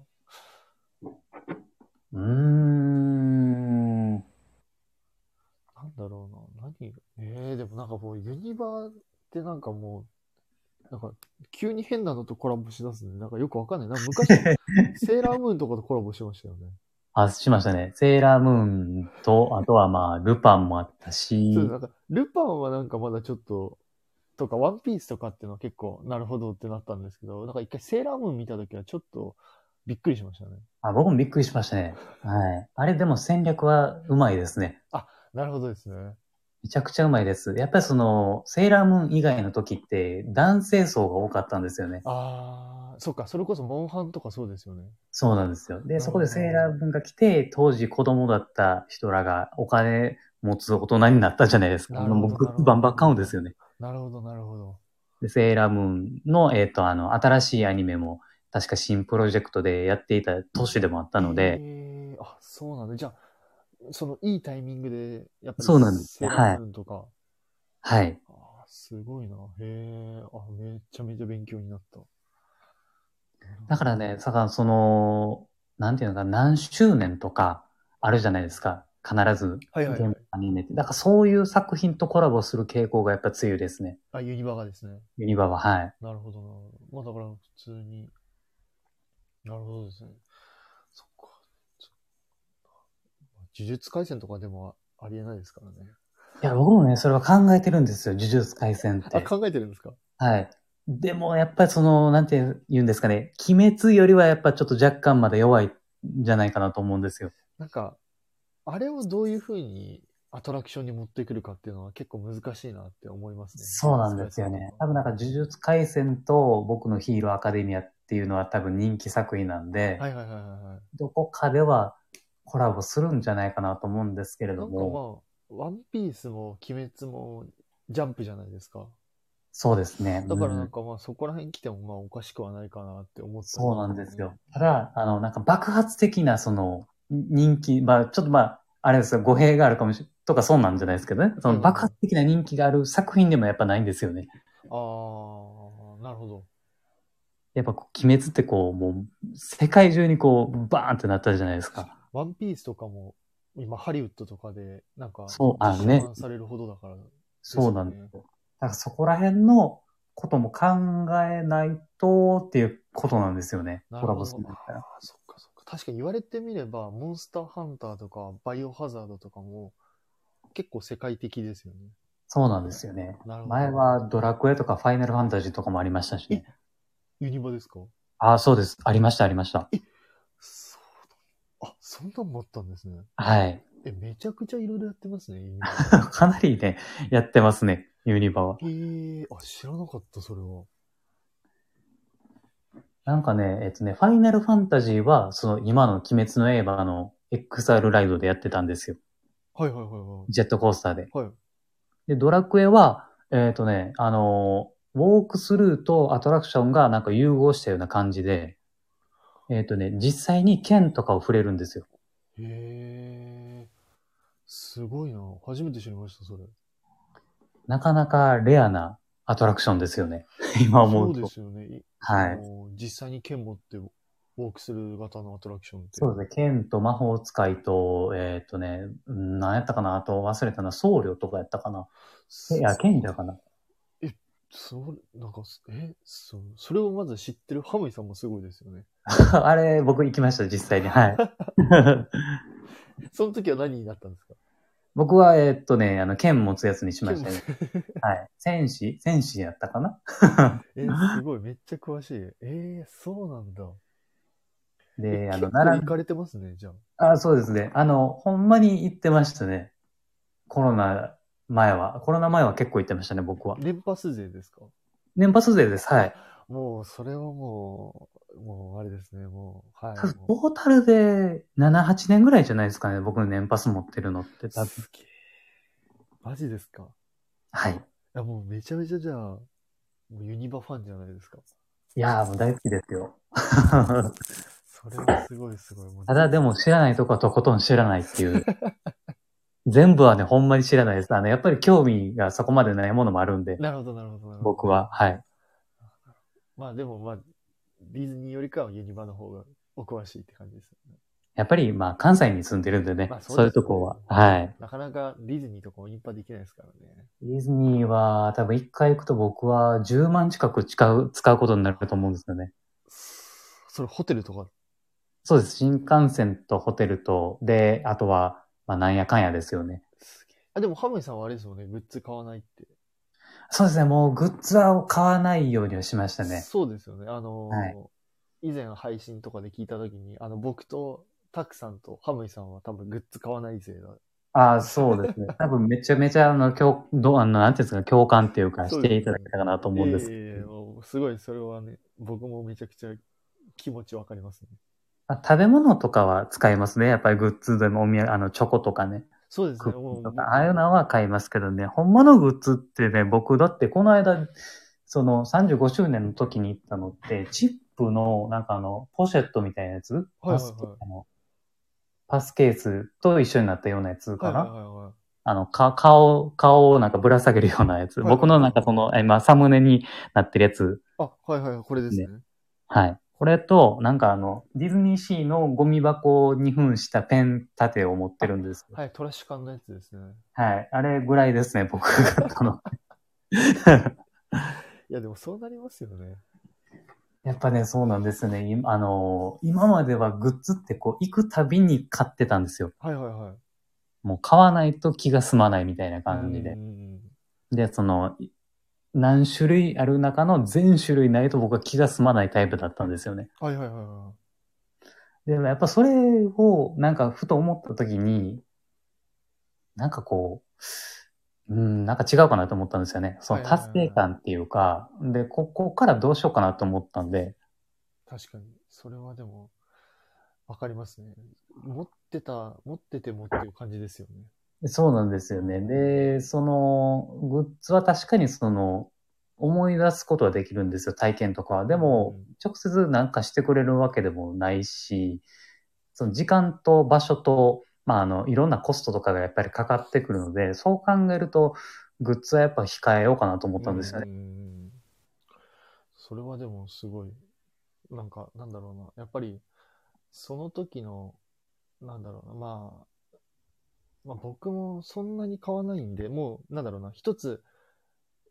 B: うーん。
A: なんだろうな、何えー、でもなんかもうユニバーってなんかもう、なんか急に変なのとコラボしだすね。なんかよくわかんない。なんか 昔、セーラームーンとかとコラボしてましたよね。
B: あ、しましたね。セーラームーンと、あとはまあ、ルパンもあったし
A: そ、うなんかルパンはなんかまだちょっと、とかワンピースとかっていうのは結構なるほどってなったんですけど、なんか一回セーラームーン見た時はちょっとびっくりしましたね。
B: あ、僕もびっくりしましたね。はい。あれでも戦略はうまいですね。
A: なるほどですね。
B: めちゃくちゃうまいです。やっぱりその、セーラームーン以外の時って男性層が多かったんですよね。
A: あー、そっか、それこそモンハンとかそうですよね。
B: そうなんですよ。で、そこで
A: うん
B: セーラームーンが来て、当時子供だった人らがお金持つ大人になったじゃないですか。
A: なるほど
B: もうグ
A: なる
B: ッ
A: ほど
B: ズバンバン買うんですよね。
A: なるほど、なるほど。
B: で、セーラームーンの、えっ、と、あの、新しいアニメも、確か新プロジェクトでやっていた年でもあったので、
A: へーあ、そうなんだ。じゃあ、そのいいタイミングで、やっぱり
B: そうなんです
A: セーラームーンとか。
B: はい。
A: あーすごいな。へえ。あ、めっちゃめちゃ勉強になった。
B: だからね、さかその、なんていうのか、何周年とかあるじゃないですか。必ず。
A: はいはいはい
B: ゲームアニメって。だからそういう作品とコラボする傾向がやっぱ強いですね。
A: あ、ユニバがですね。
B: ユニバは、はい。
A: なるほどな。まあだから普通に。なるほどですね。そっか。そ呪術廻戦とかでもあありえないですからね。
B: いや、僕もね、それは考えてるんですよ。呪術廻戦っ
A: あ、
B: て。
A: 考えてるんですか
B: はい。でも、やっぱりその、なんて言うんですかね。鬼滅よりはやっぱちょっと若干まだ弱いんじゃないかなと思うんですよ。
A: なんか、あれをどういうふうにアトラクションに持ってくるかっていうのは結構難しいなって思いますね。
B: そうなんですよね。多分なんか呪術廻戦と僕のヒーローアカデミアっていうのは多分人気作品なんで、
A: はいはいはいはいはい。
B: どこかではコラボするんじゃないかなと思うんですけれ
A: な
B: ど
A: んか
B: も、
A: まあ、ワンピースも鬼滅もジャンプじゃないですか。
B: そうですね。
A: だからな
B: うん
A: んかまあそこら辺来てもまあおかしくはないかなって思ってた
B: そうなんですよ。。ただ、あの、なんか爆発的なその人気、まあちょっとまあ、あれですよ、語弊があるかもしれとかそうなんじゃないですけどね。そ
A: うん
B: の爆発的な人気がある作品でもやっぱないんですよね。
A: あー、なるほど。
B: やっぱこう鬼滅ってこう、もう世界中にこう、バーンってなったじゃないですか。
A: ワンピースとかも今ハリウッドとかでなんか
B: そうあね
A: 実写化されるほどだから。
B: そうなんですよ。だからそこら辺のことも考えないとっていうことなんですよね。コ
A: なる
B: ラ
A: ほど。
B: ボするんだった
A: あ
B: ら。
A: ーそっかそっか。確かに言われてみれば、モンスターハンターとか、バイオハザードとかも、結構世界的ですよね。
B: そうなんですよね。
A: なるほど。
B: 前はドラクエとかファイナルファンタジーとかもありましたしね。
A: ユニバですか
B: ああ、そうです。ありました、ありました。
A: そうだ。あ、そんなんもあったんですね。
B: はい。
A: え、めちゃくちゃいろいろやってますね、ユニバ
B: かなりね、やってますね。ユニバは。
A: えー、あ、知らなかった、それは。
B: なんかね、えっとね、ファイナルファンタジーは、その今の鬼滅の刃の XR ライドでやってたんですよ。
A: はいはいはいはい。
B: ジェットコースターで。
A: はい。
B: で、ドラクエは、えっ、とね、あのーウォークスルーとアトラクションがなんか融合したような感じで、えっ、とね、実際に剣とかを触れるんですよ。
A: へえー、すごいな。初めて知りました、それ。
B: なかなかレアなアトラクションですよね。 今思
A: そ
B: う
A: うで
B: と。
A: すよね。い
B: は
A: あ
B: い。
A: の実際に剣持ってウォークする型のアトラクションって。
B: そうですね。剣と魔法使いと、えっ、とね、うん何やったかなあと忘れたな。僧侶とかやったかな
A: す
B: いや、剣だかな
A: それ、なんか、え、そう、それをまず知ってるハムイさんもすごいですよね。
B: あれ、僕行きました、実際に。はい。
A: その時は何になったんですか
B: 僕は、えーっとね、あの、剣持つやつにしましたね
A: 剣。
B: はい。戦士戦士やったかな
A: え、すごい、めっちゃ詳しい。えー、そうなんだ。
B: で、あの、
A: 結構
B: 奈
A: 行かれてますね、じゃあ。
B: 良、あ、そうですね。あの、ほんまに行ってましたね。コロナ前は。コロナ前は結構行ってましたね、僕は。
A: 連パス勢ですか
B: 年パス勢です。はい。
A: もう、それはもう、もう、あれですね、もう、はい
B: 多分。ト
A: も
B: ータルで7、8年ぐらいじゃないですかね、僕の年パス持ってるのって
A: う
B: 多分。
A: すげえ。マジですか
B: は
A: い
B: い。
A: や、もうめちゃめちゃじゃあ、もうユニバファンじゃないですか。
B: いやー、もう大好きですよ。
A: それはすごいすごい。もう
B: ただでも知らないとこはとことん知らないっ ていう。全部はね、ほんまに知らないです。あの、やっぱり興味がそこまでないものもあるんで、
A: なるほど、なるほど。なるほど
B: 僕は。はい。
A: まあでもまあ、ディズニーよりかはユニバの方がお詳しいって感じです、ね。
B: やっぱり、まあ、関西に住んでるんでね、
A: まあ
B: そ
A: そうう
B: い
A: で
B: う
A: す
B: と
A: よね
B: こは。はい。
A: なかなかディズニーとかもインパできないですからね。
B: ディズニーは、多分一回行くと僕は10万近く使う、使うことになると思うんですよね。
A: それホテルとか。
B: そうです。新幹線とホテルと、で、あとは、まあ、なんやかんやですよね。
A: すげえ。あ、でもハムイさんはあれですよね。グッズ買わないって。
B: そうですね。もう、グッズは買わないようにはしましたね。
A: そうですよね。あのー
B: はい
A: 以前配信とかで聞いたときに、あの、僕とタクさんとハムイさんは多分グッズ買わない勢だ。
B: ああ、そうですね。多分めちゃめちゃ、あの、共、どう、あの、なんていうんですか、共感っていうか、
A: そう
B: し
A: ですね
B: ていただけたかなと思うんですけど。
A: いえいえいえもうすごい、それはね、僕もめちゃくちゃ気持ちわかりますね。
B: あ食べ物とかは使いますね。やっぱりグッズでもお土産、あの、チョコとかね、
A: そうです
B: ク
A: ね。
B: ッキ
A: も
B: ー
A: う
B: とか、ああいうのは買いますけどね、ほんまのグッズってね、僕、だってこの間、その35周年の時に行ったのって、チップの、なんかあの、ポシェットみたいなやつ
A: はいはいはい
B: パスあのパスケースと一緒になったようなやつかな、
A: はいはいはいはい。
B: あの、か、顔、顔をなんかぶら下げるようなやつ。
A: はいはい
B: 僕のなんかその、え今、サムネになってるやつ。
A: あ、はいはい、これですね。
B: はい。これと、なんかあの、ディズニーシーのゴミ箱に扮したペン立てを持ってるんです。
A: はい、トラッシュ缶のやつですね。
B: はい。あれぐらいですね、僕が買ったの。
A: いや、でもそうなりますよね。
B: やっぱね、そうなんですね。今あのー、今まではグッズってこう、行くたびに買ってたんですよ。
A: はいはいはい。
B: もう買わないと気が済まないみたいな感じで
A: う。ん
B: で、その、い何種類ある中の全種類ないと僕は気が済まないタイプだったんですよね。
A: はいはいはいは
B: でもやっぱそれをなんかふと思った時に、なんかこう、うん、なんか違うかなと思ったんですよね。そ
A: は
B: の
A: いはいはい
B: 達成感っていうか、で、ここからどうしようかなと思ったんで、
A: い。確かに。それはでも、わかりますね。持ってた、持っててもっていう感じですよね。
B: そうなんですよね。で、その、グッズは確かにその、思い出すことはできるんですよ、体験とかは。でも
A: うん、
B: 直接なんかしてくれるわけでもないし、その時間と場所と、まあ、あの、いろんなコストとかがやっぱりかかってくるので、そう考えると、グッズはやっぱ控えようかなと思ったんですよね。
A: ね。それはでもすごい、なんか、なんだろうな。やっぱり、その時の、なんだろうな、まあ、まあ僕もそんなに買わないんで、もう、なんだろうな、一つ、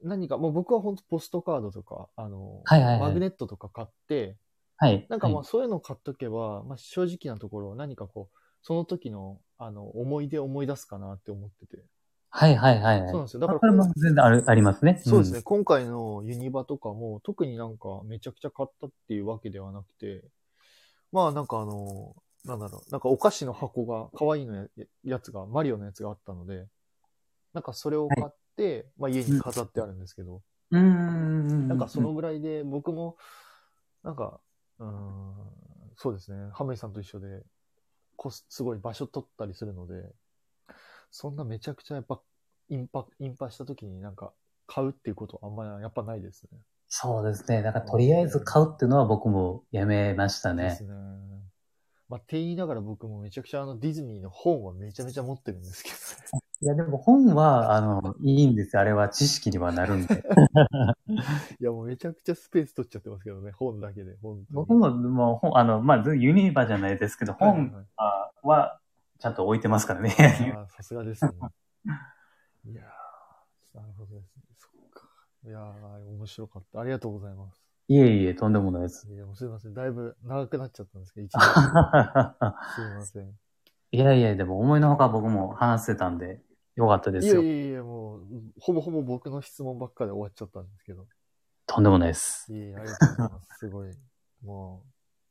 A: 何か、もう僕は本当ポストカードとか、あの、
B: はいはいはい
A: マグネットとか買って、
B: はい。
A: なんかま
B: は
A: あ
B: い
A: そういうの買っとけば、まあ正直なところ、何かこう、その時の、あの、思い出を思い出すかなって思ってて。
B: はいはいはいはい。
A: そうなんですよだから
B: これも全然あるありますね。
A: そうですね、
B: ん
A: 今回のユニバとかも、特になんかめちゃくちゃ買ったっていうわけではなくて、まあなんかあの、なんだろう、なんかお菓子の箱が、可愛いのややつが、マリオのやつがあったので、なんかそれを買っって、まあ、家に飾ってあるんですけど、
B: うんうんうん。
A: なんかそのぐらいで、僕も、なんか、うーん、そうですね、ハメイさんと一緒で、こすすごい場所取ったりするので、そんなめちゃくちゃやっぱ、インパ、インパした時になんか、買うっていうことはあんまりやっぱないですね。
B: そうですね。だからとりあえず買うっていうのは僕もやめました
A: で
B: ね
A: す。ね。まあ、って言いながら僕もめちゃくちゃあのディズニーの本はめちゃめちゃ持ってるんですけど、
B: いやでも本は、あの、いいんですよ。あれは知識にはなるん で。
A: いやもうめちゃくちゃスペース取っちゃってますけどね、本だけで、本当に
B: 僕も、もう本、あの、まあ、ユニバじゃないですけど、
A: はいはい
B: 本
A: はい
B: ははちゃんと置いてますからね。
A: あーさすがですね。いやー、なるほどですね。そっか。いやー、面白かった。ありがとうございま
B: いえいえ、とんでもないです。
A: す。いや、もうすいません。だいぶ長くなっちゃったんですけど、一時
B: い
A: すいません。
B: やいや、でも思いのほか僕も話せたんで、よかったで
A: い
B: す
A: や
B: よ
A: い。やいや、もう、ほぼほぼ僕の質問ばっかで終わっちゃったんですけど。
B: とんでもないです。
A: いえいえ、ありがとうございます。すごい。も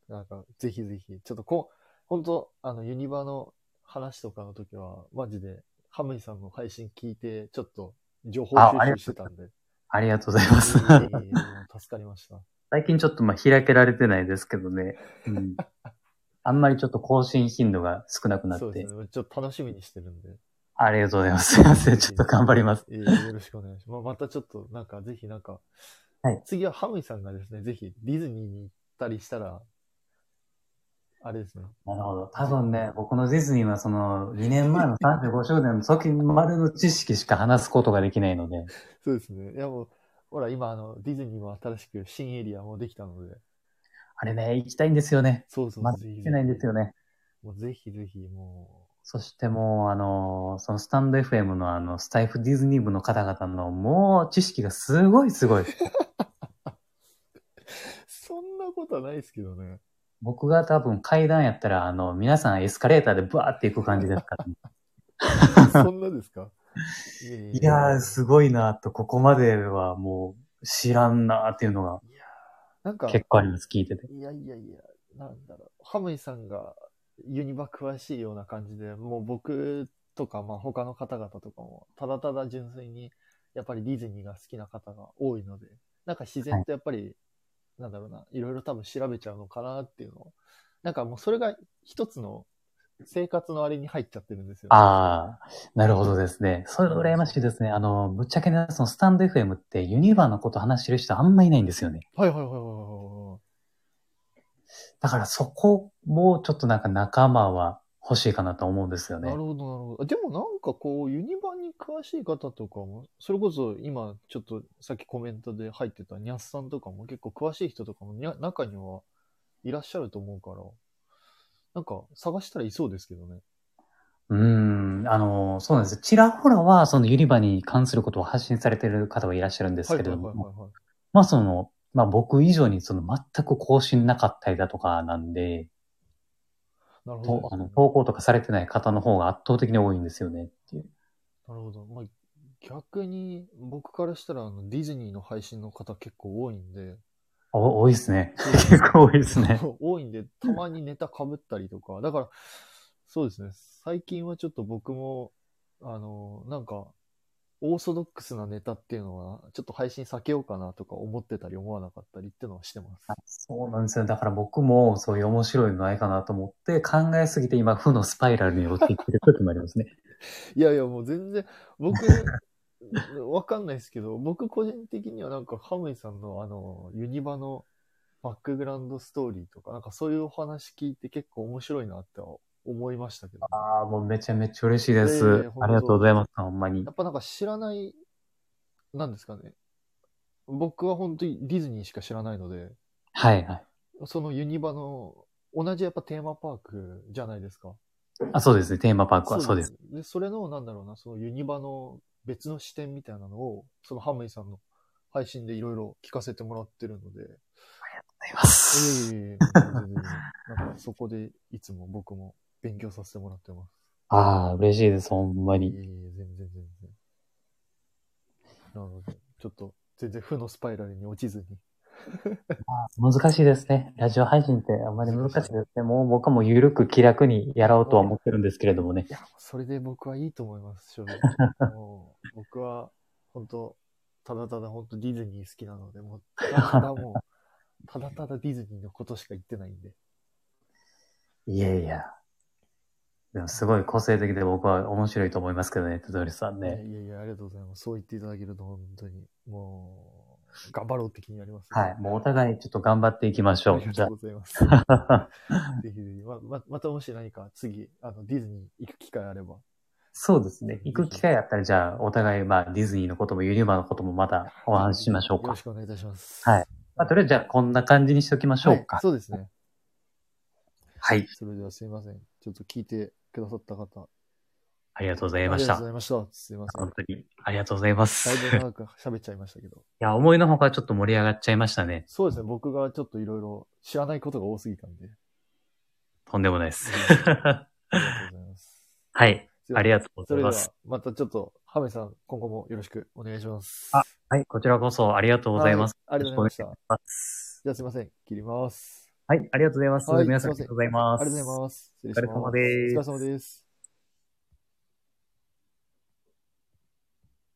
A: う、なんか、ぜひぜひ、ちょっとこう、本当あの、ユニバの話とかの時は、マジで、ハムイさんの配信聞いて、ちょっと、情報
B: あ
A: 収集してたんで。
B: ありがとうございます。
A: いえいえいえもう助かりました。
B: 最近ちょっとまあ開けられてないですけどね。うん、あんまりちょっと更新頻度が少なくな
A: そ
B: っ
A: うで
B: て
A: す。ね。ちょっと楽しみにしてるんで。
B: ありがとうございます。すいません。ちょっと頑張ります。
A: えーよろしくお願いします。まあ、またちょっと、なんか、ぜひなんか、
B: はい
A: 次はハムイさんがですね、ぜひディズニーに行ったりしたら、あれですね。
B: なるほど。多分ね、僕のディズニー はその2年前の35周年の時までの知識しか話すことができないので、
A: そうですね。いやもう、ほら、今、あの、ディズニーも新しく新エリアもできたので、
B: あれね、行きたいんですよね。
A: そうそう
B: まだ
A: ぜ
B: 行
A: ひ
B: けないんですよね。
A: もうぜひぜひ、も
B: そしてもう、あの、そのスタンド FM のあの、スタイフディズニー部の方々のもう知識がすごい すごい。
A: う、そんなことはないですけど ね。
B: 僕が多分階段やったら、あの、皆さんエスカレーターでバーって行く感じですから、
A: そんなですかいやいや
B: いやー、すごいなと、ここまではもう知らんなーっていうのが
A: なんか、
B: 結構あります、聞いてて。
A: いやいやいや、なんだろう。ハムイさんがユニバ詳しいような感じで、もう僕とか、まあ他の方々とかも、ただただ純粋に、やっぱりディズニーが好きな方が多いので、なんか自然とやっぱり、なんだろうな、いろいろ多分調べちゃうのかなっていうのを、なんかもうそれが一つの生活のあれに入っちゃってるんですよ、
B: あー、なるほどですね。それ羨ましいですね。あの、ぶっちゃけね、そのスタンド FM ってユニバーのこと話してる人あんまいないんですよね。
A: はいはいはいはいは
B: だからそこもちょっとなんか仲間は欲しいかなと思うんですよ
A: いはい。
B: ね
A: な。るほどなるほど。でもなんかこう、ユニバに詳しい方とかも、それこそ今ちょっとさっきコメントで入ってたニャスさんとかも結構詳しい人とかもにゃ中にはいらっしゃると思うから、なんか探したらいそうですけどね。
B: うーん、あの、そうなんです。ちらほらは、そのユニバーに関することを発信されてる方はいらっしゃるんです
A: はい
B: け
A: はい
B: れ
A: は
B: ど
A: いはい
B: も、
A: はい。
B: まあその、まあ僕以上にその全く更新なかったりだとかなんで、
A: なるほ
B: と
A: どで
B: あ
A: す
B: の
A: ね、
B: 投稿とかされてない方の方が圧倒的に多いんですよねっていう。
A: なるほど。まあ、逆に僕からしたらあのディズニーの配信の方結構多いんで、
B: お多いですね。 結構多いですね。
A: 多いんで、たまにネタ被ったりとか、だから、そうですね、最近はちょっと僕も、あの、なんか、オーソドックスなネタっていうのは、ちょっと配信避けようかなとか思ってたり思わなかったりっていうのはしてます。
B: そうなんですよ。だから僕もそういう面白いのないかなと思って考えすぎて今負のスパイラルに陥ってる時もありますね。
A: いやいや、もう全然、僕、 わかんないですけど、僕個人的にはなんか、ハムイさんのあの、ユニバのバックグラウンドストーリーとか、なんかそういうお話聞いて結構面白いなって思いましたけど。
B: ああ、もうめちゃめちゃ嬉しいで
A: いやいやい
B: す
A: や。
B: ありがとうございます。ほんまに
A: や。っぱなんか知らない、なんですかね。僕は本当にディズニーしか知らないので、
B: はいはい。
A: そのユニバの、同じやっぱテーマパークじゃないですか。
B: あ、そうですね。テーマパークはそうです。。
A: で、それの、なんだろうな、そのユニバの別の視点みたいなのを、そのハムイさんの配信でいろいろ聞かせてもらってる ので、
B: ありがとうございます。
A: いえいえいえ全然全然なんかそこでいつも僕も勉強させてもらってます。
B: ああ、嬉しいです。ほんま
A: いえい
B: に。
A: え、全然全然。なので、ちょっと全然負のスパイラルに落ちずに。
B: 難しいですね。ラジオ配信ってあんまり難しいですね。もう僕はもう緩く気楽にやろうとは思ってるんですけれどもね
A: い。や、それで僕はいいと思います、正直。もう僕は本当ただただ本当ディズニー好きなので、もう、ただただもう、ただただディズニーのことしか言ってないんで。
B: いやいや。でもすごい個性的で僕は面白いと思いますけどね、トドリスさん
A: いや
B: ね。
A: いやいや、ありがとうございます。そう言っていただけると本当に、もう、頑張ろうって気になります、
B: はい。もうお互いちょっと頑張っていきましょ
A: あり
B: う。
A: が
B: じ
A: と
B: ゃ
A: うございます。
B: あ。
A: ぜひぜひ。ま、ま、またもし何か次、あの、ディズニー行く機会あれば。
B: そうですね。行く機会あったら、じゃあ、お互い、まあ、ディズニーのこともユニバのこともまたお話ししましょう
A: よろ
B: か
A: し。くお願いいたします。
B: はい。まあ、とりあえず、じゃあ、こんな感じにしておきましょう
A: は
B: か
A: い。そうですね。
B: はい。
A: それではすいません。ちょっと聞いてくださった方。あ
B: ありがとうござい
A: りが
B: ま
A: と
B: し
A: う
B: た
A: ご。ざいました。すいません。
B: 本
A: だ
B: 当に。ありがとうございます。
A: いぶ長く喋っちゃいましたけど。
B: いや、思いのほかちょっと盛り上がっちゃいましたね。
A: そうですね。僕がちょっといろいろ知らないことが多すぎたんで。
B: とんでもないです。
A: ありがとうござい ます。
B: はい。
A: すいま
B: あ
A: せん
B: りがとうご
A: そ
B: ざ
A: れ
B: い
A: で
B: ま
A: は
B: す。、
A: またちょっと、ハメさん、今後もよろしくお願いします。
B: あはい。こちらこそありがとうございます。
A: はいありがとうござい
B: よろ
A: ま
B: し
A: し
B: く
A: じ
B: お願いします。
A: ゃあすいません。切ります。
B: はい。ありがとうございます。
A: はい
B: 皆さん、あ
A: すいません
B: りがとうございます。
A: ありがとうございます。失礼
B: お疲れ様で
A: お疲
B: す
A: れ様です。